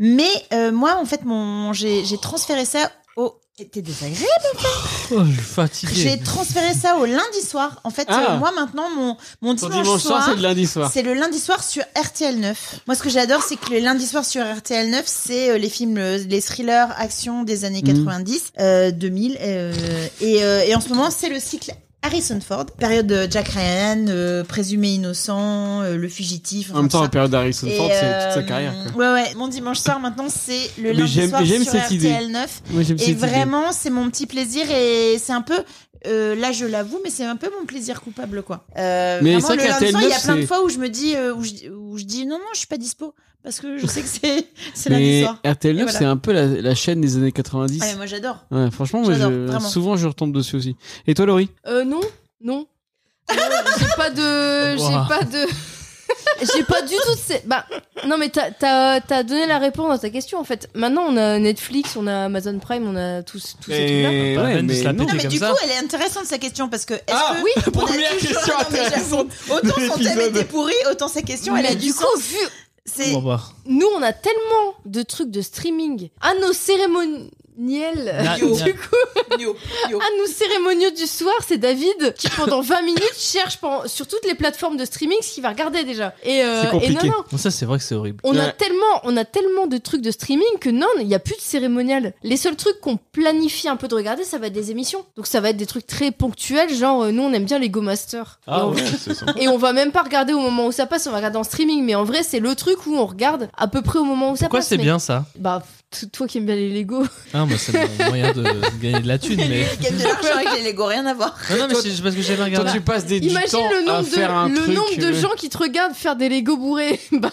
S2: Mais euh, moi, en fait, mon j'ai j'ai transféré ça au T'es désagréable.
S3: Oh, je suis fatigué.
S2: J'ai transféré ça au lundi soir. En fait,
S1: Ah.
S2: euh, moi maintenant, mon, mon
S1: Ton
S2: dimanche,
S1: dimanche soir
S2: soir
S1: c'est le lundi soir.
S2: c'est le lundi soir sur RTL 9. Moi, ce que j'adore, c'est que le lundi soir sur RTL 9, c'est euh, les films, euh, les thrillers, actions des années
S1: Mhm.
S2: 90, euh, 2000. euh, et, euh, et en ce moment, c'est le cycle Harrison Ford, période de Jack Ryan, euh, présumé innocent, euh, le fugitif.
S1: En même temps
S2: tout
S1: la
S2: ça.
S1: période d'Harrison
S2: Et,
S1: Ford c'est toute sa
S2: euh,
S1: carrière. quoi.
S2: Ouais, ouais. Mon dimanche soir, maintenant, c'est le
S1: Mais
S2: lundi
S1: j'aime-
S2: soir
S1: j'aime
S2: sur
S1: cette
S2: RTL
S1: idée.
S2: 9.
S1: Moi j'aime cette
S2: Et
S1: idée.
S2: vraiment, c'est mon petit plaisir et c'est un peu. euh, là, je l'avoue, mais c'est un peu mon plaisir coupable, quoi. Euh,
S1: Mais
S2: vraiment,
S1: c'est vrai
S2: le
S1: qu'à
S2: lundi soir,
S1: TL9,
S2: il y a plein de
S1: c'est-
S2: fois où je me dis, euh, où, je, où je dis non, non, je suis pas dispo parce que je sais que c'est c'est lundi
S1: Mais
S2: soir.
S1: RTL9
S2: Et voilà.
S1: c'est un peu la, la chaîne des années 90.
S2: Ah, mais moi, j'adore.
S1: Ouais, franchement, moi,
S2: J'adore,
S1: je-
S2: vraiment.
S1: souvent je retombe dessus aussi. Et toi, Laurie
S4: Euh, non, non. Non, J'ai pas de.
S3: Ouah.
S4: J'ai pas de. J'ai pas du tout de. ces- Bah, non, mais t'as- t'as t'as donné la réponse à ta question en fait. Maintenant, on a Netflix, on a Amazon Prime, on a tous, tous ces trucs-là.
S1: Mais-
S3: Pas la peine de se la
S1: non.
S2: Non,
S3: péter.
S2: mais
S3: comme
S2: du
S3: ça.
S2: coup, elle est intéressante sa question parce que est-ce
S1: Ah,
S2: que
S1: oui,
S2: on a
S1: première
S2: toujours-
S1: question
S2: non, mais j'avoue,
S1: intéressante
S2: Autant
S1: de
S2: son thème
S1: l'épisode.
S2: était pourri, autant sa question, elle a
S4: Mais
S2: du
S4: du
S2: sens.
S4: coup, vu,
S2: C'est
S3: Bon, bah.
S4: nous, on a tellement de trucs de streaming à nos cérémoniels.
S3: Na-
S4: du
S3: na-
S4: coup, à nos cérémoniaux Ah, du soir, c'est David qui pendant 20 minutes cherche pen- sur toutes les plateformes de streaming ce qu'il va regarder déjà. Et, euh,
S1: C'est compliqué.
S4: et non, non.
S3: Bon, ça c'est vrai que c'est horrible.
S4: On a
S1: Ouais.
S4: tellement, on a tellement de trucs de streaming que non, il n'y a plus de cérémonial. Les seuls trucs qu'on planifie un peu de regarder, ça va être des émissions. Donc ça va être des trucs très ponctuels, genre euh, nous on aime bien les Go Master. et,
S5: Ah
S4: on,
S5: ouais, c'est ça.
S4: et on va même pas regarder au moment où ça passe, on va regarder en streaming. Mais en vrai, c'est le truc où on regarde à peu près au moment où ça
S3: Pourquoi
S4: passe.
S3: c'est
S4: mais-
S3: bien ça
S4: Bah t- toi qui aimes bien les Lego.
S3: Ah, moi c'est mon moyen de gagner de la thune,
S2: lui,
S3: mais.
S2: il gagne de l'argent avec les Lego, rien à voir.
S3: Non, non, mais
S1: Toi-
S3: c'est parce que j'ai jamais
S1: Toi,
S3: regardé.
S1: tu passes des, du
S4: Imagine
S1: temps
S4: le
S1: à
S4: nombre
S1: faire un
S4: de, le
S1: truc,
S4: nombre de
S1: euh,
S4: gens qui te regardent faire des Lego bourrés. Bah,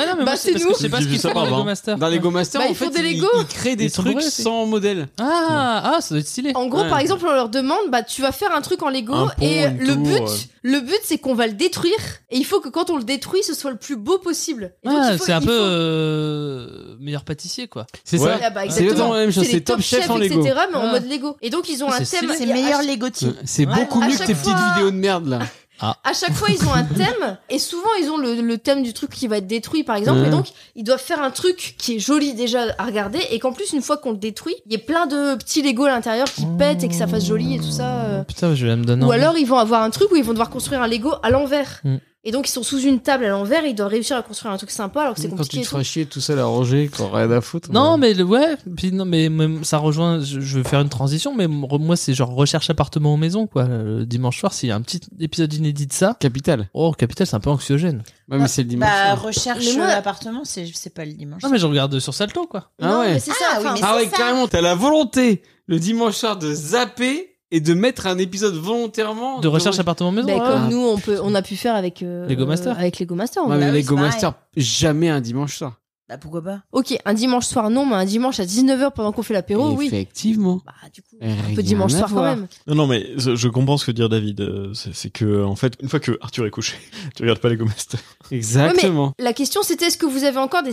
S3: Ouais, non,
S4: Bah,
S3: mais moi,
S4: c'est
S3: c'est parce
S4: nous.
S3: que je sais pas ce qu'ils
S5: Divisé
S3: font
S5: par
S3: dans Lego
S5: vingt.
S3: Master.
S1: Dans les Go Master,
S4: Bah,
S1: en
S4: ils font
S1: fait,
S4: des
S1: ils,
S4: Lego.
S1: ils créent des
S3: Ils sont
S1: trucs
S3: bourrés aussi.
S1: sans modèle.
S3: Ah, ah, ça doit être stylé.
S4: En gros,
S1: Ouais.
S4: par exemple, on leur demande, bah, tu vas faire un truc en Lego
S5: Un pont,
S4: et
S5: une
S4: le
S5: tour,
S4: but,
S5: euh.
S4: le but, c'est qu'on va le détruire et il faut que quand on le détruit, ce soit le plus beau possible. Et donc,
S3: Ah,
S4: il faut-
S3: c'est un
S4: il
S3: peu
S4: faut-
S3: euh, meilleur pâtissier quoi.
S1: C'est
S5: Ouais.
S1: ça.
S4: Ah bah,
S1: C'est
S4: exactement.
S1: exactement la même chose,
S4: C'est
S1: c'est
S4: les top
S1: Top Chef
S4: chefs,
S1: en
S4: etc.
S1: Lego.
S4: Mais en
S3: Ah.
S4: mode Lego. Et donc, ils ont
S3: Ah,
S4: un
S3: c'est
S4: thème.
S2: C'est
S4: il y a-
S2: meilleur
S4: à-
S2: Lego team.
S1: C'est
S2: Ouais.
S1: beaucoup
S4: À
S1: mieux que
S4: chaque
S1: tes
S4: fois-
S1: petites vidéos de merde là.
S4: À chaque fois, ils ont un thème. Et souvent, ils ont le, le thème du truc qui va être détruit, par exemple.
S1: Ouais.
S4: Et donc, ils doivent faire un truc qui est joli déjà à regarder. Et qu'en plus, une fois qu'on le détruit, il y a plein de petits Lego à l'intérieur qui
S1: Oh.
S4: pètent et que ça fasse joli et tout ça. euh.
S3: Ah, Putain, je vais me donner.
S4: Ou
S3: envie.
S4: alors, ils vont avoir un truc où ils vont devoir construire un Lego à l'envers.
S3: Mm.
S4: Et donc, ils sont sous une table à l'envers. et Ils doivent réussir à construire un truc sympa alors que c'est
S1: Quand tu
S4: compliqué.
S1: te
S4: et tout.
S1: feras chier tout seul à ranger, quand rien à foutre.
S3: Non, mais le, ouais, puis non, mais même, ça rejoint. Je, je vais faire une transition, mais re- moi, c'est genre recherche appartement ou maison, quoi. Le dimanche soir, s'il y a un petit épisode inédit de ça,
S1: Capital.
S3: oh, capital, c'est un peu anxiogène.
S1: Ouais, mais c'est le dimanche.
S2: Bah,
S1: soir.
S2: recherche
S4: Mais moi-
S2: l'appartement, c'est c'est pas le dimanche.
S3: Non, mais je regarde sur Salto, quoi.
S1: Ah
S4: Non, mais
S1: ouais.
S4: c'est
S2: Ah
S4: ça.
S2: oui,
S4: enfin,
S2: mais
S1: Ah ouais,
S2: ça.
S1: carrément, t'as la volonté le dimanche soir de zapper et de mettre un épisode volontairement
S3: De recherche appartement hein. ou maison.
S4: Ben,
S3: ouais.
S4: comme nous, on, peut, on a pu faire avec euh,
S3: Lego Master.
S4: euh, Avec Lego Master.
S1: Ouais,
S4: on
S1: mais
S2: oui,
S1: les
S2: c'est
S1: Go
S2: pareil.
S1: Master, jamais un dimanche soir.
S2: Bah, pourquoi pas
S4: Ok, un dimanche soir, non, mais un dimanche à 19h pendant qu'on fait l'apéro, oui.
S1: Effectivement.
S4: Bah, du coup, un
S1: Rien
S4: peu dimanche
S1: à
S4: soir quand
S1: voir.
S4: même.
S5: Non, non, mais je je comprends ce que dire David. euh, C'est c'est que, en fait, une fois que Arthur est couché, tu regardes pas les Master.
S1: Exactement.
S4: La question, c'était est-ce que vous avez encore des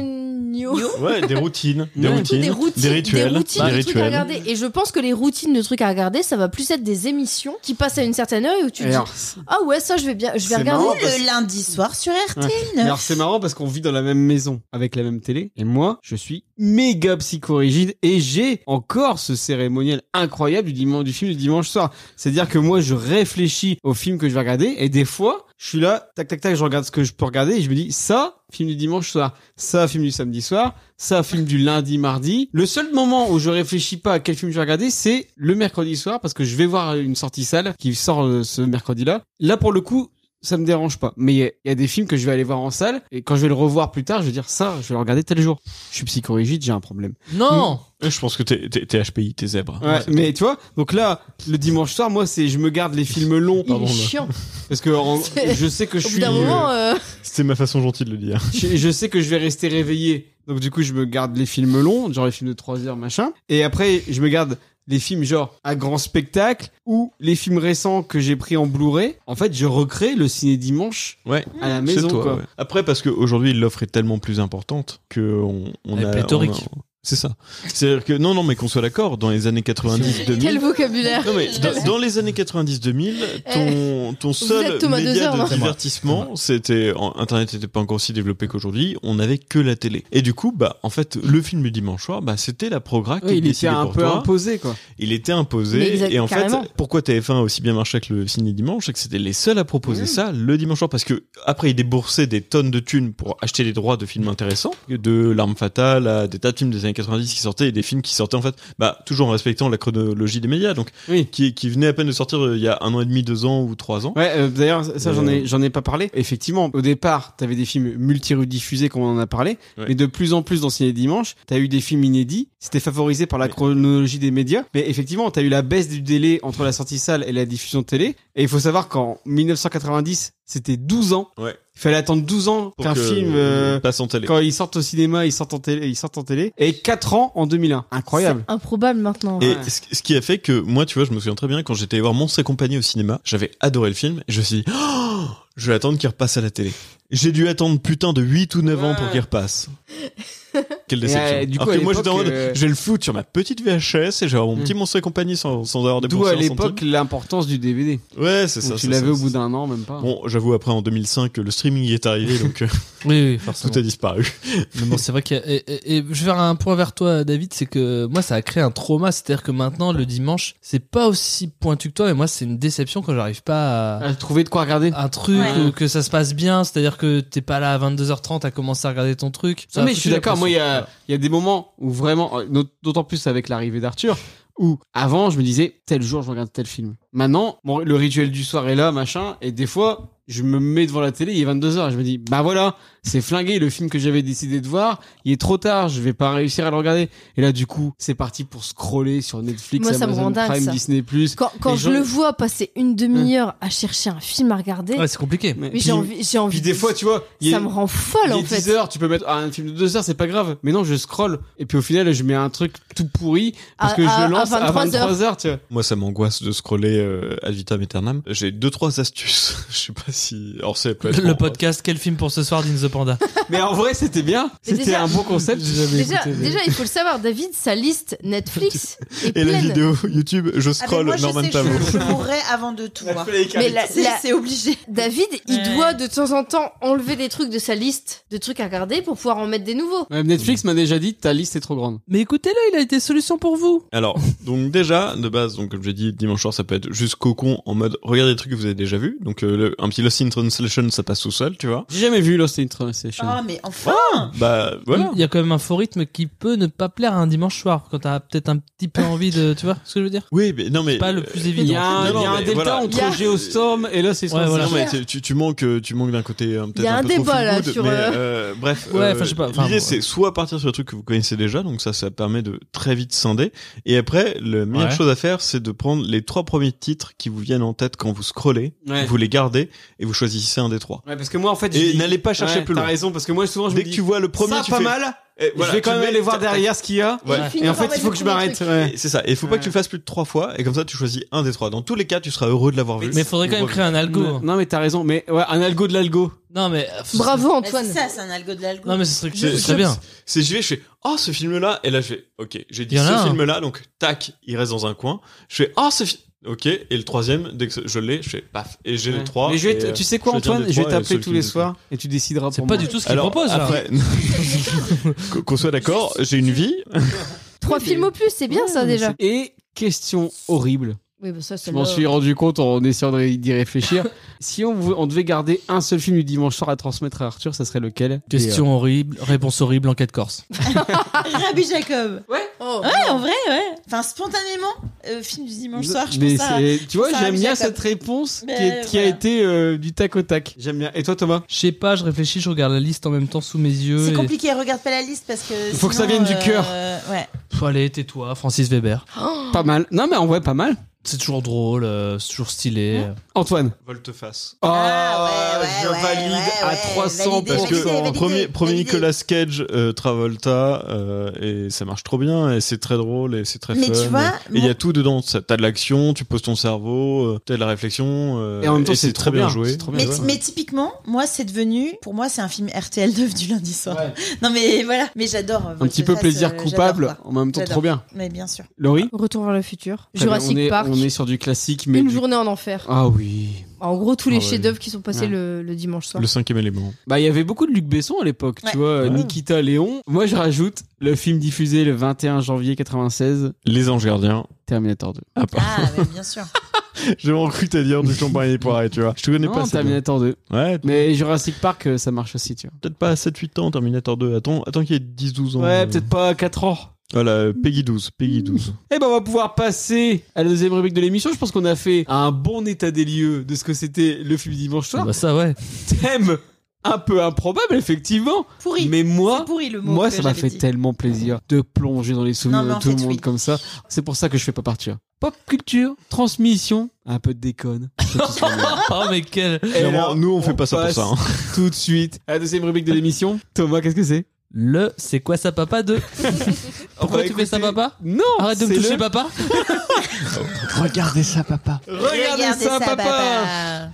S4: cérémoniaux
S5: Ouais, des routines, des
S1: Ouais.
S4: Du coup,
S5: routines,
S4: des routines,
S5: des rituels,
S4: des routines
S5: des
S4: de trucs à
S5: rituels.
S4: regarder. Et je pense que les routines de trucs à regarder, ça va plus être des émissions qui passent à une certaine heure et où tu te
S1: Et
S4: dis
S1: alors, c'est-
S4: ah ouais ça je vais bien je
S1: C'est
S4: vais regarder.
S1: marrant.
S2: Ou le lundi soir sur RTL.
S1: mais alors, c'est marrant parce qu'on vit dans la même maison avec la même télé et moi je suis méga psychorigide et j'ai encore ce cérémoniel incroyable du dimanche du film du dimanche soir. C'est-à-dire que moi je réfléchis au film que je vais regarder et des fois je suis là tac tac tac je regarde ce que je peux regarder et je me dis ça film du dimanche soir, ça film du samedi soir, ça film du lundi mardi. Le seul moment où je réfléchis pas à quel film je vais regarder, c'est le mercredi soir parce que je vais voir une sortie salle qui sort euh, ce mercredi-là. Là pour le coup, ça me dérange pas. Mais il y a- il y, a des films que je vais aller voir en salle et quand je vais le revoir plus tard, je vais dire ça, je vais le regarder tel jour. Je suis psychorigide, j'ai un problème.
S3: Non
S5: Euh, Je pense que t'es t'es- t'es HPI, t'es zèbre.
S1: Ouais, mais tu vois, donc là, le dimanche soir, moi c'est je me garde les films longs
S4: Il est
S5: Pardon, là.
S4: chiant.
S1: parce que en-
S4: C'est-
S1: je sais que je
S4: Au bout
S1: suis
S4: d'un moment, hein. euh,
S5: C'était ma façon gentille de le dire.
S1: je, je sais que je vais rester réveillé. Donc du coup, je me garde les films longs, genre les films de 3 heures, machin. Et après, je me garde les films genre à grand spectacle ou les films récents que j'ai pris en Blu-ray. En fait, je recrée le ciné dimanche
S5: Ouais.
S1: à la
S4: Mmh.
S5: C'est
S1: maison.
S5: toi,
S1: quoi.
S5: ouais. Après, parce qu'aujourd'hui, l'offre est tellement plus importante que on, on
S3: Elle est
S5: a.
S3: pléthorique.
S5: on a- C'est ça. C'est-à-dire que, non, non, mais qu'on soit d'accord, dans les années 90-2000.
S4: quel vocabulaire.
S5: Non, mais dans, dans les années 90-2000, ton, ton seul
S4: Eh, êtes Thomas
S5: média
S4: Dozer, non
S5: de divertissement, c'était. en- Internet n'était pas encore aussi développé qu'aujourd'hui, on n'avait que la télé. Et du coup, bah, en fait, le film du dimanche soir, bah, c'était la progra qui
S1: Ouais, il était
S5: décidait
S1: un
S5: pour
S1: peu
S5: toi.
S1: imposé quoi.
S5: Il était
S4: Mais
S5: imposé.
S4: exact-
S5: et en
S4: carrément.
S5: fait, pourquoi TF1 a aussi bien marché avec le ciné dimanche, c'est que c'était les seuls à proposer ça le dimanche soir. Parce que après, ils déboursaient des tonnes de thunes pour acheter les droits de films intéressants, de L'Arme Fatale à des tas de films des années 90 qui sortaient et des films qui sortaient en fait, bah, toujours en respectant la chronologie des médias. Donc,
S1: Oui.
S5: qui, qui venaient à peine de sortir euh, il y a un an et demi, deux ans ou trois ans.
S1: Ouais, euh, d'ailleurs, ça,
S5: Euh,
S1: j'en ai, j'en ai pas parlé. Effectivement, au départ, t'avais des films multi-rediffusés, comme on en a parlé.
S5: Ouais.
S1: Mais de plus en plus dans Ciné Dimanche, t'as eu des films inédits. C'était favorisé par la chronologie des médias. Mais effectivement, t'as eu la baisse du délai entre la sortie salle et la diffusion télé. Et il faut savoir qu'en 1990, c'était 12 ans.
S5: Ouais.
S1: Il fallait attendre 12 ans
S5: Pour
S1: qu'un
S5: que-
S1: film, euh,
S5: passe en télé.
S1: quand ils sortent au cinéma, ils sortent en télé, ils sortent en télé. Et 4 ans en 2001. Incroyable.
S4: C'est improbable maintenant. hein.
S5: Et
S1: Ouais.
S5: ce ce qui a fait que moi, tu vois, je me souviens très bien quand j'étais allé voir Monstres et compagnie au cinéma, j'avais adoré le film et je me suis dit, Oh, je vais attendre qu'il repasse à la télé. J'ai dû attendre putain de 8 ou 9 ans pour
S1: Ouais.
S5: qu'il repasse. Quelle déception.
S1: euh, du coup,
S5: Alors
S1: à
S5: que moi,
S1: l'époque,
S5: j'étais en mode,
S1: euh,
S5: je vais le foutre sur ma petite VHS et j'ai avoir mon
S1: Hmm.
S5: petit Monstres et compagnie sans, sans avoir des
S1: D'où à l'époque l'importance du DVD.
S5: Ouais, c'est ça.
S1: Donc, tu
S5: c'est
S1: l'avais
S5: ça,
S1: au
S5: c'est
S1: bout
S5: ça.
S1: d'un an, même pas.
S5: Bon, j'avoue, après en 2005, le streaming est arrivé, donc euh,
S3: Oui, oui, forcément.
S5: tout a disparu.
S3: Mais bon, c'est vrai que. Et, et- et je vais faire un point vers toi, David, c'est que moi, ça a créé un trauma. C'est-à-dire que maintenant, le dimanche, c'est pas aussi pointu que toi, mais moi, c'est une déception quand j'arrive pas à.
S1: À Euh, trouver de quoi regarder.
S3: un truc
S2: Ouais.
S3: euh, que ça se passe bien, c'est-à-dire que t'es pas là à 22h30 à commencer à regarder ton truc. Ça
S1: Non, mais
S3: a
S1: je suis
S3: foutu la
S1: d'accord. Moi, il y a,
S3: pression.
S1: il y a des moments où vraiment, euh, d'aut- d'autant plus avec l'arrivée d'Arthur, où avant, je me disais, tel jour, je regarde tel film. Maintenant, mon- le rituel du soir est là, machin, et des fois, je me mets devant la télé, il est 22h, et je me dis, bah voilà, c'est flingué, le film que j'avais décidé de voir, il est trop tard, je vais pas réussir à le regarder. Et là, du coup, c'est parti pour scroller sur Netflix,
S4: Moi, ça me
S1: Amazon
S4: rend dingue,
S1: Prime,
S4: ça.
S1: Disney+.
S4: Quand, quand
S1: les
S4: je
S1: gens-
S4: le vois passer une demi-heure à chercher un film à regarder,
S3: Ouais, c'est compliqué.
S1: Mais-
S4: mais
S1: puis-
S4: j'ai envie, j'ai envie.
S1: Puis des
S4: de-
S1: fois, tu vois, il y a-
S4: ça me rend folle en
S1: Il est
S4: fait.
S1: 10 heures, tu peux mettre ah, un film de 2 heures, c'est pas grave. Mais non, je scroll et puis au final, je mets un truc tout pourri parce
S4: À-
S1: que je
S4: à-
S1: le lance
S4: à
S1: à
S4: 23
S1: 23 heures, tu vois.
S5: Moi, ça m'angoisse de scroller euh, Ad vitam aeternam. J'ai deux trois astuces. Je sais pas si. Alors c'est peut-être-
S3: Le podcast, quel film pour ce soir d'In the Panda
S1: Mais en vrai, c'était bien.
S4: Mais
S1: C'était
S4: déjà-
S1: un bon concept.
S4: Déjà, déjà, il faut le savoir, David, sa liste Netflix est
S5: Et la
S4: pleine.
S5: vidéo YouTube, je
S2: Ah ben,
S5: scroll
S2: moi, je
S5: Norman
S2: sais,
S5: Tavo.
S2: je, je mourrais avant de tout. hein.
S4: Mais la-
S2: C'est
S4: la-
S2: c'est obligé.
S4: David, il
S2: Ouais.
S4: doit de temps en temps enlever des trucs de sa liste de trucs à regarder pour pouvoir en mettre des nouveaux.
S1: Ouais, Netflix m'a déjà dit ta liste est trop grande.
S3: Mais écoutez-le, il a été solution pour vous.
S5: Alors, donc déjà, de base, donc comme j'ai dit, dimanche soir, ça peut être juste cocon en mode regardez des trucs que vous avez déjà vus. Donc euh, le- un petit Lost in Translation, ça passe tout seul, tu vois.
S1: J'ai jamais vu Lost in Translation.
S5: Ah,
S2: Oh, mais enfin
S5: Bah voilà.
S3: Il y a quand même un faux rythme qui peut ne pas plaire à un dimanche soir quand t'as peut-être un petit peu envie de. Tu vois ce que je veux dire
S5: Oui, mais non mais euh,
S3: Pas le plus
S1: il y a
S3: évident.
S1: un,
S5: Non,
S1: il y a un
S5: mais
S1: delta
S5: voilà.
S1: entre
S4: Il y a-
S1: Geostorm et Lost in
S3: Ouais,
S1: Translation.
S3: voilà.
S5: Non mais tu- tu, tu manques euh, tu manques d'un côté euh,
S4: Il y
S5: peut-être
S4: a
S5: un,
S4: un
S5: peu trop
S4: débat,
S5: feel
S4: là,
S5: good,
S4: sur,
S5: mais,
S4: euh,
S5: euh, bref
S3: Ouais,
S5: euh,
S3: enfin, je sais pas, enfin,
S5: l'idée
S3: bon,
S5: c'est
S3: ouais.
S5: soit partir sur des trucs que vous connaissez déjà donc ça ça permet de très vite scinder et après la meilleure
S3: Ouais.
S5: chose à faire c'est de prendre les trois premiers titres qui vous viennent en tête quand vous scrollez
S1: Ouais.
S5: vous les gardez et vous choisissez un des trois
S1: Ouais, parce que moi, en fait,
S5: et
S1: j'ai-
S5: n'allez pas chercher
S1: Ouais,
S5: plus
S1: t'as
S5: loin
S1: raison, parce que moi, souvent, je
S5: dès
S1: me
S5: que
S1: dis
S5: tu vois le premier
S1: ça,
S5: tu
S1: pas
S5: fais-
S1: mal.
S5: Eh, voilà,
S1: je vais quand
S5: tu
S1: même
S5: mets-
S1: aller voir
S5: tac, tac.
S1: derrière ce qu'il y a.
S5: Ouais.
S4: Il finit
S1: Et en
S4: par
S1: fait, il
S4: mettre
S1: faut
S4: le
S1: que je
S4: premier
S1: m'arrête.
S4: truc.
S1: ouais.
S5: Et C'est ça. Et il faut pas que tu le fasses plus de trois fois. Et comme ça, tu choisis un des trois. Dans tous les cas, tu seras heureux de l'avoir vu.
S3: Mais faudrait quand même créer un algo.
S1: Non, non, mais t'as raison. Mais ouais, un algo de l'algo.
S3: Non mais.
S4: Bravo
S2: Bah,
S4: Antoine.
S2: C'est ça, c'est un algo de l'algo.
S3: Non mais ce serait
S5: Je-
S3: ce serait bien.
S5: C'est j'y vais, je fais oh ce film là et là je fais ok j'ai dit
S3: Y en a
S5: ce
S3: un.
S5: film là donc tac il reste dans un coin. Je fais oh ce film ok et le troisième dès que je l'ai je fais paf et j'ai
S1: Ouais.
S5: les trois.
S1: Mais je vais
S5: et,
S1: t-
S5: euh,
S1: tu sais quoi,
S5: choisir
S1: Antoine
S5: des
S1: Je vais
S5: trois, et
S1: t'appeler
S5: celui
S1: tous
S5: qui
S1: les
S5: me-
S1: soirs et tu décideras
S3: C'est
S1: pour
S3: pas
S1: moi.
S3: du tout ce qu'il
S5: Alors
S3: propose là.
S5: après qu'on- qu'on soit d'accord j'ai une vie.
S4: Trois films au plus, c'est bien ça déjà.
S1: Mmh, Et question horrible.
S4: Oui, bah ça,
S1: Je
S4: c'est
S1: m'en suis rendu compte en essayant de- d'y réfléchir. si on, vou- on devait garder un seul film du dimanche soir à transmettre à Arthur, ça serait lequel
S3: Question horrible, réponse horrible, enquête corse.
S2: Ah, Rabbi Jacob.
S4: Oh.
S2: Ouais, en vrai, ouais. Enfin, spontanément, euh, film du
S1: Et, euh,
S2: dimanche soir, je
S1: mais
S2: trouve ça.
S1: c'est- tu vois,
S2: ça
S1: j'aime bien
S2: Jacob.
S1: cette réponse qui,
S2: Mais
S1: est- qui a
S2: voilà.
S1: été euh, du tac au tac. J'aime bien. Et toi, Thomas
S3: Je sais pas, je réfléchis, je regarde la liste en même temps sous mes yeux.
S2: C'est
S3: et-
S2: compliqué, regarde pas la liste parce que.
S1: Faut que ça
S2: sinon,
S1: vienne du cœur.
S2: euh, Ouais.
S3: Pff, allez, tais-toi, Francis Weber.
S2: Oh.
S1: Pas mal. Non, mais en vrai, pas mal.
S3: C'est toujours drôle, euh, c'est toujours stylé.
S1: Antoine.
S5: Volte-face.
S2: Ah,
S1: Oh,
S2: ouais, ouais,
S1: je
S2: ouais,
S1: valide
S2: ouais,
S1: à
S2: ouais,
S1: 300
S2: validé,
S5: Parce
S1: parce
S5: que
S2: validé, validé.
S5: premier premier
S2: validé.
S5: Nicolas Cage euh, Travolta euh, et ça marche trop bien et c'est très drôle et c'est très
S2: Mais
S5: fun.
S2: tu vois,
S5: et il y
S2: mon-
S5: a tout dedans. Ça- T'as de l'action, tu poses ton cerveau, euh, t'as de la réflexion euh,
S1: Et en même temps, c'est
S5: c'est
S1: trop
S5: très bien
S1: bien,
S5: joué.
S1: c'est trop bien.
S2: Mais,
S1: ouais.
S2: mais typiquement, moi, c'est devenu. Pour moi, c'est un film RTL 9 du lundi soir. Non, mais voilà. Mais j'adore. euh,
S1: Un petit peu plaisir coupable, en même temps,
S2: J'adore.
S1: trop bien.
S2: Mais bien sûr.
S1: Laurie
S4: Retour vers le futur.
S1: Très
S4: Jurassic
S1: bien, on est,
S4: Park.
S1: On est sur du classique, mais.
S4: Une
S1: du-
S4: journée en enfer.
S1: Ah oui.
S4: En gros, tous les
S5: Ah ouais.
S4: chefs-d'œuvre qui sont passés
S1: Ouais.
S4: le, le dimanche soir.
S5: Le cinquième élément.
S1: Bah, il y avait beaucoup de Luc Besson à l'époque,
S2: Ouais.
S1: tu vois,
S5: Ouais.
S1: Nikita Léon. Moi, je rajoute le film diffusé le 21 janvier 96,
S5: Les anges gardiens.
S1: Terminator 2.
S2: Ah, mais bien sûr.
S5: J'ai vraiment cru t'as dire du champagne et poiré, tu vois. Je te connais
S1: Non,
S5: pas. celle-là.
S1: Terminator 2.
S5: Ouais,
S1: Mais Jurassic Park, euh, ça marche aussi, tu vois.
S5: peut-être pas à 7-8 ans, Terminator 2. Attends, attends qu'il y ait 10-12 ans.
S1: Ouais,
S5: Euh,
S1: peut-être pas 4 ans.
S5: Voilà, euh, Peggy 12, Peggy 12.
S1: Eh ben, on va pouvoir passer à la deuxième rubrique de l'émission. Je pense qu'on a fait un bon état des lieux de ce que c'était le film dimanche
S3: Ah
S1: soir.
S3: bah ça ouais.
S1: Thème un peu improbable, effectivement.
S2: Pourri.
S1: Mais moi,
S2: C'est pourri le mot.
S1: Moi,
S2: que
S1: ça m'a
S2: j'avais
S1: fait
S2: dit.
S1: tellement plaisir de plonger dans les souvenirs
S2: Non, mais
S1: de
S2: en
S1: tout le
S2: fait,
S1: monde
S2: oui.
S1: comme ça. C'est pour ça que je fais pas partir. Pop culture, transmission, un peu de déconne. C'est tout ce qu'on a.
S3: oh mais quel
S1: Et alors,
S5: nous, on fait pas ça pour
S1: passe
S5: ça. hein.
S1: Tout de suite, à la deuxième rubrique de l'émission. Thomas, qu'est-ce que c'est
S3: le c'est quoi ça papa de Pourquoi
S1: On va
S3: tu fais ça
S1: écouter-
S3: papa
S1: Non
S3: Arrête de me
S1: c'est
S3: toucher
S1: le-
S3: papa.
S1: Regardez ça, papa Regardez, ça, papa,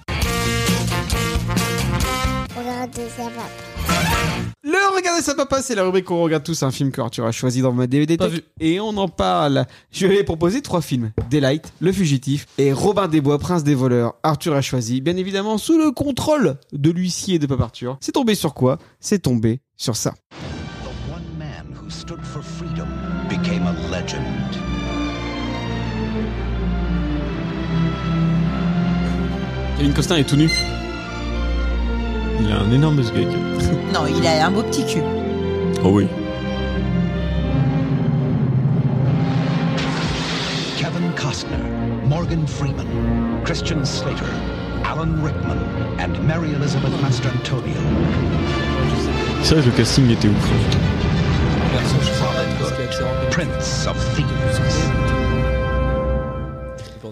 S1: Le Regardez ça, papa, c'est la rubrique où on regarde tous un film que Arthur a choisi dans ma DVD
S3: Pas
S1: Tech.
S3: vu.
S1: Et on en parle. Je vais proposer trois films. Daylight, Le Fugitif et Robin des Bois, Prince des Voleurs. Arthur a choisi, bien évidemment, sous le contrôle de l'huissier de Papa Arthur. C'est tombé sur quoi C'est tombé sur ça.
S9: The one man who stood for freedom became a legend.
S1: Kevin Costin est tout nu.
S5: Il a un énorme sgeg.
S2: Non, il a un beau petit cul.
S5: Oh oui.
S9: Kevin Costner, Morgan Freeman, Christian Slater, Alan Rickman, and Mary Elizabeth Mastantonio.
S5: C'est vrai que le casting était ouf.
S9: Prince of Thieves.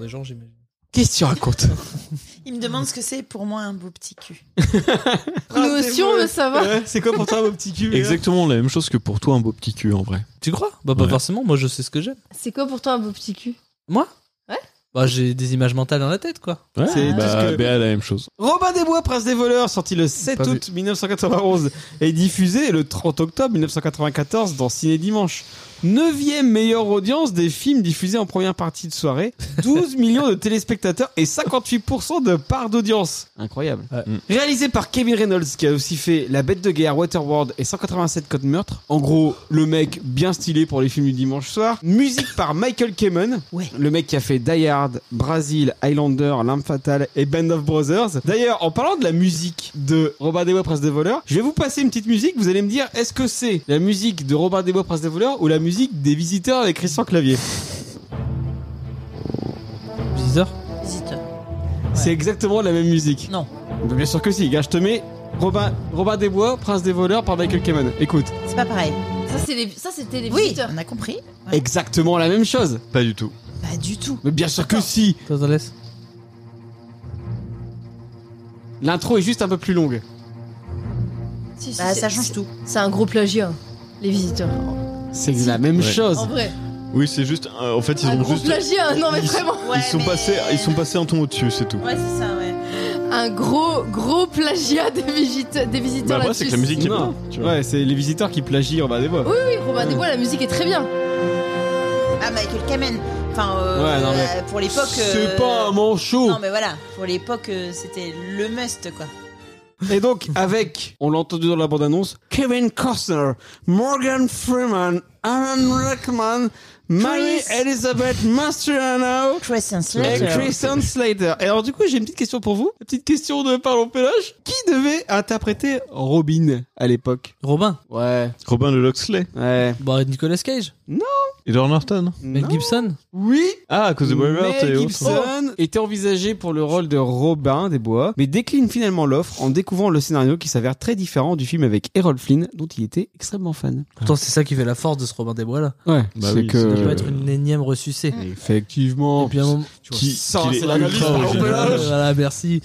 S3: des gens j'imagine.
S1: Qu'est-ce que tu racontes
S2: Il me demande ce que c'est pour moi un beau petit cul.
S4: Nous
S2: Ah,
S4: aussi, on veut savoir.
S1: C'est quoi pour toi, mon petit cul
S5: Exactement la même chose que pour toi, un beau petit cul en vrai.
S3: Tu crois Bah pas
S5: Ouais.
S3: forcément, moi je sais ce que j'aime.
S4: C'est quoi pour toi un beau petit cul
S3: Moi
S4: Ouais.
S3: Bah, j'ai des images mentales dans la tête, quoi.
S5: Ouais,
S1: C'est
S5: bah,
S1: parce que-
S5: BA, la même chose.
S1: Robin des Bois, Prince des voleurs, sorti le 7
S3: Pas vu.
S1: août 1991 et diffusé le 30 octobre 1994 dans Ciné Dimanche. Neuvième meilleure audience des films diffusés en première partie de soirée, 12 millions de téléspectateurs et 58% de part d'audience. Incroyable.
S3: Ouais.
S5: Mm.
S1: Réalisé par Kevin Reynolds qui a aussi fait La Bête de guerre, Waterworld et 187 Codes meurtre. En gros, le mec bien stylé pour les films du dimanche soir. Musique par Michael Kamen.
S2: Ouais.
S1: Le mec qui a fait Die Hard, Brazil, Highlander, L'Arme Fatale et Band of Brothers. D'ailleurs, en parlant de la musique de Robin des Bois, Prince des Voleurs, je vais vous passer une petite musique. Vous allez me dire, est-ce que c'est la musique de Robin des Bois, Prince des Voleurs ou la musique des Visiteurs avec Christian Clavier
S3: Viseur
S2: Hésite.
S1: C'est exactement la même musique.
S3: Non.
S1: Mais Bien sûr que si, gars, je te mets Robin, Robin des Bois, Prince des Voleurs par Michael Kamen. Écoute,
S2: C'est pas pareil.
S4: Ça, c'est les- ça, c'était les
S2: Oui,
S4: visiteurs.
S2: on a compris. Ouais.
S1: exactement la même chose.
S5: Pas du tout.
S2: Pas du tout.
S1: Mais bien sûr que si
S3: Toi, t'en laisses
S1: L'intro est juste un peu plus longue.
S4: Si, si,
S2: Bah,
S4: c'est-
S2: ça change tout.
S4: C'est un gros plagiat, les visiteurs.
S1: C'est la même
S5: Ouais.
S1: chose.
S4: En vrai.
S5: Oui, c'est juste. euh, en fait, ils
S4: un
S5: ont
S4: gros
S5: juste.
S4: plagiat, non mais
S5: ils-
S4: vraiment.
S5: ils, sont passés, ils sont passés un ton au-dessus, c'est tout.
S2: Ouais, c'est ça, ouais.
S4: Un gros, gros plagiat des, visite- des
S5: Bah,
S4: visiteurs
S5: après, c'est
S4: là-dessus.
S5: que la musique est
S1: Non.
S5: bien. Tu vois.
S1: Ouais, c'est les visiteurs qui plagient Robin des Bois.
S4: Oui, oui, Robin des Bois, la musique est très bien.
S2: Ah, Michael Kamen. Enfin, euh,
S1: Ouais, non, mais-
S2: euh, pour l'époque. euh,
S1: C'est pas un manchot
S2: Non, mais voilà. Pour l'époque, euh, c'était le must, quoi.
S1: Et donc, avec, on l'a entendu dans la bande-annonce, Kevin Costner, Morgan Freeman, Alan Rickman, Mary
S2: Chris.
S1: Elizabeth Mastriano
S2: Christian
S1: et
S2: Slater.
S1: Christian Slater. Et alors, du coup, j'ai une petite question pour vous. Une petite question de Parlons Pelage. Qui devait interpréter Robin à l'époque
S3: Robin
S1: Ouais,
S5: Robin de Loxley.
S1: ouais.
S3: Bah, Nicolas Cage
S5: Edward Norton.
S3: Mel
S1: Non.
S3: Gibson
S1: Oui,
S5: Ah, à cause de Boyhurt et
S1: Mel
S5: autres.
S1: Gibson était envisagé pour le rôle de Robin des Bois, mais décline finalement l'offre en découvrant le scénario qui s'avère très différent du film avec Errol Flynn, dont il était extrêmement fan.
S3: Pourtant, c'est ça qui fait la force de ce Robin des Bois là.
S1: Ouais,
S5: Bah
S1: c'est
S5: oui,
S1: que.
S5: ça
S3: Il
S5: doit
S3: doit être une énième ressucée.
S1: Effectivement.
S3: Et puis à un moment. Oh,
S1: Tu vois,
S5: Mm. Qui-
S1: ça,
S5: qu'il
S1: c'est
S5: est
S1: la
S5: ultra
S3: Ah,
S1: réaliste,
S5: original.
S1: par exemple, là.
S3: Voilà, merci.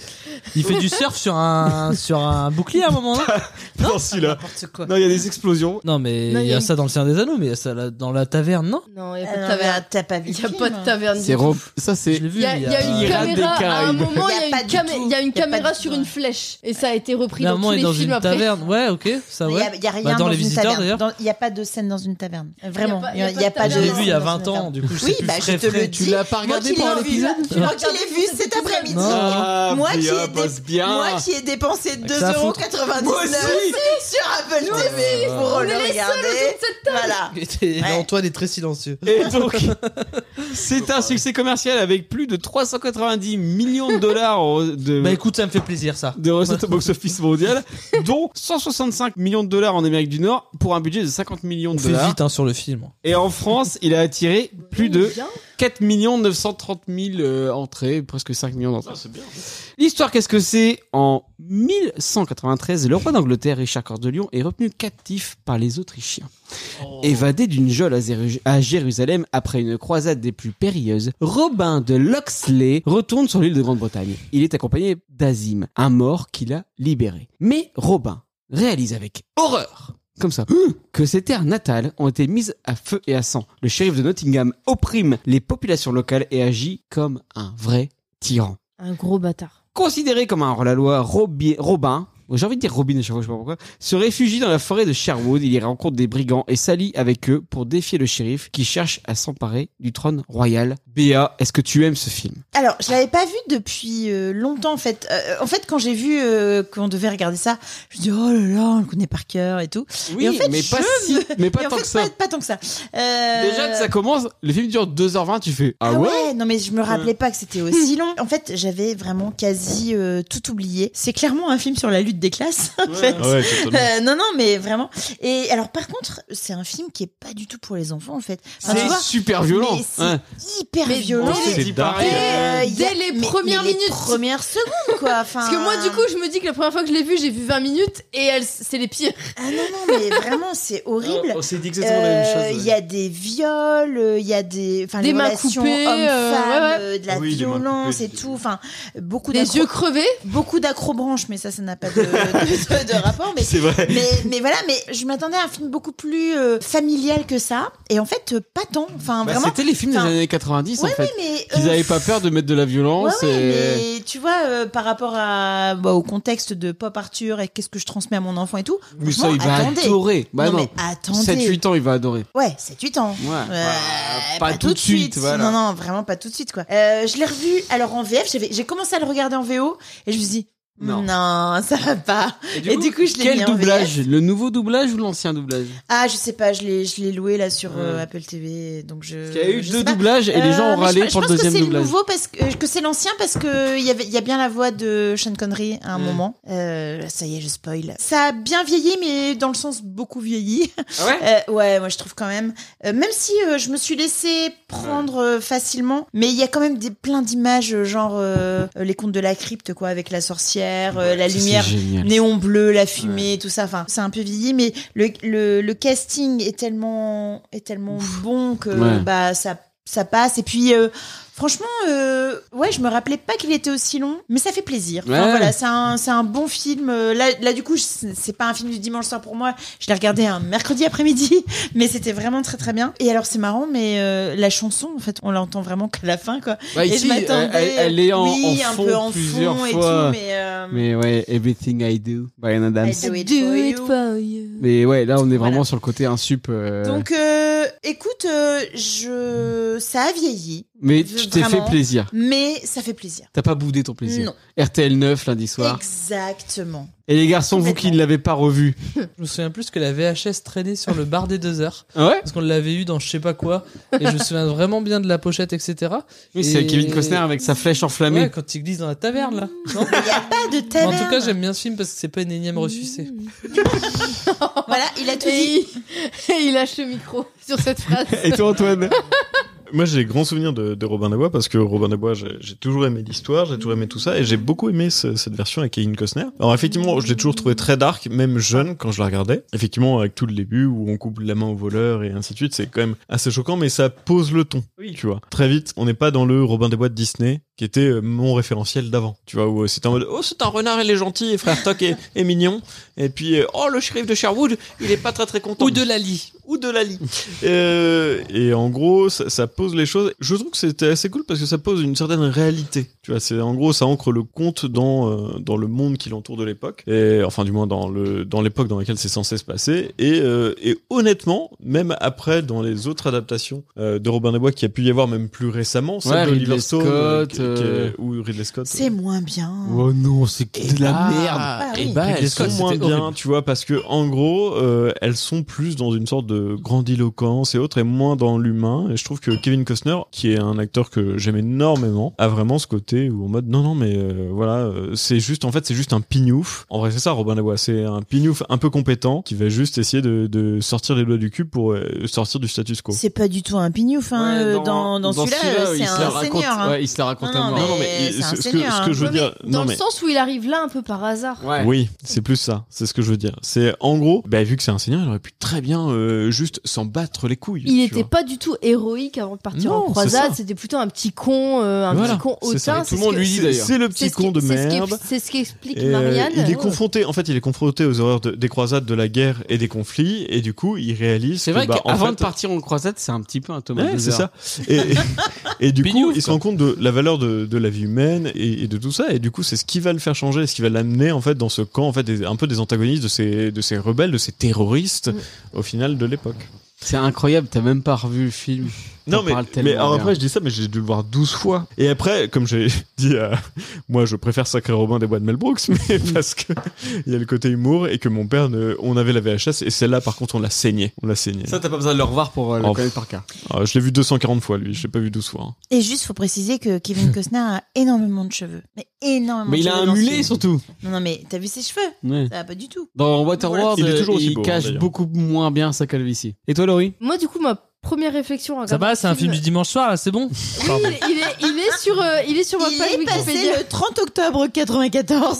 S3: Il fait du surf sur un, sur un bouclier à un moment. là.
S5: Non, si, là.
S2: N'importe quoi.
S1: Non, il y a des explosions.
S3: Non, mais
S4: Non,
S3: il y a ça dans le Seigneur des Anneaux, mais il y a ça là- dans la taverne, non
S4: Non, il n'y a
S2: Ah,
S4: pas de
S2: non,
S4: taverne.
S2: mais T'as pas vu
S4: Il
S2: le
S4: n'y a
S2: film,
S4: pas de
S2: hein.
S4: taverne.
S1: C'est
S4: du tout.
S1: Rob- Ça,
S3: Je
S1: c'est.
S3: l'ai vu.
S4: Il y a, il y a
S1: Il y a
S4: une
S1: Pirates des
S4: caméra, à un
S1: Caraïbes.
S4: moment, il y
S2: Il y a
S4: a
S2: pas
S4: une,
S2: du
S4: camé-
S2: tout.
S4: il y a
S2: Il y
S4: une
S2: a pas
S4: caméra
S2: du
S4: sur
S2: tout,
S4: une
S2: hein.
S4: flèche. Et ça a été repris
S3: Là, à un
S4: dans
S3: moment,
S4: tous
S3: il est
S4: les
S3: dans
S4: films
S3: une
S4: après.
S3: taverne. Ouais, ok, ça
S2: Il
S3: Bah ouais.
S2: y a, il y a rien
S3: dans
S2: dans,
S3: les
S2: une
S3: visiteurs,
S2: taverne.
S3: d'ailleurs.
S2: Dans- Il n'y a pas de scène dans une taverne. Euh, Vraiment.
S4: pas-
S2: Il n'y a, pas de
S3: Je l'ai vu il y a
S2: scène dans
S3: 20
S2: une
S3: ans,
S2: taverne.
S3: du coup, je
S2: Oui,
S3: sais plus
S2: bah,
S3: frais,
S2: je te
S3: frais.
S2: le
S1: Tu
S2: dis.
S1: l'as pas
S2: Moi
S1: regardé
S2: qui l'ai
S1: pendant
S2: vu,
S1: l'épisode
S2: moi qui l'ai vu cet après-midi.
S3: Non.
S1: Ah,
S2: Moi qui
S1: Priya
S2: ai
S1: bosse
S2: dé-
S1: bien.
S2: Moi qui ai dépensé
S3: ça à foutre.
S2: 2,99€
S1: Moi aussi.
S2: sur Apple TV
S4: On
S2: pour
S4: est
S2: le
S4: les seuls autour
S2: regarder.
S4: de cette
S2: Voilà.
S3: Et
S2: Ouais.
S3: Antoine est très silencieux.
S1: Et donc, c'est un succès commercial avec plus de 390 millions de dollars au-
S5: Euh.
S1: de,
S3: Bah écoute, bah- ça me fait plaisir ça.
S1: de recettes au box-office mondial, dont 165 millions de dollars en Amérique du Nord pour un budget de 50 millions
S3: On
S1: de
S3: fait
S1: dollars.
S3: vite hein, sur le film.
S1: Et en France, il a attiré plus de
S4: Bien.
S1: 4 930 000 euh, entrées, presque 5 millions d'entrées. L'histoire, qu'est-ce que c'est En 1193, le roi d'Angleterre, Richard Cœur de Lion, est retenu captif par les Autrichiens. Évadé d'une geôle à Zéru- à Jérusalem après une croisade des plus périlleuses, Robin de Loxley retourne sur l'île de Grande-Bretagne. Il est accompagné d'Azim, un mort qu'il a libéré. Mais Robin réalise avec horreur comme ça, que ses terres natales ont été mises à feu et à sang. Le shérif de Nottingham opprime les populations locales et agit comme un vrai tyran.
S4: Un gros bâtard.
S1: Considéré comme un hors-la-loi, Robi- Robin, j'ai envie de dire Robin à chaque fois, je sais pas pourquoi, se réfugie dans la forêt de Sherwood. Il y rencontre des brigands et s'allie avec eux pour défier le shérif qui cherche à s'emparer du trône royal. Béa, est-ce que tu aimes ce film
S2: Alors, je l'avais pas vu depuis euh, longtemps en fait. Euh, en fait, quand j'ai vu euh, qu'on devait regarder ça, je me dis oh là là, on le connaît par cœur et tout. Et en fait,
S1: mais,
S2: je
S1: pas si,
S2: ne-
S1: mais pas
S2: Et en
S1: tant
S2: fait,
S1: que ça.
S2: Pas, pas tant que ça. Euh,
S1: Déjà, ça commence, le film dure 2h20, tu fais Ah,
S2: Ah
S1: ouais,
S2: ouais, non mais je me rappelais pas que c'était aussi
S4: Hmm.
S2: long. En fait, j'avais vraiment quasi euh, tout oublié. C'est clairement un film sur la lutte des classes. En fait.
S5: Ouais,
S4: Hmm.
S5: totalement.
S2: Euh, non non mais vraiment. Et alors par contre, c'est un film qui est pas du tout pour les enfants en fait. Enfin, Ah, tu
S1: C'est
S2: vois,
S1: super violent.
S2: mais Ah, c'est
S1: hein.
S2: hyper
S4: Mais
S2: violent.
S4: dès
S5: C'est
S1: dit
S5: dark.
S1: pareil.
S2: Euh, y
S4: Dès les premières
S2: les
S4: minutes.
S2: premières secondes quoi. Enfin,
S4: Parce que moi, du coup, je me dis que la première fois que je l'ai vu, j'ai vu 20 minutes et elle, c'est les pires.
S2: ah non non mais vraiment c'est horrible.
S1: On s'est dit
S2: Il
S1: exactement la même chose.
S2: y a des viols, euh, il y a des, enfin,
S4: Des
S2: les
S4: mains
S2: relations
S4: coupées, euh,
S2: hommes-femmes,
S4: ouais, ouais.
S2: euh, de la
S5: Ah Oui, les mains
S2: violence
S5: coupées,
S2: et
S5: c'est-
S2: tout, enfin beaucoup
S4: Les
S2: d'accro-
S4: yeux crevés.
S2: beaucoup d'acrobranches, mais ça, ça n'a pas de de- de rapport, mais
S5: C'est vrai.
S2: mais, mais voilà, mais je m'attendais à un film beaucoup plus euh, familial que ça. Et en fait, euh, pas tant. Enfin,
S1: Bah,
S2: vraiment.
S1: C'était les films des
S2: Enfin,
S1: années 90
S2: Ouais,
S1: en fait.
S2: ouais, mais.
S1: Ils
S2: euh,
S1: n'avaient pas peur de mettre de la
S2: Ouais,
S1: violence. et...
S2: ouais, mais tu vois, euh, par rapport à, bah, au contexte de Pop Arthur et qu'est-ce que je transmets à mon enfant et tout.
S1: Mais ça,
S2: franchement,
S1: il va
S2: attendez.
S1: adorer. Bah non.
S2: non, mais attendez.
S1: 7-8 ans, il va adorer.
S2: Ouais, 7-8 ans.
S1: Ouais.
S2: Euh,
S1: Bah, pas tout
S2: tout
S1: de
S2: de
S1: suite, voilà.
S2: Non, non, vraiment pas tout de suite, quoi. Euh, je l'ai revu, alors en VF, j'avais- j'ai commencé à le regarder en VO et je me suis dit,
S1: Non.
S2: non, ça va pas. Et du coup, je l'ai
S1: Quel
S2: mis en
S1: doublage Le nouveau doublage ou l'ancien doublage
S2: Ah, je sais pas, je l'ai, je l'ai loué là sur euh,
S1: Ouais.
S2: Apple TV, donc je.
S1: Il y a eu
S2: je
S1: deux
S2: sais pas.
S1: doublages et les gens
S2: Euh,
S1: ont
S2: mais je-
S1: râlé
S2: je
S1: pour le
S2: pense que
S1: deuxième
S2: c'est
S1: doublage.
S2: nouveau parce que, euh, que c'est l'ancien parce que il y avait, il y a bien la voix de Sean Connery à un
S1: Mm.
S2: moment. Euh, ça y est, je spoil. Ça a bien vieilli, mais dans le sens beaucoup vieilli.
S1: Ah ouais
S2: Euh, ouais, moi je trouve quand même. Euh, même si euh, je me suis laissé prendre euh, facilement, mais il y a quand même des plein d'images euh, genre euh, euh, les contes de la crypte quoi, avec la sorcière, euh, la lumière
S1: génial.
S2: néon bleu, la fumée, tout ça. Enfin, c'est un peu vieilli, mais le, le, le casting est tellement, est tellement bon que
S1: Ouais.
S2: bah, ça, ça passe. Et puis, euh, franchement, euh, ouais, je me rappelais pas qu'il était aussi long, mais ça fait plaisir. Enfin,
S1: Ouais.
S2: voilà, c'est un, c'est un bon film. Euh, Là, là du coup, je- c'est pas un film du dimanche soir pour moi. Je l'ai regardé un mercredi après-midi, mais c'était vraiment très très bien. Et alors, c'est marrant, mais euh, la chanson, en fait, on l'entend vraiment qu'à la fin, quoi.
S1: Bah,
S2: et
S1: ici,
S2: je m'attendais.
S1: elle, elle- elle est en,
S2: oui,
S1: en
S2: un
S1: fond
S2: peu en
S1: plusieurs
S2: fond et
S1: fois.
S2: tout, mais. euh,
S1: mais... ouais, Everything I Do, Brian Adams.
S2: I Do it for you.
S1: Mais ouais, là, on est vraiment
S2: Voilà.
S1: sur le côté insup. euh,
S2: Donc, euh, écoute, euh, je ça a vieilli,
S1: mais
S2: je-
S1: tu t'es fait
S2: vraiment.
S1: plaisir.
S2: mais ça fait plaisir.
S1: T'as pas boudé ton plaisir.
S2: Non,
S1: RTL 9 lundi soir.
S2: exactement.
S1: Et les garçons, vous qui ne
S2: Complètement.
S1: l'avez pas revu.
S3: Je me souviens plus que la VHS traînait sur le bar des deux heures.
S1: Ah ouais
S3: Parce qu'on l'avait eu dans je sais pas quoi. Et je me souviens vraiment bien de la pochette, etc.
S1: Oui, c'est
S3: Et-
S1: Kevin Costner avec sa flèche
S5: Ah,
S1: enflammée.
S3: Ouais, quand il glisse dans la taverne, là. Non
S2: Il n'y a pas de
S3: Mais en
S2: taverne.
S3: tout cas, j'aime bien ce film parce que c'est pas une énième ressucée.
S1: Mmh.
S2: Voilà, il a tout
S4: Et
S2: dit.
S4: il... et il lâche le micro sur cette phrase.
S5: Et toi, Antoine Moi, j'ai des grands souvenirs de, de Robin des Bois parce que Robin des Bois, j'ai j'ai toujours aimé l'histoire, j'ai toujours aimé tout ça et j'ai beaucoup aimé ce- cette version avec Kevin Costner. Alors, effectivement, je l'ai toujours trouvé très dark, même jeune quand je la regardais. Effectivement, avec tout le début où on coupe la main au voleur et ainsi de suite, c'est quand même assez choquant, mais ça pose le ton. Oui. Tu vois. Très vite, on n'est pas dans le Robin des Bois de Disney qui était euh, mon référentiel d'avant. Tu vois, où euh, c'était en mode, oh, c'est un renard, il est gentil, et frère Toc est, est mignon. Et puis, euh, oh, le shérif de Sherwood, il est pas très très content.
S3: Ou de Lali.
S5: ou de la lit. Euh, et en gros, ça, ça pose les choses. Je trouve que c'était assez cool parce que ça pose une certaine réalité. Tu vois, c'est en gros, ça ancre le conte dans euh, dans le monde qui l'entoure de l'époque. Et enfin, du moins dans le dans l'époque dans laquelle c'est censé se passer. Et euh, et honnêtement, même après dans les autres adaptations euh, de Robin des Bois qui a pu y avoir même plus récemment, celle
S1: Ouais,
S5: de
S1: Ridley
S5: Oliver Stone euh,
S1: Scott,
S5: qui- qui est-
S1: euh,
S5: ou Ridley Scott.
S2: C'est moins bien.
S1: Oh non, c'est
S5: Et de la ah,
S2: Ah
S1: Et
S2: oui.
S1: bah,
S3: Ridley
S1: elles
S5: elles
S1: sont
S5: sont
S1: moins
S3: Scott,
S5: moins
S3: c'était
S5: bien,
S3: horrible.
S5: tu vois, parce que en gros, euh, elles sont plus dans une sorte de grandiloquence et autres, et moins dans l'humain. Et je trouve que Kevin Costner, qui est un acteur que j'aime énormément, a vraiment ce côté où en mode non, non, mais euh, voilà, euh, c'est juste, en fait, c'est juste un pignouf. En vrai, c'est ça, Robin Labois, c'est un pignouf un peu compétent qui va juste essayer de, de sortir les doigts du cul pour euh, sortir du status quo.
S2: C'est pas du tout un pignouf hein,
S1: Ouais,
S2: euh, dans, dans, celui-là, euh,
S1: il
S2: c'est
S1: se
S2: un
S1: la
S2: seigneur.
S1: raconte-
S2: hein.
S1: Ouais, il se la raconte
S2: Non,
S1: à
S2: non,
S1: mort.
S2: mais-
S5: il-
S2: c'est un
S5: ce, ce que,
S2: seigneur,
S5: ce
S2: hein.
S5: que je veux
S4: Ouais,
S5: dire,
S4: mais dans
S5: non,
S4: le
S5: mais
S4: sens où il arrive là un peu par hasard.
S1: Ouais.
S5: Oui, c'est plus ça. C'est ce que je veux dire. C'est en gros, bah, vu que c'est un seigneur, il aurait pu très bien euh, juste s'en battre les couilles.
S4: Il
S5: tu
S4: était
S5: vois.
S4: pas du tout héroïque avant de partir
S5: Non,
S4: en
S5: c'est
S4: croisade.
S5: ça.
S4: C'était plutôt un petit con, euh, un
S5: Voilà,
S4: petit con
S5: c'est ça.
S4: hautain.
S5: Et
S1: Tout
S4: c'est
S1: le
S4: ce
S1: monde
S4: que-
S1: lui dit
S5: C'est
S1: d'ailleurs.
S5: c'est le
S4: c'est
S5: petit
S4: ce qui-
S5: con de
S4: c'est ce qui-
S5: merde.
S4: C'est ce qu'explique
S5: Et, euh,
S4: Marianne. Oh.
S5: il est
S4: Ouais.
S5: confronté, en fait, il est confronté aux horreurs de- des croisades, de la guerre et des conflits, et du coup, il réalise.
S1: C'est
S5: que,
S1: vrai
S5: bah, en
S1: qu'avant
S5: fait-
S1: de partir en croisade, c'est un petit peu un Thomas
S5: Ouais,
S1: Dozer.
S5: c'est ça. Et, et- et du coup,
S1: Pignouf,
S5: il se
S1: quoi.
S5: rend compte de la valeur de, de la vie humaine et, et de tout ça. Et du coup, c'est ce qui va le faire changer, ce qui va l'amener en fait dans ce camp, en fait, des- un peu des antagonistes de ces, de ces rebelles, de ces terroristes, au final de l'époque.
S1: C'est incroyable, t'as même pas revu le film. T'en
S5: Non, mais,
S1: parles tellement
S5: mais alors
S1: bien.
S5: après, je dis ça, mais j'ai dû le voir 12 fois. Et après, comme j'ai dit, à moi, je préfère Sacré Robin des Bois de Mel Brooks, mais
S1: Mm.
S5: parce que il y a le côté humour et que mon père, ne- on avait la VHS, et celle-là, par contre, on l'a saignée. On l'a saignée.
S1: Ça, t'as pas besoin de le revoir pour euh, le
S5: Oh.
S1: connaître par cœur.
S5: Ah, je l'ai vu 240 fois, lui, je l'ai pas vu 12 fois. hein.
S2: Et juste, faut préciser que Kevin Costner a énormément de cheveux, mais
S4: Ah,
S2: énormément.
S1: Mais
S2: de
S1: il a
S2: cheveux
S1: un
S2: dans ce
S1: mulet
S2: film.
S1: surtout.
S2: Non, non, mais t'as vu ses cheveux
S1: Ouais.
S2: Ça va pas du tout.
S1: Dans Waterworld,
S5: Il est
S1: euh,
S5: toujours aussi
S1: il
S5: beau, hein,
S1: cache
S5: d'ailleurs.
S1: beaucoup moins bien sa calvitie. Et toi, Laurie
S4: Moi, du coup, ma première réflexion. en
S3: Ça
S4: regardant
S3: va, c'est un
S4: le
S3: film du dimanche soir, là, c'est bon.
S4: Oui, il est, il est- il est sur, euh, il est sur ma
S2: Il
S4: page
S2: est
S4: Wikipédia.
S2: passé le 30 octobre 94.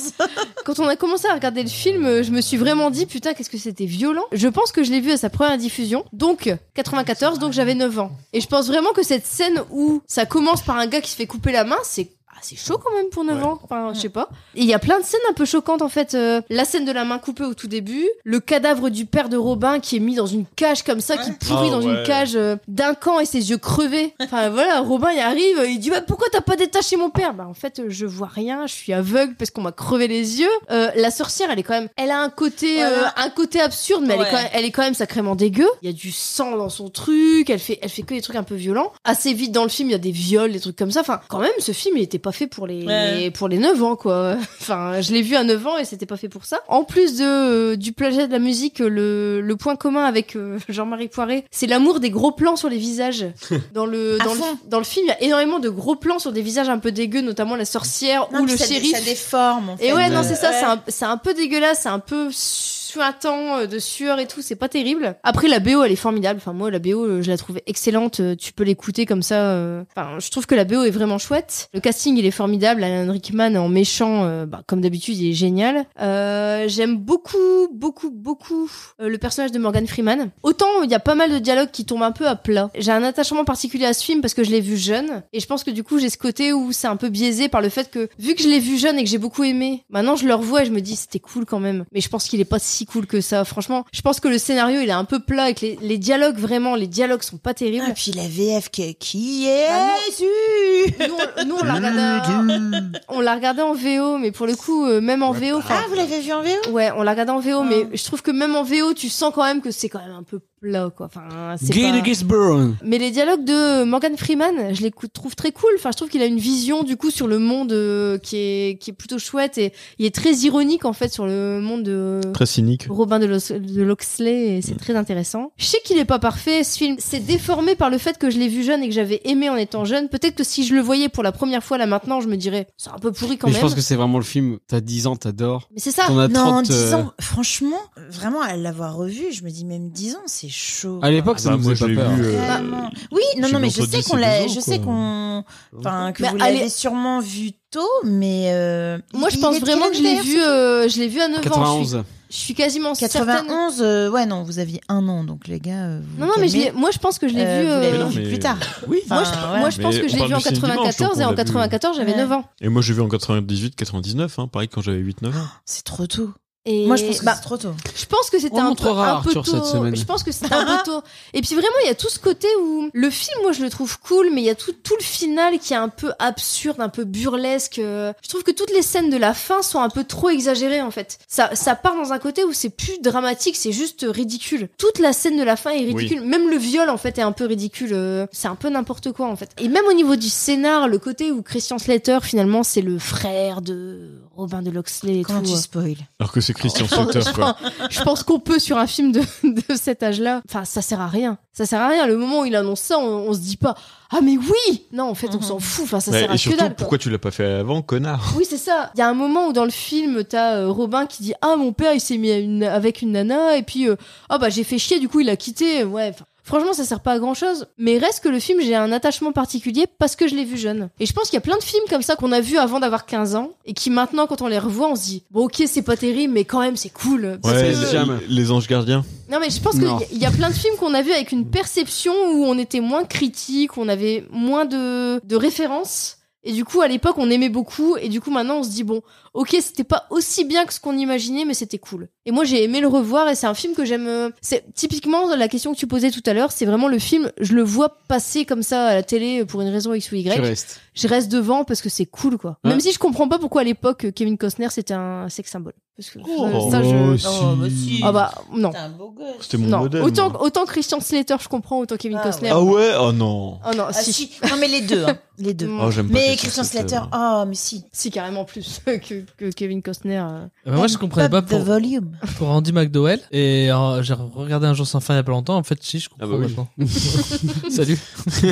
S4: Quand on a commencé à regarder le film, euh, je me suis vraiment dit putain qu'est-ce que c'était violent. Je pense que je l'ai vu à sa première diffusion, donc 94, donc j'avais 9 ans. Et je pense vraiment que cette scène où ça commence par un gars qui se fait couper la main, c'est ah, c'est chaud quand même pour 9
S5: Ouais.
S4: ans. Enfin, je sais pas. Et il y a plein de scènes un peu choquantes en fait. Euh, la scène de la main coupée au tout début, le cadavre du père de Robin qui est mis dans une cage comme ça, qui pourrit
S5: Ah,
S4: dans
S5: ouais.
S4: une cage euh, d'un camp et ses yeux crevés. Enfin voilà, Robin il arrive, il dit bah, pourquoi t'as pas détaché mon père Bah en fait euh, je vois rien, je suis aveugle parce qu'on m'a crevé les yeux. Euh, la sorcière elle est quand même, elle a un côté, euh,
S2: Voilà.
S4: un côté absurde, mais elle,
S2: Ouais.
S4: est quand même, elle est quand même sacrément dégueu. Il y a du sang dans son truc, elle fait, elle fait que des trucs un peu violents. Assez vite dans le film il y a des viols, des trucs comme ça. Enfin quand même ce film il était pas fait pour les,
S2: Ouais.
S4: pour les 9 ans quoi. Enfin, je l'ai vu à 9 ans et c'était pas fait pour ça. En plus de euh, du plagiat de la musique, euh, le, le point commun avec euh, Jean-Marie Poiré, c'est l'amour des gros plans sur les visages. Dans le
S2: À
S4: dans le,
S2: fond.
S4: dans le film, il y a énormément de gros plans sur des visages un peu dégueux, notamment la sorcière
S2: Non,
S4: ou
S2: puis
S4: le
S2: ça, dé-
S4: shérif.
S2: Ça déforme, en fait.
S4: Et ouais, non,
S5: Ouais.
S4: c'est ça, c'est un- c'est un, peu dégueulasse, c'est un peu suintant euh, de sueur et tout, c'est pas terrible. Après, la BO, elle est formidable. Enfin, moi, la BO, euh, je la trouve excellente. Euh, Tu peux l'écouter comme ça. euh. Enfin, je trouve que la BO est vraiment chouette. Le casting, il est formidable. Alan Rickman en méchant, euh, bah, comme d'habitude, il est génial. Euh, J'aime beaucoup, beaucoup, beaucoup euh, le personnage de Morgan Freeman. Autant, il y a pas mal de dialogues qui tombent un peu à plat. J'ai un attachement particulier à ce film parce que je l'ai vu jeune. Et je pense que du coup, j'ai ce côté où c'est un peu biaisé par le fait que, vu que je l'ai vu jeune et que j'ai beaucoup aimé, maintenant je le revois et je me dis c'était cool quand même. Mais je pense qu'il est pas si cool que ça. Franchement, je pense que le scénario il est un peu plat et que les, les dialogues, vraiment, les dialogues sont pas
S2: Ah,
S4: terribles.
S2: Et puis la VF qui, qui
S4: Ah, non.
S2: est su
S4: Nous, on, nous, on l'a regardé, on l'a regardé en VO, mais pour le coup, euh, même en VO, enfin,
S2: Ah, vous l'avez vu en VO
S4: Ouais, on l'a regardé en VO,
S2: Ah.
S4: mais je trouve que même en VO, tu sens quand même que c'est quand même un peu plat, quoi. Enfin, c'est
S1: Gay
S4: pas-
S1: de Gisborne.
S4: Mais les dialogues de Morgan Freeman, je les cou- trouve très cool. Enfin, je trouve qu'il a une vision du coup sur le monde euh, qui est qui est plutôt chouette et il est très ironique en fait sur le monde de
S5: Très cynique.
S4: Robin de Los- de Loxley et c'est très intéressant. Je sais qu'il est pas parfait ce film, c'est déformé par le fait que je l'ai vu jeune et que j'avais aimé en étant jeune. Peut-être que si je le voyais pour la première fois là maintenant, je me dirais c'est un peu pourri quand
S1: Mais
S4: même. Ah,
S1: je pense que c'est vraiment le film. T'as 10 ans, t'adores.
S4: Mais c'est ça.
S1: T'en as
S2: Non,
S1: 30.
S2: 10
S1: euh,
S2: ans, franchement, vraiment, à l'avoir revu, je me dis même 10 ans, c'est chaud.
S1: À l'époque,
S5: Ah
S1: ça
S5: bah,
S1: nous
S5: moi,
S1: faisait
S5: je
S1: pas
S5: l'ai
S1: peur.
S5: vu, euh,
S2: Vraiment. Oui, non,
S5: j'ai
S2: non, mais
S5: mis
S2: je
S5: entre
S2: sais
S5: 10 et
S2: qu'on l'a,
S5: 12 ans,
S2: je sais
S5: quoi.
S2: qu'on, enfin, que
S4: Mais
S2: vous
S4: Bah, allez-
S2: l'avez sûrement vu tôt, mais euh,
S4: Moi, je
S2: il
S4: pense
S2: est de
S4: vraiment
S2: quelle
S4: que je l'ai
S2: année,
S4: vu, euh, je l'ai vu à 9 ans. Je suis,
S1: 91.
S4: je suis quasiment certaine.
S2: 91, euh, ouais, non, vous aviez un an, donc les gars, euh, vous
S4: Non, non, mais je
S2: calmez.
S4: l'ai- moi, je pense que je l'ai
S2: Euh,
S4: vu.
S2: vous l'avez
S4: euh,
S5: Mais non,
S2: vu
S5: mais-
S2: plus tard.
S1: Oui.
S2: Enfin,
S4: moi, je,
S3: Ah.
S2: ouais.
S4: moi, je pense
S5: Mais
S4: que je
S5: on
S4: l'ai
S5: parle
S4: vu en
S5: du ciné dimanche,
S4: 94
S5: donc
S4: et
S5: on
S4: en
S5: l'a vu.
S4: 94 j'avais
S2: Ouais.
S4: 9 ans.
S5: Et moi, j'ai vu en 98, 99, hein, pareil, quand j'avais 8-9 ans.
S2: C'est trop tôt.
S4: Et
S2: Moi, je pense que
S4: bah,
S2: c'est trop tôt.
S4: je pense que c'était
S1: On
S4: un, peu-
S1: montrera à
S4: un peu
S1: Arthur
S4: tôt.
S1: cette semaine.
S4: Je pense que c'était un peu tôt. Et puis vraiment, il y a tout ce côté où le film, moi, je le trouve cool, mais il y a tout, tout le final qui est un peu absurde, un peu burlesque. euh. Je trouve que toutes les scènes de la fin sont un peu trop exagérées en fait. Ça, ça part dans un côté où c'est plus dramatique, c'est juste ridicule. Toute la scène de la fin est ridicule. Même le viol en fait est un peu ridicule. euh. C'est un peu n'importe quoi en fait. Et même au niveau du scénar, le côté où Christian Slater finalement c'est le frère de Robin de Loxley et
S2: Comment
S4: tout.
S2: tu
S4: euh.
S2: spoil
S5: Alors que c'est Christian
S4: Je pense-
S5: Sutter, quoi.
S4: Je pense qu'on peut sur un film de, de cet âge-là. Enfin, ça sert à rien. Ça sert à rien. Le moment où il annonce ça, on, on se dit pas Ah, mais oui Non, en fait, on
S2: Mhm.
S4: s'en fout. Enfin, ça
S5: Ouais,
S4: sert à
S5: et
S4: que
S5: surtout,
S4: dalle, quoi.
S5: pourquoi tu l'as pas fait avant, connard
S4: Oui, c'est ça. Il y a un moment où dans le film, t'as euh, Robin qui dit Ah, mon père, il s'est mis à une- avec une nana, et puis euh, Ah, bah, j'ai fait chier, du coup, il a quitté. Ouais, enfin, Franchement, ça sert pas à grand chose, mais reste que le film, j'ai un attachement particulier parce que je l'ai vu jeune. Et je pense qu'il y a plein de films comme ça qu'on a vu avant d'avoir 15 ans, et qui maintenant, quand on les revoit, on se dit Bon, ok, c'est pas terrible, mais quand même, c'est cool. Parce
S5: Ouais,
S4: que-
S5: les,
S1: Jam.
S5: les anges gardiens.
S4: non mais je pense
S1: Non.
S4: qu'il y, y a plein de films qu'on a vus avec une perception où on était moins critique, où on avait moins de, de références. Et du coup, à l'époque, on aimait beaucoup. Et du coup, maintenant, on se dit, bon, ok, c'était pas aussi bien que ce qu'on imaginait, mais c'était cool. Et moi, j'ai aimé le revoir et c'est un film que j'aime. euh, C'est typiquement la question que tu posais tout à l'heure. C'est vraiment le film, je le vois passer comme ça à la télé pour une raison X ou Y
S1: Tu restes.
S4: je reste devant parce que c'est cool quoi.
S1: Ouais.
S4: Même si je comprends pas pourquoi à l'époque Kevin Costner c'était un sex symbole. Parce que
S5: Oh,
S4: ça, je...
S2: Oh, bah si.
S4: Ah bah non.
S2: T'es un beau gosse.
S5: C'était mon
S4: non.
S5: modèle.
S4: Autant,
S5: moi.
S4: autant Christian Slater je comprends, autant Kevin
S2: Ah,
S4: Costner.
S5: Ah ouais Oh non
S4: Oh non,
S2: Ah,
S4: si.
S2: si. Non, mais les deux, hein. les deux.
S4: Mm.
S5: Oh, j'aime pas
S2: Mais
S5: Christian
S2: Christian Slater, oh, mais si.
S4: Si, carrément plus que, que Kevin Costner. euh.
S3: Ah bah moi, je comprenais pas
S2: Pop
S3: pour,
S2: the volume.
S3: pour Andy McDowell. Et euh, j'ai regardé Un jour sans fin il y a pas longtemps. En fait, si, je comprends
S5: Ah bah oui.
S3: maintenant.
S1: Salut.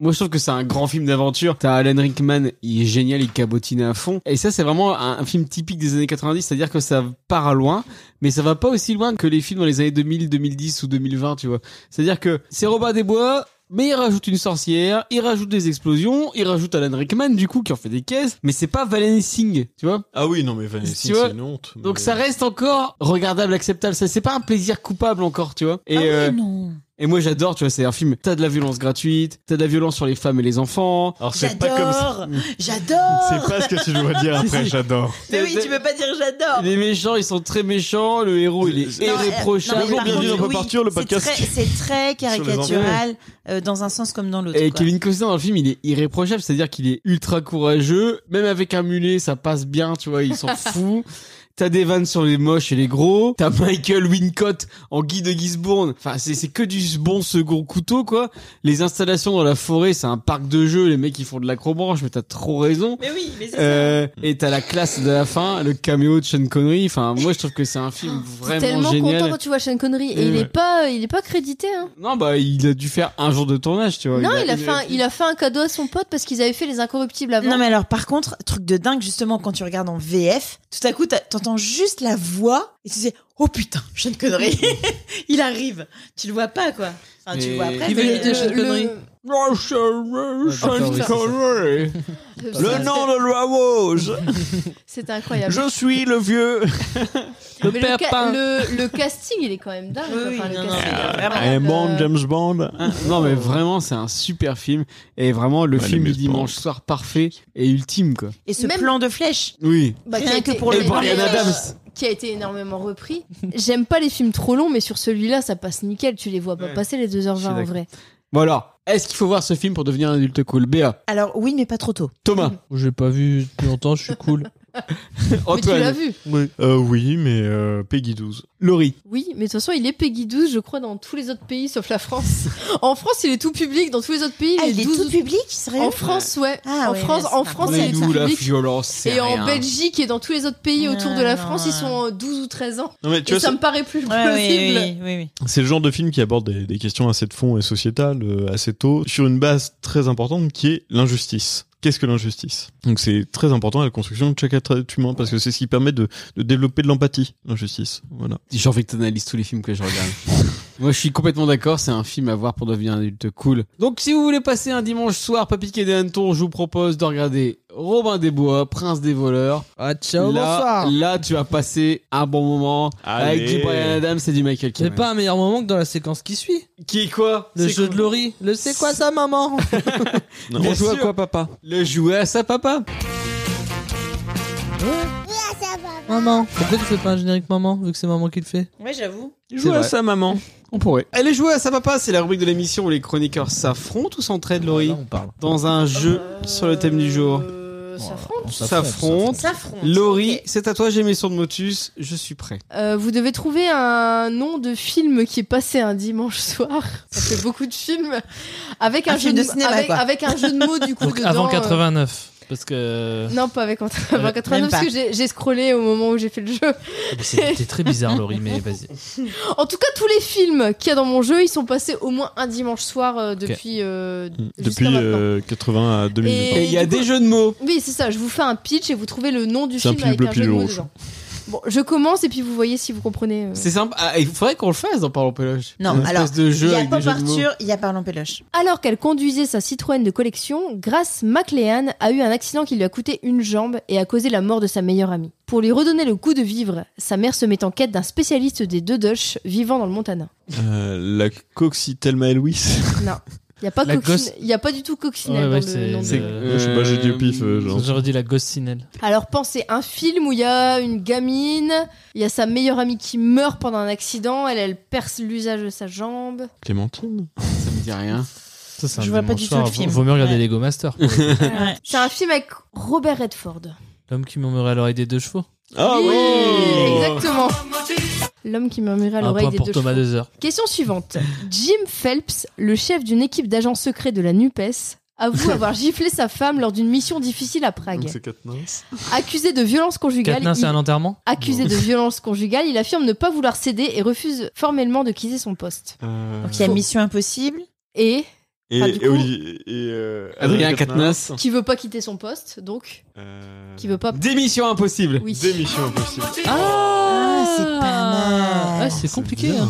S1: Moi, je trouve que c'est un grand film d'aventure. T'as Alan Rickman, il est génial, il cabotine à fond. Et ça, c'est vraiment un, un film typique des années 90, c'est-à-dire que ça part loin, mais ça va pas aussi loin que les films dans les années 2000, 2010 ou 2020, tu vois. C'est-à-dire que c'est Robin des Bois, mais il rajoute une sorcière, il rajoute des explosions, il rajoute Alan Rickman, du coup, qui en fait des caisses, mais c'est pas Valen Singh, tu vois.
S5: Ah oui, non, mais Vanessa,
S1: Tu vois
S5: c'est une honte.
S1: Donc
S5: mais-
S1: ça reste encore regardable, acceptable. Ça, c'est pas un plaisir coupable encore, tu vois. Et,
S2: ah, oui,
S1: euh,
S2: non.
S1: Et moi j'adore, tu vois, c'est un film, t'as de la violence gratuite, t'as de la violence sur les femmes et les enfants.
S5: Alors c'est pas comme ça.
S2: J'adore J'adore
S5: C'est pas ce que tu dois dire après, j'adore.
S2: Mais oui, tu peux pas dire j'adore
S1: Les méchants, ils sont très méchants, le héros il est
S2: Oh. Non, euh,
S1: irréprochable.
S2: non, mais par
S5: bienvenue
S2: contre,
S5: dans
S2: oui,
S5: Partir, le
S2: c'est
S5: podcast
S2: très-
S5: qui-
S2: C'est très, caricatural euh, dans un sens comme dans l'autre.
S1: Et
S2: quoi.
S1: Kevin Costner dans le film, il est irréprochable, c'est-à-dire qu'il est ultra courageux, même avec un mulet, ça passe bien, tu vois, il s'en fout. T'as des vannes sur les moches et les gros, t'as Michael Wincott en Guy de Gisborne, enfin c'est c'est que du bon second couteau quoi. Les installations dans la forêt, c'est un parc de jeux, les mecs ils font de l'acrobranche, mais t'as trop raison.
S2: Mais oui, mais c'est
S1: Euh, et t'as la classe de la fin, le caméo de Sean Connery, enfin moi je trouve que c'est un film
S4: T'es
S1: vraiment
S4: tellement
S1: génial.
S4: content quand tu vois Sean Connery. Et il
S1: Ouais.
S4: est pas, il est pas crédité, hein.
S1: Non bah il a dû faire un jour de tournage, tu vois.
S4: non, il a, fait un, il a fait un cadeau à son pote parce qu'ils avaient fait les incorruptibles
S2: ça.
S4: avant.
S2: Non mais alors par contre, truc de dingue justement quand tu regardes en VF, tout à coup t'as- t'entends juste la voix et tu dis oh putain, Sean Connery, il arrive. Tu le vois pas quoi. Enfin, tu
S1: Mais-
S2: le vois après.
S3: Il
S2: mais-
S3: veut de Sean Connery.
S1: Oh, c'est vrai,
S3: Ah,
S1: Sean
S3: putain, oui, c'est ça.
S1: Connery.
S4: le-
S5: Le
S4: c'est-
S5: nom de loi Woj
S4: C'était incroyable.
S5: Je suis le vieux
S4: Mais
S3: Le
S4: le,
S3: père
S4: ca-
S3: Pain.
S4: le- le casting, il est quand même dingue.
S2: Oui,
S4: quoi. Enfin,
S2: oui,
S4: le
S2: non, non,
S4: casting,
S2: mais
S4: euh,
S2: vraiment.
S4: incroyable.
S5: Un Bond,
S4: Euh,
S5: James Bond
S1: Ah, Non mais vraiment c'est un super film et vraiment le
S5: Ouais,
S1: film
S5: les
S1: du dimanche soir parfait et ultime quoi.
S2: Et ce
S4: Même-
S2: plan de flèche.
S1: Oui.
S4: bah, qui
S2: Rien
S4: a
S2: que
S4: été-
S2: pour le
S4: qui a été-
S1: Brian Adams.
S4: Qui a été énormément repris. J'aime pas les films trop longs, mais sur celui-là, ça passe nickel. Tu les vois pas
S1: Ouais.
S4: passer les
S1: Je suis
S4: 2h20 en
S1: d'accord.
S4: vrai.
S1: Bon alors, est-ce qu'il faut voir ce film pour devenir un adulte cool Béa,
S2: Alors oui, mais pas trop tôt.
S1: Thomas,
S3: J'ai pas vu depuis longtemps, je suis cool.
S4: Mais tu l'as
S1: Antoine,
S4: vu.
S5: oui. Euh, oui, mais euh, Peggy 12.
S1: Laurie.
S4: Oui, mais de toute façon, il est Peggy 12, je crois, dans tous les autres pays sauf la France. en France, il est tout public. Dans tous les autres pays,
S2: Ah,
S4: il est 12
S2: public, sérieux
S4: En France, ouais.
S2: Ah
S4: en
S2: ouais,
S4: France,
S2: là, c'est
S4: en
S2: pas
S4: France,
S2: possible.
S4: il est
S2: Mais
S4: tout
S1: la
S4: public.
S1: violence, c'est
S4: Et en
S1: rien.
S4: Belgique et dans tous les autres pays autour de la
S2: Non,
S4: France,
S2: non.
S4: ils sont euh, 12 ou 13 ans.
S5: Non mais tu
S4: et
S5: vois,
S4: ça me paraît plus
S2: Ouais,
S4: plausible.
S2: oui, oui, oui, oui.
S5: C'est le genre de film qui aborde des, des questions assez de fond et sociétales, euh, assez tôt, sur une base très importante qui est l'injustice. Qu'est-ce que l'injustice Donc c'est très important à la construction de chaque être humain parce que c'est ce qui permet de, de développer de l'empathie, l'injustice. Voilà.
S1: J'ai envie que t'analyses tous les films que je regarde. Moi, je suis complètement d'accord, c'est un film à voir pour devenir un adulte cool. Donc, si vous voulez passer un dimanche soir, pas piquer des hannetons, je vous propose de regarder Robin des Bois, Prince des voleurs.
S3: Ah, ciao,
S1: là,
S3: bonsoir.
S1: là, tu vas passer un bon moment avec
S5: Allez.
S1: du Brian Adams et du Michael
S3: C'est
S1: Caine.
S3: pas un meilleur moment que dans la séquence qui suit.
S1: Qui est quoi
S3: Le
S1: C'est
S3: jeu
S1: quoi
S3: de Laurie. Le c'est quoi ça, maman
S5: Non,
S1: Bien
S5: on
S1: sûr.
S5: joue à quoi
S3: papa
S1: Le jouet à sa papa.
S3: Maman. Pourquoi tu fais pas un générique maman, vu que c'est maman qui le fait
S2: Ouais, j'avoue.
S1: Joue à
S5: sa maman.
S1: On pourrait. Allez jouer Eh, à sa papa, c'est la rubrique de l'émission où les chroniqueurs s'affrontent ou s'entraident, Laurie,
S3: Là, on parle.
S1: dans un jeu sur le thème du jour.
S4: Euh, ça
S3: Bon,
S4: fera-
S3: on
S1: S'affrontent.
S2: Ça fronte.
S1: Laurie,
S2: Ok.
S1: c'est à toi, j'ai mes sons de motus, je suis prêt.
S4: Euh, vous devez trouver un nom de film qui est passé un dimanche soir. Ça fait beaucoup de films. Avec un,
S2: Un
S4: jeu
S2: film de
S4: mots-
S2: cinéma,
S4: avec,
S2: quoi.
S4: avec un jeu de mots du coup.
S3: Donc
S4: dedans,
S3: avant
S4: euh,
S3: 89. Parce que.
S4: Non, pas avec entre- avant
S3: Même
S4: 89, parce
S2: Euh, pas.
S4: que j'ai- j'ai scrollé au moment où j'ai fait le jeu.
S3: Ah, bah, C'était très bizarre, Laurie, mais vas-y.
S4: En tout cas, tous les films qu'il y a dans mon jeu, ils sont passés au moins un dimanche soir euh, depuis. euh, jusqu'à
S5: Depuis
S4: maintenant.
S5: euh, 80 à 2000.
S4: Et-
S1: Et il y a
S4: du coup-
S1: des jeux de mots.
S4: Oui, c'est ça. Je vous fais un pitch et vous trouvez le nom du
S5: C'est un
S4: film
S5: film
S4: avec
S5: bleu,
S4: un jeu de
S5: pilule
S4: mots
S5: rouge.
S4: dedans. Bon, je commence et puis vous voyez si vous comprenez. euh.
S1: C'est sympa. Ah, il faudrait qu'on le fasse dans Parlons Péloche.
S2: Non,
S1: Une
S2: alors,
S1: espèce de
S2: Il
S1: jeu
S2: y a
S1: avec des
S2: Pop
S1: jeux de mots.
S2: Arthur, il y a Parlant Péloche.
S4: Alors qu'elle conduisait sa Citroën de collection, Grace McLean a eu un accident qui lui a coûté une jambe et a causé la mort de sa meilleure amie. Pour lui redonner le goût de vivre, sa mère se met en quête d'un spécialiste des deux Dutch vivant dans le Montana.
S5: Euh, la Coxy Thelma et Louise.
S4: Il n'y a, pas
S3: La
S4: coccine-
S3: gosse-
S4: y a pas du tout coccinelle
S3: Ouais, ouais,
S4: dans le
S3: c'est-
S4: nom de-
S3: c'est-
S1: Euh,
S5: Je sais pas, j'ai dit au pif, euh, genre.
S3: J'aurais dit la gossinelle.
S4: Alors pensez, un film où il y a une gamine, il y a sa meilleure amie qui meurt pendant un accident, elle, elle perce l'usage de sa jambe.
S5: Clémentine.
S1: Ça me dit rien.
S3: Ça, c'est un
S2: Je vois pas
S3: dimanche
S2: du tout
S3: soir.
S2: le film.
S3: Vaut mieux regarder
S2: Ouais.
S3: Lego Master.
S2: Ouais.
S4: C'est un film avec Robert Redford.
S3: L'homme qui murmurait à l'oreille des deux chevaux.
S5: Ah
S4: Oui,
S5: oui
S4: Exactement L'homme qui murmurait à
S3: Un
S4: l'oreille
S3: point
S4: des
S3: pour
S4: deux
S3: Thomas
S4: chevaux.
S3: deux heures.
S4: Question suivante. Jim Phelps, le chef d'une équipe d'agents secrets de la NUPES, E avoue avoir giflé sa femme lors d'une mission difficile à Prague.
S5: Katniss.
S4: Accusé de violence conjugale,
S3: Katnin, c'est
S4: il- Ah,
S3: un enterrement
S4: accusé de violence conjugale, il affirme ne pas vouloir céder et refuse formellement de quitter son poste.
S5: Euh,
S2: Donc il y a Mission Impossible.
S4: Et
S5: Et,
S4: Ah, du
S5: et
S4: coup-
S5: Olivier- et, euh,
S1: Adrien Katnas.
S4: qui veut pas quitter son poste, donc
S5: Euh,
S4: qui veut pas.
S1: Démission impossible.
S4: Oui.
S5: Démission impossible.
S2: Ah, c'est pas mal.
S3: Ouais, Ah, c'est compliqué. hein.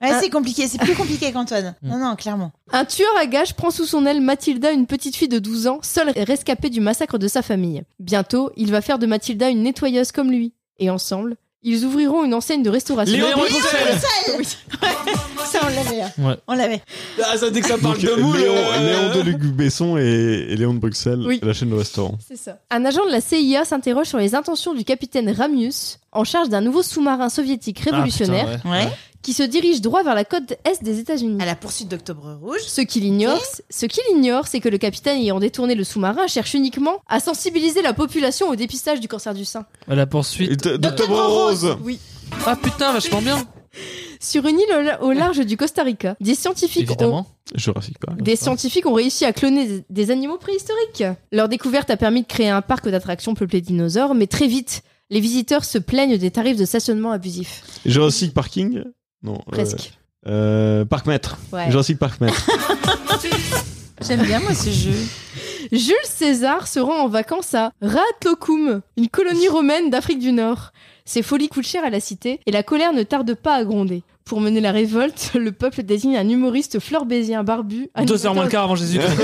S2: Ouais,
S4: Ah.
S2: c'est compliqué, c'est plus compliqué qu'Antoine.
S3: Mm.
S2: Non, non, clairement.
S4: Un tueur à gages prend sous son aile Mathilda, une petite fille de 12 ans, seule et rescapée du massacre de sa famille. Bientôt, il va faire de Mathilda une nettoyeuse comme lui. Et ensemble, ils ouvriront une enseigne de restauration.
S3: Léon
S4: Oui,
S3: Bruxelles
S2: Ça, on l'avait. hein.
S3: Ouais.
S2: On l'avait.
S1: Ah, ça, dès que ça parle
S5: Donc,
S1: de moule.
S5: Léon,
S1: euh,
S5: Léon de Luc Besson et, et Léon de Bruxelles,
S4: Oui.
S5: la chaîne de restaurant.
S4: C'est ça. Un agent de la CIA s'interroge sur les intentions du capitaine Ramius, en charge d'un nouveau sous-marin soviétique
S3: Ah,
S4: révolutionnaire,
S3: putain, ouais.
S2: Ouais.
S4: qui se dirige droit vers la côte est des États-Unis.
S2: À la poursuite d'Octobre Rouge.
S4: Ce qu'il ignore, ce qu'il ignore, c'est que le capitaine ayant détourné le sous-marin cherche uniquement à sensibiliser la population au dépistage du cancer du sein.
S3: À La poursuite.
S5: Et D'Octobre Rose
S4: Oui.
S3: Ah putain, vachement bien.
S4: Sur une île au la- au large du Costa Rica, des scientifiques ont
S3: Évidemment.
S5: Jurassic Park.
S4: Des scientifiques ont réussi à cloner des- des animaux préhistoriques. Leur découverte a permis de créer un parc d'attractions peuplé de dinosaures, mais très vite, les visiteurs se plaignent des tarifs de stationnement abusifs.
S5: Jurassic Parking Non. euh,
S4: Presque.
S5: euh, Parc Maître.
S4: Ouais.
S5: Jurassic Park Maître.
S2: J'aime bien, moi, ce jeu.
S4: Jules César se rend en vacances à Ratlokum, une colonie romaine d'Afrique du Nord. Ces folies coûtent cher à la cité et la colère ne tarde pas à gronder. Pour mener la révolte, le peuple désigne un humoriste fleurbésien barbu. animateur
S3: Deux heures moins le quart avant Jésus-Christ.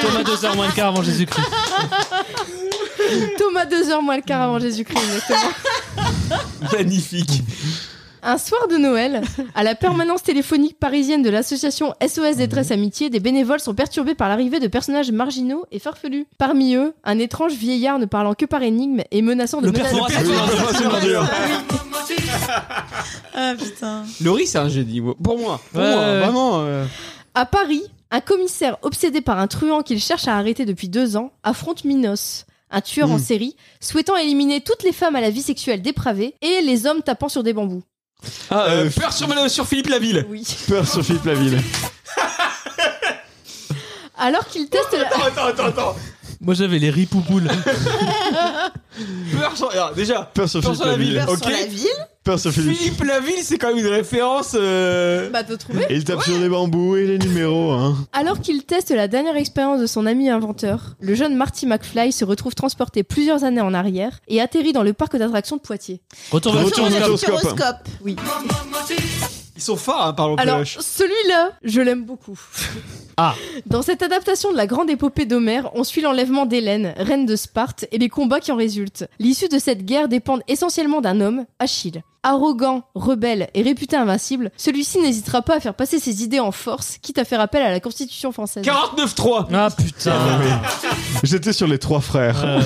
S3: Thomas, deux heures moins le quart avant Jésus-Christ.
S4: Thomas deux heures moins le quart avant Jésus-Christ, exactement.
S1: Magnifique.
S4: Un soir de Noël, à la permanence téléphonique parisienne de l'association SOS Détresse Amitié, des bénévoles sont perturbés par l'arrivée de personnages marginaux et farfelus. Parmi eux, un étrange vieillard ne parlant que par énigme et menaçant de
S3: Le
S4: mena-
S3: père Fouras,
S1: Le père
S3: c'est-
S5: C'est une ordure.
S2: Ah, putain.
S1: Laurie, c'est un génie. Pour moi. Pour
S3: Ouais,
S1: moi,
S3: ouais.
S1: vraiment. euh.
S4: À Paris, un commissaire obsédé par un truand qu'il cherche à arrêter depuis deux ans affronte Minos, un tueur en série, souhaitant éliminer toutes les femmes à la vie sexuelle dépravée et les hommes tapant sur des bambous.
S5: Ah,
S1: Euh,
S5: euh,
S1: peur sur, Madame- sur Philippe Laville.
S4: Oui.
S5: peur sur Philippe Laville.
S4: Alors qu'il teste la...
S1: Attends, attends, attends.
S3: Moi j'avais les ripoupoules.
S1: Peur sur. alors, déjà,
S5: Peur sur
S1: Peur
S5: Philippe
S1: sur la ville.
S5: Laville.
S2: Peur
S1: Ok.
S2: sur la ville.
S5: Peur sur Philippe.
S1: Philippe Laville, c'est quand même une référence. euh,
S4: Bah, t'as trouvé
S5: Et il tape sur les bambous et les numéros, hein.
S4: Alors qu'il teste la dernière expérience de son ami inventeur, le jeune Marty McFly se retrouve transporté plusieurs années en arrière et atterrit dans le parc d'attractions de Poitiers.
S3: Retour vers le
S5: Retour
S3: futur,
S5: vers
S2: le
S5: le
S3: Oscar.
S5: futur.
S2: futuroscope. Oui.
S1: Ils sont forts, hein, parlons
S4: Alors,
S1: PH.
S4: celui-là, je l'aime beaucoup.
S3: Ah.
S4: Dans cette adaptation de la grande épopée d'Homère, on suit l'enlèvement d'Hélène, reine de Sparte, et les combats qui en résultent. L'issue de cette guerre dépendent essentiellement d'un homme, Achille. Arrogant, rebelle et réputé invincible, celui-ci n'hésitera pas à faire passer ses idées en force, quitte à faire appel à la Constitution française.
S1: 49-3.
S3: Ah putain.
S5: J'étais sur les trois frères.
S3: Euh,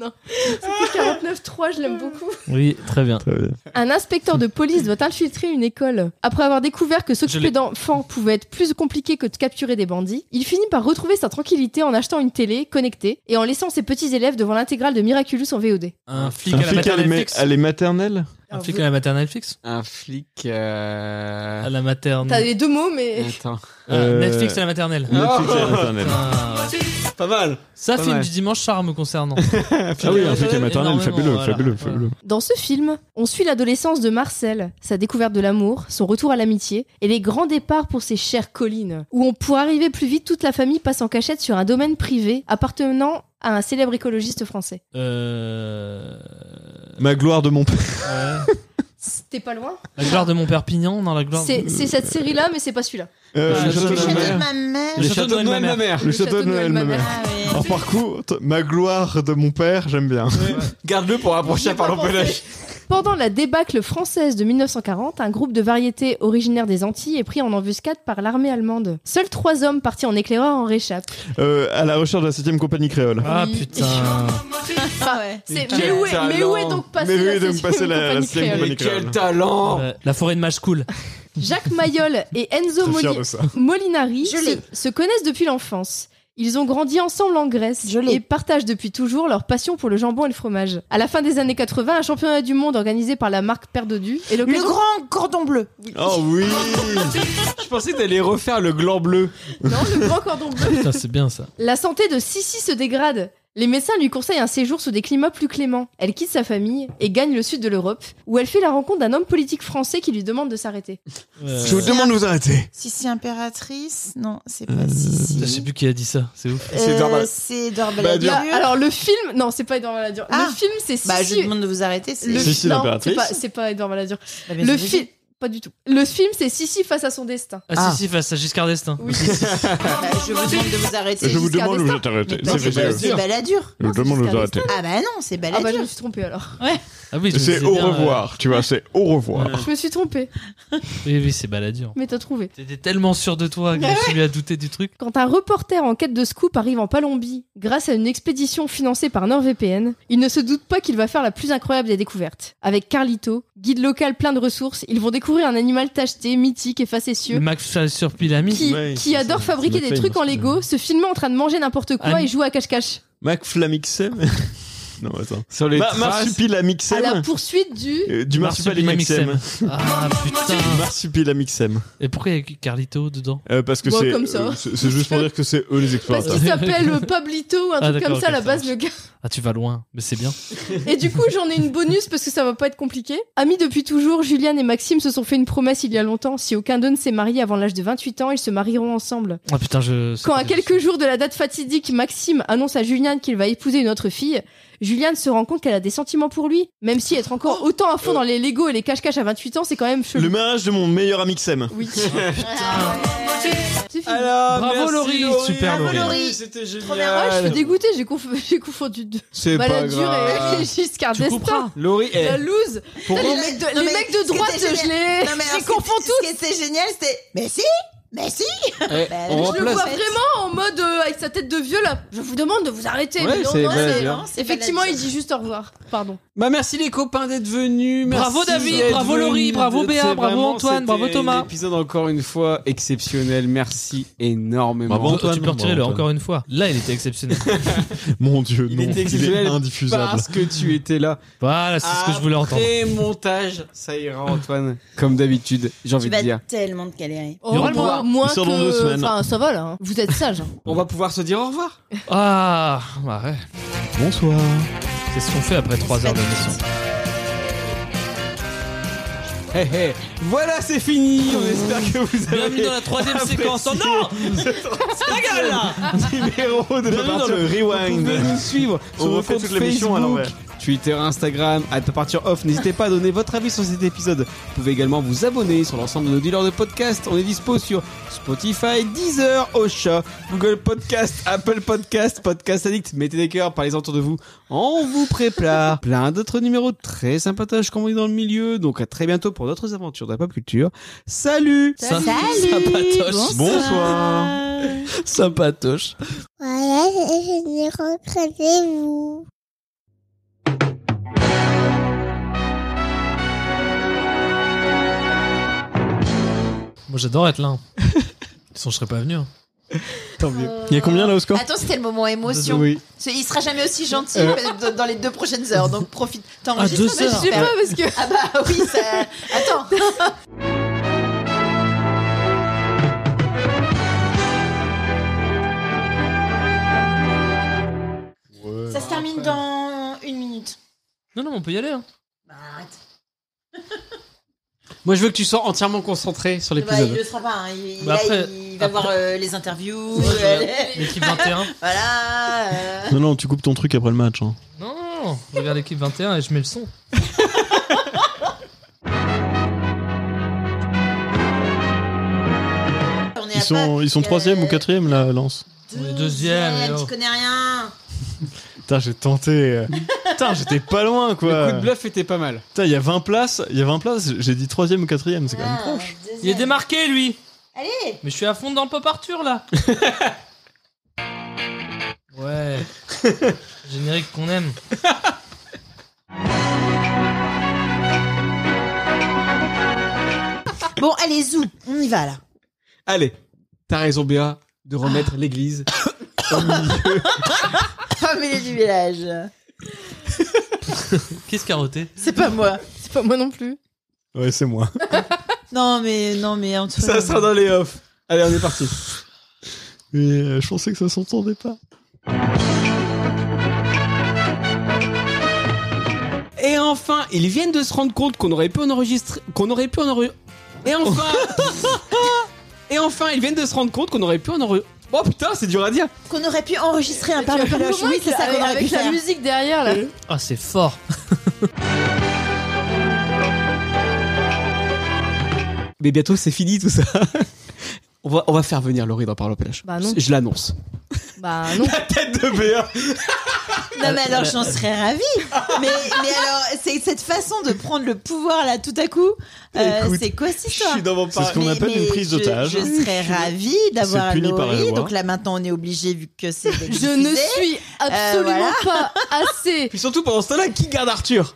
S4: C'était 49-3, je l'aime beaucoup.
S3: oui, très bien.
S5: Très bien.
S4: Un inspecteur de police doit infiltrer une école. Après avoir découvert que
S3: Je l'ai.
S4: s'occuper d'enfants pouvait être plus compliqué que de capturer des bandits, il finit par retrouver sa tranquillité en achetant une télé connectée et en laissant ses petits élèves devant l'intégrale de Miraculous en VOD.
S3: Un flic
S5: Un
S3: à la
S5: flic à
S3: maternelle
S5: les-
S3: fixe.
S5: à les maternelles
S3: Un flic à la maternelle fixe.
S1: Un flic.
S3: À
S1: Euh...
S3: la
S4: T'as
S3: maternelle.
S4: les deux mots, mais.
S1: Attends.
S3: Ah,
S5: Euh,
S3: Netflix à la maternelle.
S5: Netflix et Internet.
S3: Ah, ouais.
S1: Pas mal.
S3: Ça,
S1: Pas
S3: film
S1: mal.
S3: du dimanche charme concernant.
S5: Ah oui, un flic à maternelle,
S3: Énormément,
S5: fabuleux,
S3: voilà.
S5: fabuleux, fabuleux.
S4: Dans ce film, on suit l'adolescence de Marcel, sa découverte de l'amour, son retour à l'amitié et les grands départs pour ses chères collines, où on, pour arriver plus vite, toute la famille passe en cachette sur un domaine privé appartenant à un célèbre écologiste français.
S3: Euh...
S5: Ma gloire de mon père.
S3: ouais.
S4: C'était pas loin
S3: La gloire de mon Perpignan, non, la gloire de-
S4: C'est c'est cette série-là, mais c'est pas celui-là.
S5: Euh,
S3: Ah,
S5: le
S3: je
S5: château
S2: Le
S5: de
S3: sais
S5: ma
S2: château
S5: mère.
S2: de ma mère.
S1: Le château, de Noël, ma mère.
S5: Le château de Noël, ma mère.
S2: Ah
S5: Alors
S2: oui.
S5: par contre, ma gloire de mon père, j'aime bien.
S1: Garde-le pour approcher
S4: J'ai pas
S1: par
S4: pensé.
S1: PH.
S4: Pendant la débâcle française de 1940, un groupe de variétés originaire des Antilles est pris en embuscade par l'armée allemande. Seuls trois hommes partis en éclaireur en réchappent.
S5: Euh, à la recherche de la 7ème compagnie créole.
S3: Ah
S4: Oui.
S3: putain.
S2: Ah ouais.
S4: C'est-
S1: Quel
S4: Mais, où est, mais où est
S1: talent.
S4: donc passée
S5: Mais oui,
S4: la
S5: donc
S4: septième
S5: passée la- la
S4: compagnie
S5: septième
S4: créole
S5: compagnie.
S1: Mais quel talent
S3: Euh, la forêt de Machecoul.
S4: Jacques Mayol et Enzo
S5: Très fier
S4: Moli-
S5: de ça.
S4: Molinari
S2: Je
S4: se,
S2: l'ai.
S4: se connaissent depuis l'enfance. Ils ont grandi ensemble en Grèce
S2: Je l'ai.
S4: et partagent depuis toujours leur passion pour le jambon et le fromage. À la fin des années 80, un championnat du monde organisé par la marque Perdodu est
S2: Le
S4: l'occasion
S2: grand cordon bleu. Oui.
S10: Ah
S5: Oh oui
S1: Je pensais que t'allais refaire le gland bleu.
S4: Non, le grand cordon bleu.
S3: Putain, c'est bien ça.
S4: La santé de Sissi se dégrade. Les médecins lui conseillent un séjour sous des climats plus cléments. Elle quitte sa famille et gagne le sud de l'Europe, où elle fait la rencontre d'un homme politique français qui lui demande de s'arrêter.
S3: Euh,
S5: Je vous demande de vous arrêter.
S2: Si c'est impératrice, non, c'est
S1: Euh,
S2: pas si.
S3: Je sais plus qui a dit ça, c'est ouf.
S1: c'est Dorbal-
S2: Euh, C'est Dorbal
S5: Bah,
S2: Adur.
S4: Là, alors le film, non, c'est pas Edouard Balladur.
S2: Ah.
S4: le film, c'est Sissi.
S2: Bah, je demande de vous arrêter. c'est-
S4: le
S5: Sissi
S4: non,
S5: l'impératrice.
S4: c'est pas, c'est pas Edouard Balladur.
S2: Bah, bien
S4: Le
S2: sûr.
S4: film, Pas du tout. Le film, c'est Sissi face à son destin.
S3: Ah,
S2: Ah.
S3: si, si, face à Giscard d'Estaing.
S4: Oui.
S2: Bah, je vous demande de vous arrêter.
S10: Je vous
S4: Giscard
S10: demande où
S4: d'Estaing.
S10: vous êtes arrêté.
S2: Non,
S10: C'est
S2: c'est
S10: vrai.
S2: pas-
S10: Je
S2: c'est Balladur.
S4: Non,
S10: vous
S4: c'est
S10: demande de vous
S4: Giscard
S10: arrêter.
S2: Ah bah non, c'est
S4: Ah bah je
S2: Balladur.
S4: me suis trompée alors.
S3: Ah oui, je
S10: C'est
S3: sais
S10: au
S3: bien, euh,
S10: revoir, tu vois, c'est au revoir.
S4: Je me suis trompée,
S3: Oui, oui, c'est baladur.
S4: mais t'as trouvé.
S3: T'étais tellement sûr de toi que je suis à douter du truc.
S4: Quand un reporter en quête de scoop arrive en Palombie, grâce à une expédition financée par NordVPN, il ne se doute pas qu'il va faire la plus incroyable des découvertes. Avec Carlito, guide local plein de ressources, ils vont découvrir un animal tacheté, mythique et
S3: Le
S4: facétieux.
S3: Max sur Pyramide.
S4: Qui,
S5: Ouais,
S4: qui
S5: c'est-
S4: adore
S5: c'est
S4: fabriquer des
S5: McFly,
S4: trucs en
S5: parce que-
S4: Lego, se filmer en train de manger n'importe quoi
S3: Ah,
S4: et jouer à cache-cache.
S5: Mac Flamixem Non, attends.
S1: Sur les
S5: Ma
S1: traces.
S4: À la
S5: Marsupilamixem
S4: poursuite du.
S5: Euh, Du Marsupilamixem.
S3: Ah putain.
S5: Marsupilamixem.
S3: Et pourquoi il y a Carlito dedans
S10: Euh, parce que
S4: Bon,
S10: c'est
S4: comme ça.
S10: euh, c'est c'est juste pour dire que c'est eux les
S4: Parce
S10: explorateurs.
S4: qu'il s'appelle Pablito ou un
S3: Ah,
S4: truc comme
S3: d'accord,
S4: ça à la
S3: ok,
S4: base,
S3: ça
S4: le gars.
S3: Ah, tu vas loin, mais c'est bien.
S4: Et du coup, j'en ai une bonus parce que ça va pas être compliqué. Amis depuis toujours, Juliane et Maxime se sont fait une promesse il y a longtemps. Si aucun d'eux ne s'est marié avant l'âge de 28 ans, ils se marieront ensemble.
S3: Ah putain, je.
S4: Quand à quelques jours de la date fatidique, Maxime annonce à Juliane qu'il va épouser une autre fille, Juliane se rend compte qu'elle a des sentiments pour lui. Même si être encore
S2: Oh
S4: autant à fond dans les Lego et les cache-cache à 28 ans, c'est quand même
S5: Le
S4: chelou.
S5: mariage de mon meilleur ami Xem.
S4: Oui.
S2: Ah.
S4: C'est fini.
S1: Alors,
S3: Bravo,
S1: merci,
S3: Laurie, super,
S2: Laurie.
S1: Laurie, C'était
S4: Ah, je suis
S1: génial.
S4: dégoûtée, j'ai conf- j'ai confondu deux.
S1: C'est pas
S4: Balladur et et
S1: grave.
S4: Giscard
S3: Tu couperas.
S4: d'Estaing.
S1: Laurie, eh,
S4: La loose.
S1: pour-
S4: les mecs de,
S2: Non,
S4: les
S2: mais
S4: mecs
S2: ce
S4: de
S2: qui
S4: droite,
S2: était
S4: je
S2: génial-
S4: les,
S2: Non, mais
S4: je
S2: alors,
S4: les
S2: ce qui-
S4: confonds tous.
S2: Ce qui était génial, c'était. Mais si Mais si
S1: eh,
S2: Bah,
S1: on
S2: je
S4: Je le
S1: remplace.
S4: vois vraiment en mode euh, avec sa tête de vieux là. Je vous demande de vous arrêter.
S1: Ouais,
S4: mais non,
S1: c'est
S4: non,
S1: Balladur.
S4: c'est-
S1: Non,
S2: c'est
S4: Effectivement, il
S2: Balladur.
S4: dit juste au revoir. Pardon.
S1: Bah merci les copains d'être venus. merci
S3: Bravo David,
S1: d'être
S3: bravo Laurie,
S1: venus.
S3: bravo
S1: C'est
S3: Béa, bravo
S1: vraiment,
S3: Antoine,
S1: c'était
S3: bravo Thomas.
S1: Un épisode encore une fois exceptionnel. Merci énormément.
S5: Bravo.
S3: tu
S5: Antoine,
S3: peux retirer le
S5: Antoine.
S3: encore une fois. Là, il était exceptionnel.
S5: Mon dieu,
S1: Il
S5: non.
S1: était
S5: Il est
S1: exceptionnel
S5: indiffusable.
S1: Parce que tu étais là.
S3: voilà, c'est ce que je voulais entendre.
S1: Après montage, ça ira Antoine. Comme d'habitude, j'ai envie
S2: Tu
S1: de
S2: vas
S1: dire.
S2: tellement te galérer.
S4: Oh,
S3: aura le
S4: moins,
S3: droit.
S4: moins
S5: Il sort dans deux
S4: que.
S5: semaines.
S4: Enfin, ça va là. hein. Vous êtes sage.
S1: On va pouvoir se dire au revoir.
S3: Ah, bah ouais.
S5: Bonsoir.
S3: Qu'est-ce qu'on fait après 3 heures d'émission
S1: Hé hé. Voilà, c'est fini. On espère que vous avez
S3: Bienvenue dans la troisième séquence. Oh non Ta gueule là
S5: Numéro de
S1: Bienvenue dans
S5: le
S1: Vous pouvez
S5: rewind.
S1: nous suivre sur
S5: On
S1: nos
S5: refait
S1: comptes
S5: toute l'émission à
S1: Facebook,
S5: l'envers.
S1: Twitter, Instagram, à partir off. N'hésitez pas à donner votre avis sur cet épisode. Vous pouvez également vous abonner sur l'ensemble de nos dealers de podcasts. On est dispo sur Spotify, Deezer, Ocha, Google Podcast, Apple Podcast, Podcast Addict. Mettez des cœurs, parlez autour de vous. On vous prépare plein d'autres numéros très sympatoches comme on est dans le milieu. Donc à très bientôt pour d'autres aventures de la pop culture. Salut
S4: Salut.
S3: Sympatoche.
S5: Bonsoir.
S3: Sympatoche.
S8: Voilà, je vous
S3: Moi, j'adore être là. hein. Sinon, je serais pas venu. hein.
S1: Tant mieux.
S5: Il y a combien là au score
S2: Attends, c'était le moment émotion.
S1: Oui.
S2: Ce- Il sera jamais aussi gentil dans- dans les deux prochaines heures, donc profite.
S3: Ah, deux
S2: T'enregistres
S3: heures.
S4: Je sais pas parce que.
S2: Ah bah oui, ça... Attends. Ça se termine dans une minute.
S3: Non, non, on peut y aller. Hein.
S2: Bah,
S1: Moi je veux que tu sois entièrement concentré sur
S2: Bah, il
S1: l'épisode.
S2: le sera pas. hein. Il,
S3: Bah
S2: là,
S3: après-
S2: il va
S3: après-
S2: voir euh, les interviews.
S3: Ouais, je
S2: euh,
S3: regarde L'équipe 21.
S2: voilà. euh.
S5: Non, non, tu coupes ton truc après le match. hein.
S3: Non, non, non, je regarde l'équipe 21 et je mets le son.
S2: On est à
S5: Ils sont,
S2: pas-
S5: ils sont
S2: euh,
S5: troisième ou quatrième là, Lance
S3: On est deuxième,
S2: deuxième,
S3: et oh.
S2: Tu connais rien.
S5: Putain, j'ai tenté. Putain, j'étais pas loin
S1: Le coup
S5: quoi.
S1: de bluff était pas mal.
S5: Putain, il y a 20 places, il y a 20 places, j'ai dit troisième ou quatrième, c'est quand même
S2: Ah,
S5: proche.
S2: deuxième.
S3: Il est démarqué, lui
S2: Allez.
S3: Mais je suis à fond dans Pop Arthur, là Ouais. Générique qu'on aime.
S2: Bon, allez, zou. On y va là.
S1: Allez, t'as raison Béa de remettre l'église.
S2: Femme et du village.
S3: Qu'est-ce carotté
S2: C'est pas moi.
S4: C'est pas moi non plus.
S5: Ouais, c'est moi.
S2: Non mais non mais entre.
S1: Ça sera dans les offs. Allez, on est parti.
S5: Mais euh, je pensais que ça s'entendait pas.
S1: Et enfin, ils viennent de se rendre compte qu'on aurait pu en enregistrer, qu'on aurait pu en enre- Et enfin, et enfin, ils viennent de se rendre compte qu'on aurait pu en enregistrer. Oh putain, c'est dur à dire.
S2: Qu'on aurait pu enregistrer un
S4: Tu vas
S2: parle
S4: faire
S2: peloche.
S4: comment
S2: Ah, Oui, c'est ça qu'on aurait pu
S4: Avec la
S2: faire. Euh.
S4: musique derrière là.
S3: Ah, c'est fort
S1: Mais bientôt, c'est fini tout ça. On va, on va faire venir Laurie dans Parle au Pelage.
S4: Bah non.
S1: Je l'annonce.
S4: Bah non.
S1: Tête de BA
S2: Non, mais alors j'en serais ravie. Mais, mais alors, c'est cette façon de prendre le pouvoir là tout à coup. euh,
S5: Écoute,
S2: c'est quoi cette
S5: je suis
S2: histoire
S5: dans mon C'est ce qu'on
S2: Mais-
S5: appelle une
S2: mais
S5: prise
S2: je-
S5: d'otage.
S2: Je, serais ravie d'avoir
S5: puni par la
S2: Laurie.
S5: loi.
S2: Donc là maintenant, on est obligé vu que c'est.
S4: Je ne
S2: diffusé.
S4: suis absolument
S2: Euh, voilà.
S4: pas assez.
S1: Puis surtout, pendant ce temps-là, qui garde Arthur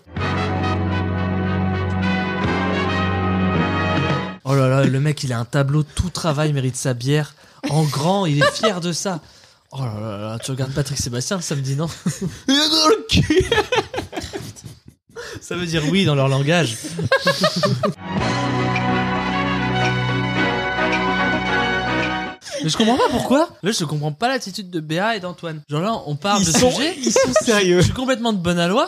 S3: Oh là là, le mec, il a un tableau, tout travail mérite sa bière. En grand, il est fier de ça. Oh là là là, tu regardes Patrick Sébastien le samedi, non
S1: Il est dans le cul
S3: Ça veut dire oui dans leur langage. Mais je comprends pas pourquoi. Là, je comprends pas l'attitude de Béa et d'Antoine. Genre là, on parle
S1: Ils
S3: de
S1: sont-
S3: sujet.
S1: ils sont sérieux.
S3: Je suis complètement de bonne aloi.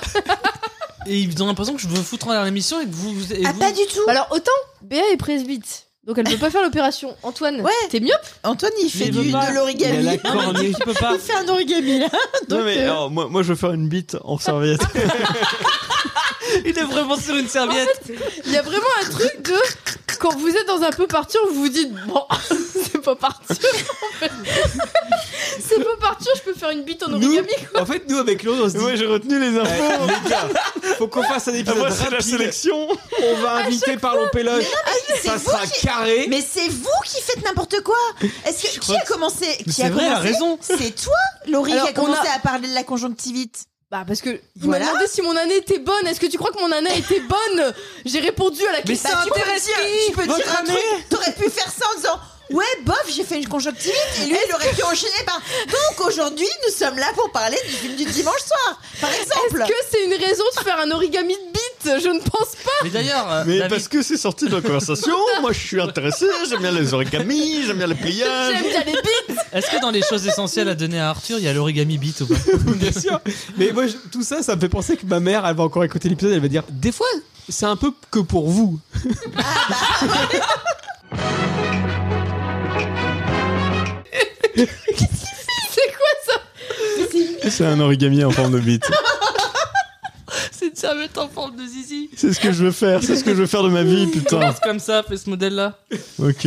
S3: Et ils ont l'impression que je veux foutre en l'air l'émission et que vous. vous- et
S2: Ah,
S3: vous-
S2: pas du tout.
S4: Bah alors autant Béa est presbyte, donc elle peut pas faire l'opération. Antoine,
S2: Ouais.
S4: t'es myope
S2: Antoine, il fait
S3: il
S2: du,
S3: veut
S2: de
S3: pas.
S1: Il a
S2: l'origami.
S1: la cornée.
S3: Tu peux pas.
S2: Il fait un origami là.
S5: Non,
S2: Donc,
S5: mais
S2: euh,
S5: alors, moi, moi, je veux faire une bite en serviette.
S3: Il est vraiment sur une serviette.
S4: Il y a vraiment un truc de quand vous êtes dans un peu partir, vous vous dites bon, c'est pas partir. en fait. c'est pas partir, je peux faire une bite en origami.
S1: En fait, nous, avec Laurie, on se dit...
S5: moi, j'ai retenu les infos.
S1: Eh, les gars, faut qu'on fasse un épisode
S5: Ah, moi, c'est la
S1: rapide.
S5: sélection.
S1: On va inviter Parlons Péloche.
S2: c'est
S1: Ça
S2: vous
S1: sera
S2: qui-
S1: carré.
S2: Mais c'est vous qui faites n'importe quoi. Est-ce que qui
S3: crois
S2: a
S3: que-
S2: commencé Qui
S3: c'est
S2: a
S3: vrai, elle a
S2: commencé
S3: raison.
S2: C'est toi, Laurie,
S4: Alors,
S2: qui a
S4: on
S2: commencé
S4: a-
S2: à parler de la conjonctivite.
S4: Bah parce que vous
S2: Voilà.
S4: m'a demandé si mon année était bonne. Est-ce que tu crois que mon année était bonne J'ai répondu à la question.
S2: Bah, tu peux
S4: intéresse
S2: dire,
S4: qui
S2: tu peux dire un truc. T'aurais pu faire ça en disant. Ouais, bof, j'ai fait une conjonctivite et lui, il aurait pu enchaîner par. Donc aujourd'hui, nous sommes là pour parler du film du dimanche soir, par exemple.
S4: Est-ce que c'est une raison de faire un origami de bite Je ne pense pas.
S3: Mais d'ailleurs, euh,
S5: Mais
S3: David-
S5: parce que c'est sorti de la conversation, moi je suis intéressé, j'aime bien les origamis, j'aime bien les pliages.
S4: J'aime bien les bites.
S3: est-ce que dans les choses essentielles à donner à Arthur, il y a l'origami bite ou pas
S1: Bien sûr. Mais moi, je- tout ça, ça me fait penser que ma mère, elle va encore écouter l'épisode, elle va dire Des fois, c'est un peu que pour vous.
S4: C'est quoi ça
S5: C'est un origami en forme de bite.
S3: C'est une serviette en forme de zizi.
S5: C'est ce que je veux faire, c'est ce que je veux faire de ma vie, putain.
S3: Commence comme ça, fais ce modèle-là.
S5: Ok.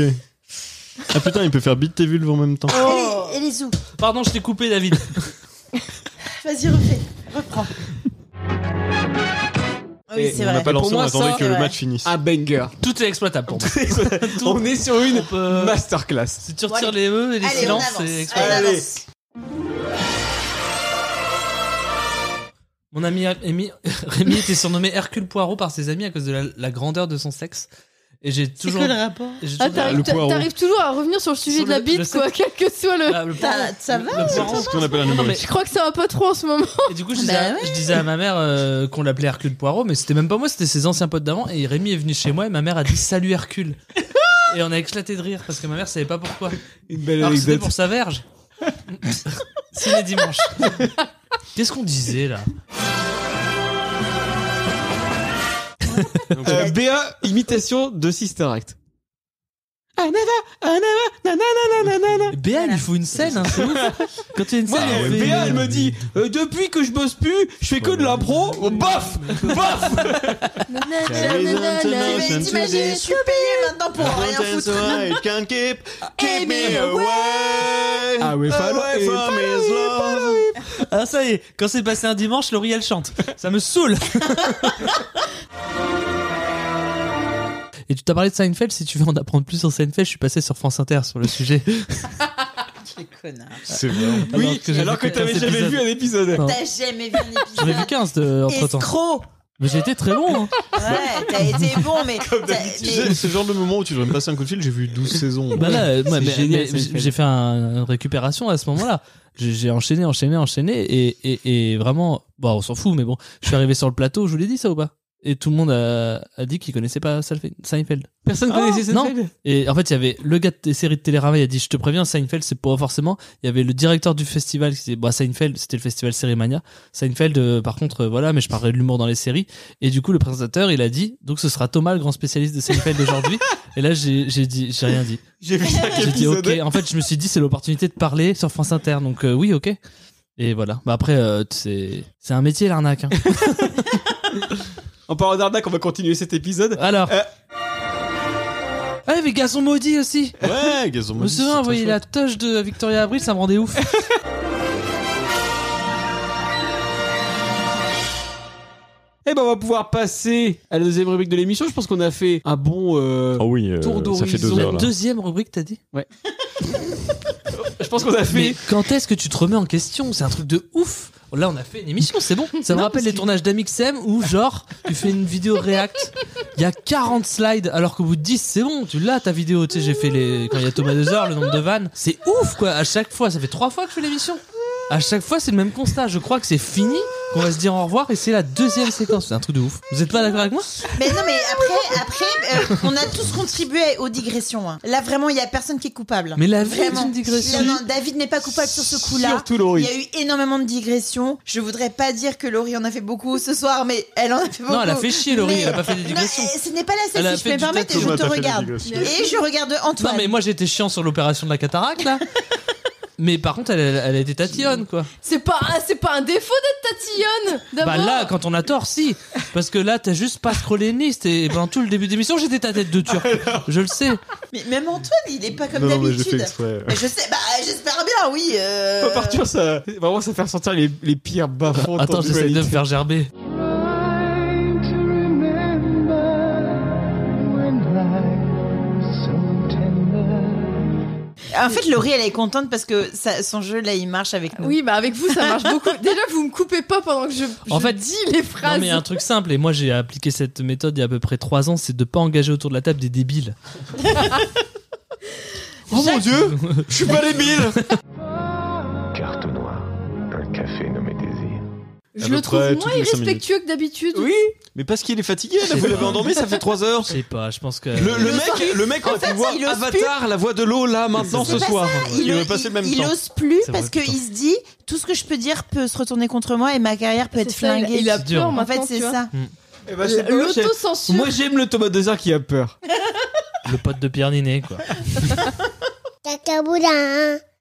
S5: Ah putain, il peut faire bite et vulve en même temps.
S2: Et les- Et les zoos.
S3: Pardon, je t'ai coupé, David.
S2: Vas-y, refais. Reprends. Oui,
S1: Et
S2: c'est
S5: On
S2: vrai.
S5: n'a pas
S1: Mais pour
S5: lancé, on
S1: moi,
S5: attendait
S1: ça,
S5: que le
S2: ouais.
S5: match finisse.
S3: Ah,
S1: Un banger.
S3: Tout est exploitable pour moi.
S1: on est sur une
S3: On peut-
S1: masterclass.
S3: Si tu retires les E et les
S2: Allez,
S3: silences,
S2: on avance.
S3: c'est exploitable.
S2: Allez, on
S1: Allez.
S2: avance.
S3: Mon ami Rémi, Rémi était surnommé Hercule Poirot par ses amis à cause de la, la grandeur de son sexe. Et j'ai toujours.
S2: rapport
S3: j'ai
S4: Ah,
S3: toujours-
S4: T'arrives
S5: le
S4: t'a-
S5: poireau.
S4: t'arrives toujours à revenir sur le sujet
S3: Sur
S4: de la
S3: le-
S4: bite,
S3: je sais.
S4: quoi, quel que soit le.
S3: Ah, le poireau.
S2: Ça, ça va
S3: Le poireau.
S5: C'est ce qu'on appelle un
S3: Non, mais-
S5: humoriste.
S4: Je crois que ça va pas trop en ce moment.
S3: Et du coup, je disais,
S2: Bah
S3: à- je disais à ma mère euh, qu'on l'appelait Hercule Poirot, mais c'était même pas moi, c'était ses anciens potes d'avant. Et Rémi est venu chez moi et ma mère a dit Salut Hercule. et on a éclaté de rire parce que ma mère savait pas pourquoi.
S1: Une belle
S3: Alors que c'était
S1: anecdote.
S3: pour sa verge. Ciné dimanche. Qu'est-ce qu'on disait là
S1: Euh, BA, imitation de Sister Act. Anava, Anava, nanana, nanana.
S3: Béa, il lui faut une scène, hein, c'est ouf. Quand tu as une
S1: Moi,
S3: scène, elle fait-
S1: BA, elle me dit euh, Depuis que je bosse plus, je fais que de l'impro. Oh, baf Baf
S2: Mais t'imagines, je suis payé maintenant pour rien foutre.
S5: I can't keep, keep me
S2: Eh,
S5: away.
S1: Ah ouais, follow-
S5: away
S1: et
S5: from his love.
S3: Ah, ça y est, quand c'est passé un dimanche, Laurie elle chante. Ça me saoule. Et tu t'as parlé de Seinfeld, si tu veux en apprendre plus sur Seinfeld, je suis passé sur France Inter sur le sujet.
S2: Quel connard.
S5: C'est vrai.
S1: Oui,
S3: j'ai
S1: alors que
S3: vu
S1: t'avais
S3: 15
S1: jamais
S3: épisodes.
S1: vu un épisode.
S3: Non.
S2: T'as jamais vu un
S3: J'en ai vu
S2: épisode
S3: 15 de, entre temps.
S2: escroc.
S3: Mais j'ai été très bon. hein.
S2: Ouais, t'as été bon, mais. t'as-
S5: Tu
S2: mais-
S5: sais, C'est le genre de moment où tu devrais me passer un coup de fil, j'ai vu 12 saisons.
S3: Bah là, moi, mais-
S1: génial,
S3: mais
S1: Seinfeld.
S3: j'ai fait un- une récupération à ce moment-là. J'ai j'ai enchaîné, enchaîné, enchaîné. Et, et, et vraiment, bon, on s'en fout, mais bon, je suis arrivé sur le plateau, je vous l'ai dit ça ou pas Et tout le monde a, a dit qu'il connaissait pas Salfe- Seinfeld.
S1: Personne
S3: Ah,
S1: connaissait
S3: non.
S1: Seinfeld
S3: Et en fait, il y avait le gars des séries de Télérama, il a dit Je te préviens, Seinfeld, c'est pas forcément. Il y avait le directeur du festival qui disait bah, Seinfeld, c'était le festival Série Mania. Seinfeld, euh, par contre, euh, voilà, mais je parlerai de l'humour dans les séries. Et du coup, le présentateur, il a dit Donc ce sera Thomas, le grand spécialiste de Seinfeld aujourd'hui. Et là, j'ai j'ai dit J'ai rien dit.
S1: J'ai vu chaque
S3: J'ai dit
S1: épisode.
S3: ok. En fait, je me suis dit c'est l'opportunité de parler sur France Inter, donc euh, oui, ok. Et voilà. Bah après, euh, c'est c'est un métier l'arnaque. hein.
S1: En parlant d'arnaque, on va continuer cet épisode.
S3: Alors,
S1: Euh.
S3: Ah, il y avait Gazon Maudit aussi.
S5: Ouais, Gazon
S3: Je me souviens, vous voyez la toche de Victoria Abril, ça me rendait
S5: Euh,
S3: ouf.
S1: Eh ben, on va pouvoir passer à la deuxième rubrique de l'émission. Je pense qu'on a fait un bon euh,
S5: Oh oui, euh,
S1: tour
S5: ça fait
S1: d'horizon.
S5: deux heures là.
S3: Deuxième rubrique, t'as dit
S1: Je pense qu'on a fait.
S3: Mais quand est-ce que tu te remets en question C'est un truc de ouf. Là, on a fait une émission, c'est bon. Ça me rappelle les tournages d'Amixem où, genre, tu fais une vidéo react, il y a 40 slides, alors qu'au bout de 10, c'est bon, tu l'as ta vidéo. Tu sais, j'ai fait les. Quand il y a Thomas Dezor, le nombre de vannes. C'est ouf, quoi. À chaque fois, ça fait trois fois que je fais l'émission. À chaque fois, c'est le même constat. Je crois que c'est fini, qu'on va se dire au revoir, et c'est la deuxième séquence. C'est un truc de ouf. Vous êtes pas d'accord avec moi
S2: Mais non, mais après, après euh, on a tous contribué aux digressions. hein. Là, vraiment, il y a personne qui est coupable.
S3: Mais la vie est
S2: Vraiment.
S3: une digression.
S2: Non, non, David n'est pas coupable sur ce coup-là.
S1: Surtout Laurie.
S2: Il y a eu énormément de digressions. Je voudrais pas dire que Laurie en a fait beaucoup ce soir, mais elle en a fait beaucoup.
S3: Non, elle a fait chier, Laurie,
S2: Mais-
S3: elle a pas fait des digressions.
S2: Non, euh, ce n'est pas la
S3: Elle a
S2: scène, si je
S3: fait
S2: peux me
S3: du
S2: permettre, et je
S10: Thomas,
S2: te
S10: t'as fait des
S2: regarde.
S10: digressions.
S2: Et je regarde
S3: Non,
S2: Antoine.
S3: mais moi, j'étais chiant sur l'opération de la cataracte, là. Mais par contre, elle, elle a été tatillonne, quoi.
S4: C'est pas, ah, c'est pas un défaut d'être tatillonne
S3: Bah
S4: d'abord.
S3: là, quand on a tort, si. Parce que là, t'as juste pas scrollé une liste. Et pendant tout le début d'émission, j'étais ta tête de turc. Je le sais.
S2: Mais même Antoine, il est pas comme
S10: Non, non, mais j'ai fait
S2: d'habitude.
S10: exprès.
S2: Mais je sais, bah j'espère bien, oui. euh.
S1: Pas partir, ça. Vraiment, ça fait ressortir les, les pires bas-fonds.
S3: Attends, j'essaie de me faire gerber.
S2: En fait, Laurie, elle est contente parce que ça- son jeu là, il marche avec nous.
S4: Oui, bah avec vous, ça marche beaucoup. Déjà, vous me coupez pas pendant que je, je
S3: En fait-
S4: dis les
S3: Non,
S4: phrases.
S3: mais un truc simple. Et moi, j'ai appliqué cette méthode il y a à peu près 3 ans c'est de pas engager autour de la table des débiles.
S1: Oh mon dieu, je suis pas débile.
S6: Carte noire, un café nommé Désir.
S4: Je
S5: à
S4: le
S5: peu
S4: trouve
S5: près
S4: moins
S5: toutes les cinq
S4: irrespectueux que d'habitude.
S1: Oui.
S5: Mais parce qu'il est fatigué, là, vous
S3: C'est
S5: l'avez
S3: pas-
S5: endormi, ça fait 3 heures.
S3: Je sais pas, je pense que.
S5: Le, le mec, le mec aurait
S2: fait,
S5: pu voir
S2: il ose
S5: Avatar, la voix de l'eau, là, maintenant,
S2: C'est
S5: ce
S2: pas
S5: soir.
S2: ça,
S5: Il
S2: o-
S5: aurait passé le même
S2: il
S5: temps.
S2: ose plus
S3: C'est vrai,
S2: parce qu'il
S3: putain.
S2: se dit tout ce que je peux dire peut se retourner contre moi et ma carrière peut
S4: C'est
S2: être
S4: ça, il a-
S2: flinguée.
S4: il a
S3: C'est dur.
S4: peur
S2: en fait, c'est ça.
S1: Eh ben, je sais pas, moi, j'aime-
S4: Euh, L'autocensure.
S1: Moi, j'aime le Thomas Dozer qui a peur.
S3: Le pote de Pierre Ninet, quoi.
S8: Cacaboula, hein.